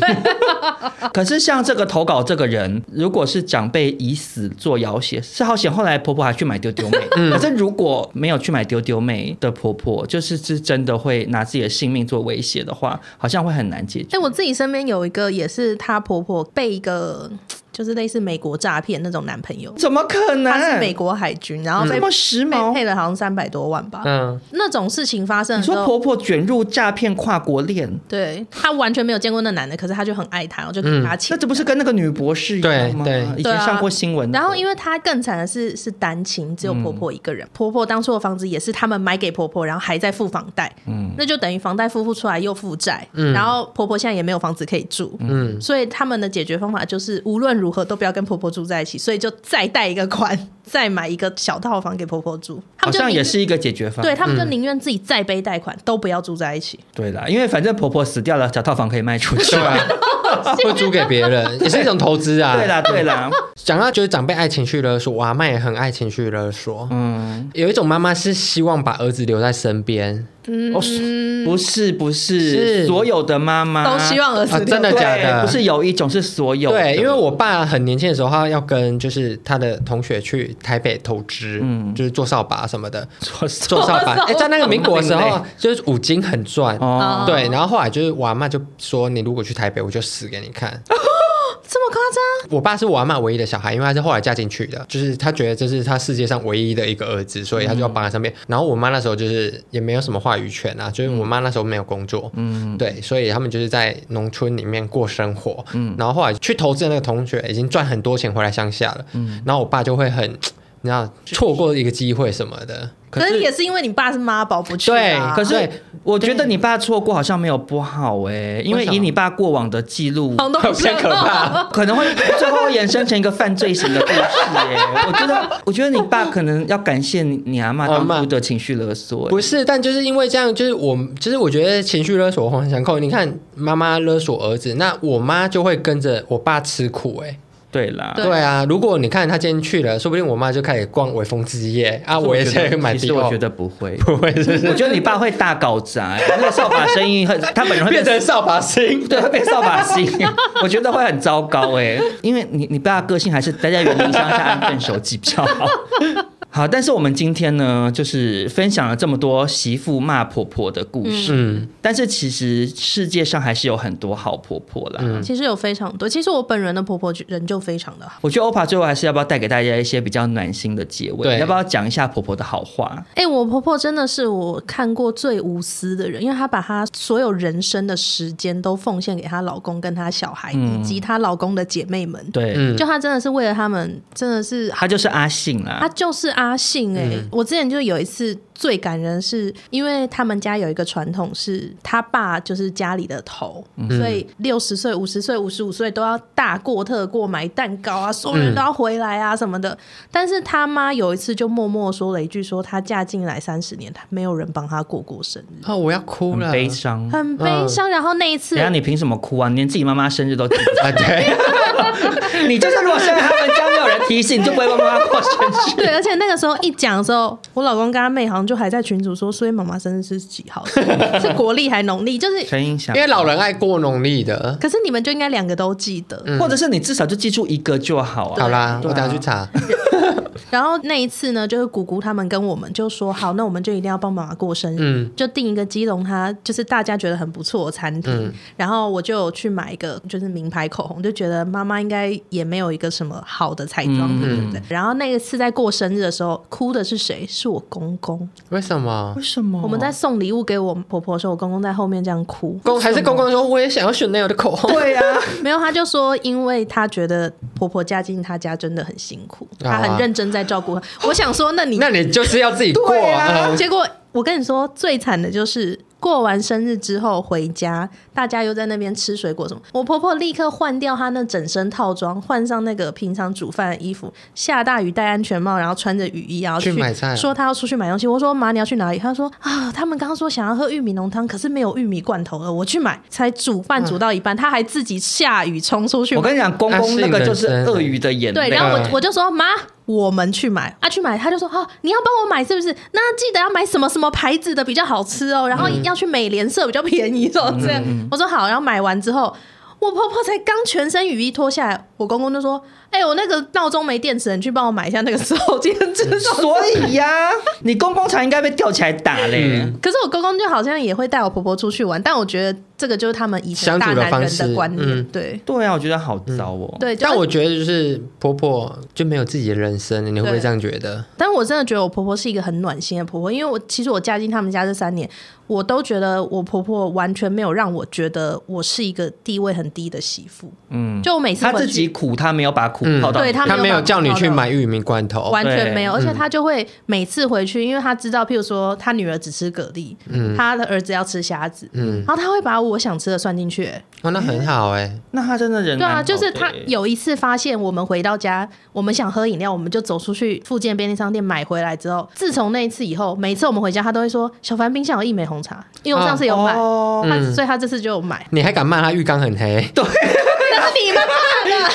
[SPEAKER 2] 嗯可是像这个投稿这个人，如果是长辈以死作要挟，是好险后来婆婆还去买丢丢妹。
[SPEAKER 4] 嗯
[SPEAKER 2] 可是如果没有去买丢丢妹的婆婆，就是是真的会拿自己的性命做威胁的话，好像会很难解决。
[SPEAKER 4] 哎、我自己身边有一个也是她婆婆被一个就是类似美国诈骗那种男朋友，
[SPEAKER 2] 怎么可能？
[SPEAKER 4] 他是美国海军，然后被、
[SPEAKER 2] 嗯这么哦时
[SPEAKER 4] 被
[SPEAKER 2] 髦？
[SPEAKER 4] 配了好像三百多万吧。 [LAUGHS]
[SPEAKER 3] 嗯，
[SPEAKER 4] 那种事情发生
[SPEAKER 2] 你
[SPEAKER 4] 的时
[SPEAKER 2] 说
[SPEAKER 4] 候。
[SPEAKER 2] 婆婆卷入诈骗跨国恋，
[SPEAKER 4] 嗯对她完全没有见过那男的，可是她就很爱他，然后就给他钱。
[SPEAKER 2] 那这不是跟那个女博士一样吗？
[SPEAKER 3] 对对
[SPEAKER 2] 以前上过新闻的。
[SPEAKER 4] 啊然后，因为她更惨的是是单亲，只有婆婆一个人。婆婆当初的房子也是他们买给婆婆，然后还在付房贷，那就等于房贷付不出来又负债，
[SPEAKER 2] 嗯
[SPEAKER 4] 然后婆婆现在也没有房子可以住，所以他们的解决方法就是无论如何都不要跟婆婆住在一起，所以就再贷一个款， [LAUGHS] 再买一个小套房给婆婆住。
[SPEAKER 2] 好
[SPEAKER 4] 他们就
[SPEAKER 2] 像
[SPEAKER 4] 宁
[SPEAKER 2] 也是一嗯个解决方
[SPEAKER 4] 对
[SPEAKER 2] 案。
[SPEAKER 4] 他们就宁愿自己再背贷款，都不要住在一起。
[SPEAKER 2] 对啦，因为反正婆婆死掉了，小套房可以卖出去。
[SPEAKER 3] 对
[SPEAKER 2] [LAUGHS]
[SPEAKER 3] 啊，会租给别
[SPEAKER 4] [LAUGHS]
[SPEAKER 3] 人，也是一种投资啊。
[SPEAKER 2] 对啦，对啦，
[SPEAKER 3] 讲到就是长辈爱情绪勒索，我阿妈也很爱情绪勒索。嗯，有一种妈妈是希望把儿子留在身边
[SPEAKER 2] 哦，是不是不是，
[SPEAKER 3] 嗯是
[SPEAKER 2] 所有的妈妈
[SPEAKER 4] 都希望儿子
[SPEAKER 3] 啊，真的
[SPEAKER 2] 对
[SPEAKER 3] 假的？
[SPEAKER 2] 不是有一种是所有的
[SPEAKER 3] 对，因为我爸很年轻的时候，他要跟就是他的同学去台北投资，
[SPEAKER 2] 嗯
[SPEAKER 3] 就是做扫把什么的，
[SPEAKER 2] 做扫
[SPEAKER 3] 做扫
[SPEAKER 4] [LAUGHS]
[SPEAKER 3] 把。
[SPEAKER 4] 做扫
[SPEAKER 3] 哎、在那个民国的时
[SPEAKER 2] 很累 [LAUGHS]
[SPEAKER 3] 候，就是五金很赚。
[SPEAKER 2] 哦，
[SPEAKER 4] 啊
[SPEAKER 3] 对，然后后来就是我阿妈就说，你如果去台北，我就死给你看。
[SPEAKER 4] 这么夸张？
[SPEAKER 3] 我爸是我阿妈唯一的小孩，因为他是后来嫁进去的，就是他觉得这是他世界上唯一的一个儿子，所以他就要帮他身边。然后我妈那时候就是也没有什么话语权啊，就是我妈那时候没有工作，嗯，对，所以他们就是在农村里面过生活。嗯，然后后来去投资的那个同学已经赚很多钱回来乡下了，嗯，然后我爸就会很，你知道错过一个机会什么的，
[SPEAKER 2] 可
[SPEAKER 4] 可是
[SPEAKER 2] 是
[SPEAKER 4] 也是因为你爸是妈宝不去
[SPEAKER 3] 对
[SPEAKER 4] 啊，
[SPEAKER 2] 可是
[SPEAKER 3] 对
[SPEAKER 2] 我觉得你爸错过好像没有不好哎、因为
[SPEAKER 3] 为什么
[SPEAKER 2] 以你爸过往的记录，
[SPEAKER 4] 房东
[SPEAKER 3] 偏可怕。
[SPEAKER 2] 可能会最后会衍生成一个犯罪型的故事耶、
[SPEAKER 3] [LAUGHS]
[SPEAKER 2] 我觉得，我觉得你爸可能要感谢你你阿妈
[SPEAKER 3] 我阿
[SPEAKER 2] 当
[SPEAKER 3] 嬷
[SPEAKER 2] 初的情绪勒索、欸
[SPEAKER 3] 不是，但就是因为这样，就是我，就是我觉得情绪勒索我很想扣。你看妈妈勒索儿子，那我妈就会跟着我爸吃苦、欸，
[SPEAKER 2] 对啦，
[SPEAKER 4] 对
[SPEAKER 3] 对啊，如果你看他今天去了，说不定我妈就开始逛微风之夜啊，
[SPEAKER 2] 可是
[SPEAKER 3] 我也
[SPEAKER 2] 觉
[SPEAKER 3] 在
[SPEAKER 2] 得
[SPEAKER 3] 买
[SPEAKER 2] 其
[SPEAKER 3] 迪
[SPEAKER 2] 实我
[SPEAKER 3] 奥。
[SPEAKER 2] 觉，得不会
[SPEAKER 3] 不会是不是
[SPEAKER 2] [LAUGHS] 我觉得你爸会大搞砸、欸，那个扫把声音很，他本人会
[SPEAKER 3] 变成扫把星。
[SPEAKER 2] [LAUGHS] 对，会被扫把星，我觉得会很糟糕哎、因为你你爸个性还是待在原地乡下安分守己比较好。 [LAUGHS] 好，但是我们今天呢，就是分享了这么多媳妇骂婆婆的故事，
[SPEAKER 3] 嗯，
[SPEAKER 2] 但是其实世界上还是有很多好婆婆啦。
[SPEAKER 3] 嗯
[SPEAKER 4] 其实有非常多，其实我本人的婆婆人就非常的好。
[SPEAKER 2] 我觉得欧帕最后还是要不要带给大家一些比较暖心的结尾？
[SPEAKER 3] 对
[SPEAKER 2] 要不要讲一下婆婆的好话？
[SPEAKER 4] 哎、我婆婆真的是我看过最无私的人，因为她把她所有人生的时间都奉献给她老公跟她小孩，以及她老公的姐妹们。
[SPEAKER 2] 对，
[SPEAKER 3] 嗯
[SPEAKER 4] 就她真的是为了他们，真的是
[SPEAKER 2] 她就是阿信啦
[SPEAKER 4] 他。啊就是阿信哎、
[SPEAKER 2] 嗯
[SPEAKER 4] 我之前就有一次最感人是，因为他们家有一个传统是，他爸就是家里的头，
[SPEAKER 2] 嗯
[SPEAKER 4] 所以六十岁、五十岁、五十五岁都要大过特过买蛋糕
[SPEAKER 2] 嗯
[SPEAKER 4] 啊，所有人都要回来啊什么的。但是他妈有一次就默默说了一句说她嫁进来三十年，她没有人帮她过过生日，
[SPEAKER 3] [LAUGHS] 哦，我要哭
[SPEAKER 2] 很
[SPEAKER 3] 了，
[SPEAKER 2] 悲伤。
[SPEAKER 4] 很悲伤。然后那一次
[SPEAKER 2] 嗯等一下你凭什么哭啊？你连自己妈妈生日都记不得
[SPEAKER 4] [LAUGHS]
[SPEAKER 3] 啊！ [LAUGHS] 对，
[SPEAKER 2] 你就是如果现在他们家没有人提醒，你就不会帮妈妈过
[SPEAKER 4] [LAUGHS]
[SPEAKER 2] 生日。
[SPEAKER 4] 对，而且那个时候一讲的时候，我老公跟他妹好像就还在群组说，所以妈妈生日是几号？ [LAUGHS] 是国历还农历？就是
[SPEAKER 2] 陈英祥
[SPEAKER 3] 因，为老人爱过农历的。
[SPEAKER 4] 可是你们就应该两个都记得。
[SPEAKER 3] 嗯
[SPEAKER 2] 或者是你至少就记住一个就好啊。
[SPEAKER 3] 好啦，
[SPEAKER 2] 对
[SPEAKER 3] 我
[SPEAKER 2] 啊
[SPEAKER 3] 等下去查。
[SPEAKER 4] 然后那一次呢，就是姑姑他们跟我们就说，好，那我们就一定要帮妈妈过生日，
[SPEAKER 3] 嗯
[SPEAKER 4] 就订一个基隆它就是大家觉得很不错的餐厅。
[SPEAKER 3] 嗯
[SPEAKER 4] 然后我就有去买一个就是名牌口红，就觉得妈妈应该也没有一个什么好的彩妆
[SPEAKER 3] 嗯
[SPEAKER 4] 品，对不对？然后那一次在过生日的时候，哭的是谁？是我公公。
[SPEAKER 3] 为什么
[SPEAKER 2] 为？什么
[SPEAKER 4] 我们在送礼物给我婆婆的时候，我公公在后面这样哭。
[SPEAKER 3] 公还是公公说，我也想要选 Chanel 的口红。对呀，
[SPEAKER 4] [LAUGHS] 没有，他就说，因为他觉得婆婆嫁进他家真的很辛苦，他很认真在照顾她。我想说，那你
[SPEAKER 3] 那你就是要自己过啊。
[SPEAKER 4] [LAUGHS] 结果我跟你说，最惨的就是过完生日之后回家，大家又在那边吃水果什么。我婆婆立刻换掉她那整身套装，换上那个平常煮饭的衣服，下大雨戴安全帽，然后穿着雨衣，然后
[SPEAKER 3] 去买菜啊
[SPEAKER 4] 说她要出去买东西。我说妈，你要去哪里？她说啊，他们刚刚说想要喝玉米浓汤，可是没有玉米罐头了，我去买。才煮饭煮到一半，她还自己下雨冲出去买。
[SPEAKER 2] 我跟你讲，公公那个就是鳄鱼的眼
[SPEAKER 4] 对，
[SPEAKER 2] 泪。
[SPEAKER 4] 然后
[SPEAKER 3] 对
[SPEAKER 4] 我我就说妈，我们去买啊，去买。他就说哦，你要帮我买是不是？那记得要买什么什么牌子的比较好吃哦，然后
[SPEAKER 3] 嗯
[SPEAKER 4] 要去美联社比较便宜哦。这样、我说好，然后买完之后。我婆婆才刚全身雨衣脱下来，我公公就说：“哎、我那个闹钟没电池，你去帮我买一下那个手机。”
[SPEAKER 3] [LAUGHS]
[SPEAKER 4] 这种。
[SPEAKER 2] 所以呀、你公公才应该被吊起来打嘞。
[SPEAKER 4] 可是我公公就好像也会带我婆婆出去玩，但我觉得这个就是他们以前
[SPEAKER 3] 相
[SPEAKER 4] 大
[SPEAKER 3] 处的
[SPEAKER 4] 男
[SPEAKER 3] 方
[SPEAKER 4] 人的
[SPEAKER 3] 式
[SPEAKER 4] 观念，
[SPEAKER 3] 嗯
[SPEAKER 4] 对
[SPEAKER 2] 对啊，我觉得好糟哦。
[SPEAKER 4] 嗯对。就
[SPEAKER 3] 但
[SPEAKER 4] 是
[SPEAKER 3] 我觉得就是婆婆就没有自己的人生，你会不会这样觉得？
[SPEAKER 4] 但我真的觉得我婆婆是一个很暖心的婆婆，因为我其实我嫁进他们家这三年，我都觉得我婆婆完全没有让我觉得我是一个地位很低的媳妇。嗯，就我每次
[SPEAKER 2] 他
[SPEAKER 4] 回
[SPEAKER 2] 自
[SPEAKER 4] 去
[SPEAKER 2] 己苦，他没有把苦泡到。
[SPEAKER 4] 对她
[SPEAKER 3] 她
[SPEAKER 4] 没
[SPEAKER 3] 没
[SPEAKER 4] 有
[SPEAKER 3] 有叫你去
[SPEAKER 4] 办法
[SPEAKER 3] 买玉米罐头，
[SPEAKER 4] 完全没有，
[SPEAKER 2] 哦对
[SPEAKER 4] 而且她就会每次回去，因为她知道，譬如说她女儿只吃蛤蜊，
[SPEAKER 2] 嗯
[SPEAKER 4] 她的儿子要吃虾子，然后她会把我想吃的算进去、欸
[SPEAKER 3] 哦，那很好哎。
[SPEAKER 2] 那他真的人
[SPEAKER 4] 对啊，
[SPEAKER 2] 蛮好的
[SPEAKER 4] 就是他
[SPEAKER 2] 耶
[SPEAKER 4] 有一次发现我们回到家，我们想喝饮料，我们就走出去附近的便利商店买回来之后，自从那一次以后，每次我们回家，他都会说小凡冰箱有一枚红茶，因为我上次有买，
[SPEAKER 3] [LAUGHS]
[SPEAKER 2] 哦
[SPEAKER 4] 他所以他这次就有买。
[SPEAKER 3] 你还敢骂他浴缸很黑？对，
[SPEAKER 4] 是你
[SPEAKER 2] [LAUGHS]
[SPEAKER 4] 妈妈的。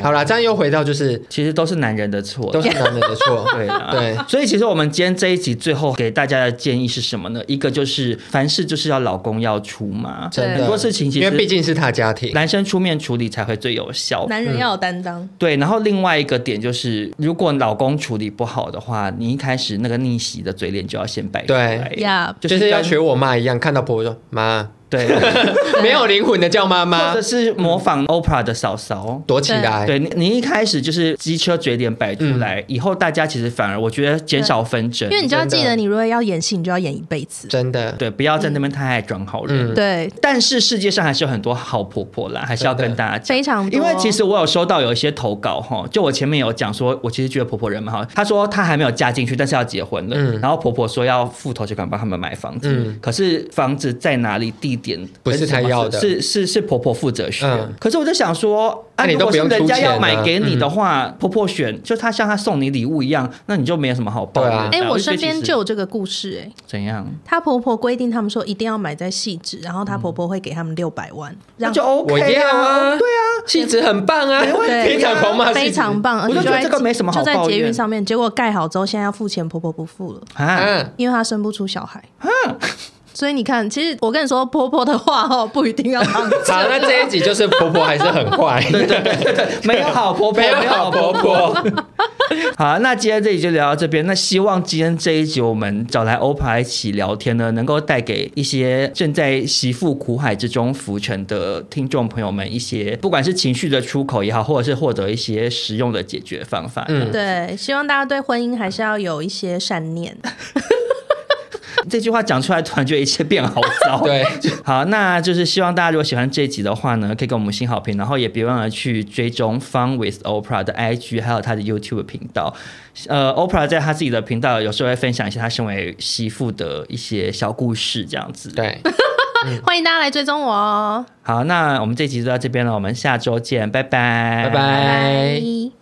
[SPEAKER 3] 好啦，这样又回到就是
[SPEAKER 2] 其实都是男人的错，
[SPEAKER 3] 都是男人的 [LAUGHS] 错，
[SPEAKER 2] 对啊
[SPEAKER 3] 对。
[SPEAKER 2] 所以其实我们今天这一集最后给大家的建议是什么呢？一个就是凡事就是要老公要出嘛，
[SPEAKER 3] 真的
[SPEAKER 2] 很多事情其
[SPEAKER 3] 因为毕
[SPEAKER 2] 实
[SPEAKER 3] 竟是他家庭，
[SPEAKER 2] 男生出面处理才会最有效。
[SPEAKER 4] 男人要有担当，
[SPEAKER 2] 对，然后另外一个点就是，如果老公处理不好的话，你一开始那个逆袭的嘴脸就要先摆出
[SPEAKER 3] 对
[SPEAKER 2] 来，
[SPEAKER 4] 呀，
[SPEAKER 3] 就是
[SPEAKER 2] 跟
[SPEAKER 3] 要学我妈一样，看到婆婆说妈， [LAUGHS]
[SPEAKER 2] 对，
[SPEAKER 3] 没有灵魂的叫妈
[SPEAKER 2] [LAUGHS] 或
[SPEAKER 3] 妈
[SPEAKER 2] 者，是模仿 OPRA 的嫂嫂，
[SPEAKER 3] 躲起来。
[SPEAKER 2] 对你，你一开始就是机车嘴脸摆出来，
[SPEAKER 3] 嗯
[SPEAKER 2] 以后大家其实反而我觉得减少纷争
[SPEAKER 4] 因，为你就要记
[SPEAKER 3] 真
[SPEAKER 4] 得，
[SPEAKER 3] 的
[SPEAKER 4] 你如果要演戏，你就要演一辈子。
[SPEAKER 3] 真的，
[SPEAKER 2] 对，不要在那边太爱装好人。
[SPEAKER 3] 嗯，
[SPEAKER 4] 对，
[SPEAKER 2] 但是世界上还是有很多好婆婆啦，还是要
[SPEAKER 3] 真的
[SPEAKER 2] 跟大家讲。
[SPEAKER 4] 非常多。
[SPEAKER 2] 因为其实我有收到有一些投稿哈，就我前面有讲说，我其实觉得婆婆人蛮好。她说她还没有嫁进去，但是要结婚了。
[SPEAKER 3] 嗯
[SPEAKER 2] 然后婆婆说要付头期款帮他们买房子，
[SPEAKER 3] 嗯
[SPEAKER 2] 可是房子在哪里、地点
[SPEAKER 3] 不是
[SPEAKER 2] 跟什么
[SPEAKER 3] 她要的
[SPEAKER 2] 是是是婆婆负责选。
[SPEAKER 3] 嗯
[SPEAKER 2] 可是我就想说，啊，
[SPEAKER 3] 那你
[SPEAKER 2] 如
[SPEAKER 3] 都
[SPEAKER 2] 果
[SPEAKER 3] 不
[SPEAKER 2] 是
[SPEAKER 3] 用
[SPEAKER 2] 人
[SPEAKER 3] 出
[SPEAKER 2] 家
[SPEAKER 3] 钱
[SPEAKER 2] 要
[SPEAKER 3] 啊
[SPEAKER 2] 买给你的话，婆婆选，就她像她送你礼物一样，那你就没有什么好抱怨的。
[SPEAKER 3] 对啊
[SPEAKER 4] 哎、我
[SPEAKER 2] 就觉
[SPEAKER 4] 身
[SPEAKER 2] 得
[SPEAKER 4] 边
[SPEAKER 2] 其实
[SPEAKER 4] 就有这个故事、哎，
[SPEAKER 2] 怎样，
[SPEAKER 4] 她婆婆规定他们说一定要买在细致，然后她婆婆会给他们六百万，
[SPEAKER 2] 嗯那
[SPEAKER 4] 让
[SPEAKER 2] 就 OK
[SPEAKER 3] 我要啊，
[SPEAKER 2] 对啊，
[SPEAKER 3] 气质很棒啊，
[SPEAKER 2] 没问题啊
[SPEAKER 3] 平常狂骂
[SPEAKER 4] 非
[SPEAKER 3] 气质
[SPEAKER 4] 常棒，而且
[SPEAKER 2] 我就觉得
[SPEAKER 4] 在
[SPEAKER 2] 这个没什么好
[SPEAKER 4] 就在
[SPEAKER 2] 抱
[SPEAKER 4] 捷
[SPEAKER 2] 怨
[SPEAKER 4] 运上面，结果盖好之后，现在要付钱，婆婆不付了，
[SPEAKER 2] 啊，
[SPEAKER 3] 嗯，
[SPEAKER 4] 因为她生不出小孩。
[SPEAKER 2] 嗯
[SPEAKER 4] 所以你看，其实我跟你说，婆婆的话哦，不一定要当真
[SPEAKER 3] 好，那这一集就是婆婆还是很坏，
[SPEAKER 2] [LAUGHS] 没有好婆
[SPEAKER 3] [LAUGHS]
[SPEAKER 2] 婆，
[SPEAKER 3] 没有好婆
[SPEAKER 2] [LAUGHS]
[SPEAKER 3] 婆，
[SPEAKER 2] 好，那今天这里就聊到这边。那希望今天这一集我们找来 OPA 一起聊天呢，能够带给一些正在媳妇苦海之中浮沉的听众朋友们一些，不管是情绪的出口也好，或者是获得一些实用的解决方法。 [LAUGHS] 嗯，
[SPEAKER 3] 嗯，
[SPEAKER 4] 对，希望大家对婚姻还是要有一些善念。
[SPEAKER 2] 这句话讲出来，突然觉得一切变好
[SPEAKER 3] [LAUGHS]
[SPEAKER 2] 糟。[LAUGHS]
[SPEAKER 3] 对，
[SPEAKER 2] 好，那就是希望大家如果喜欢这一集的话呢，可以给我们新好评，然后也别忘了去追踪 Fun with Oprah 的 IG，还有她的 YouTube 频道。呃，Oprah 在她自己的频道有时候会分享一些她身为媳妇的一些小故事，这样子。
[SPEAKER 3] 对，
[SPEAKER 2] 嗯
[SPEAKER 4] 欢迎大家来追踪我哦，
[SPEAKER 2] 好，那我们这集就到这边了，我们下周见，拜拜，
[SPEAKER 3] 拜拜。
[SPEAKER 4] 拜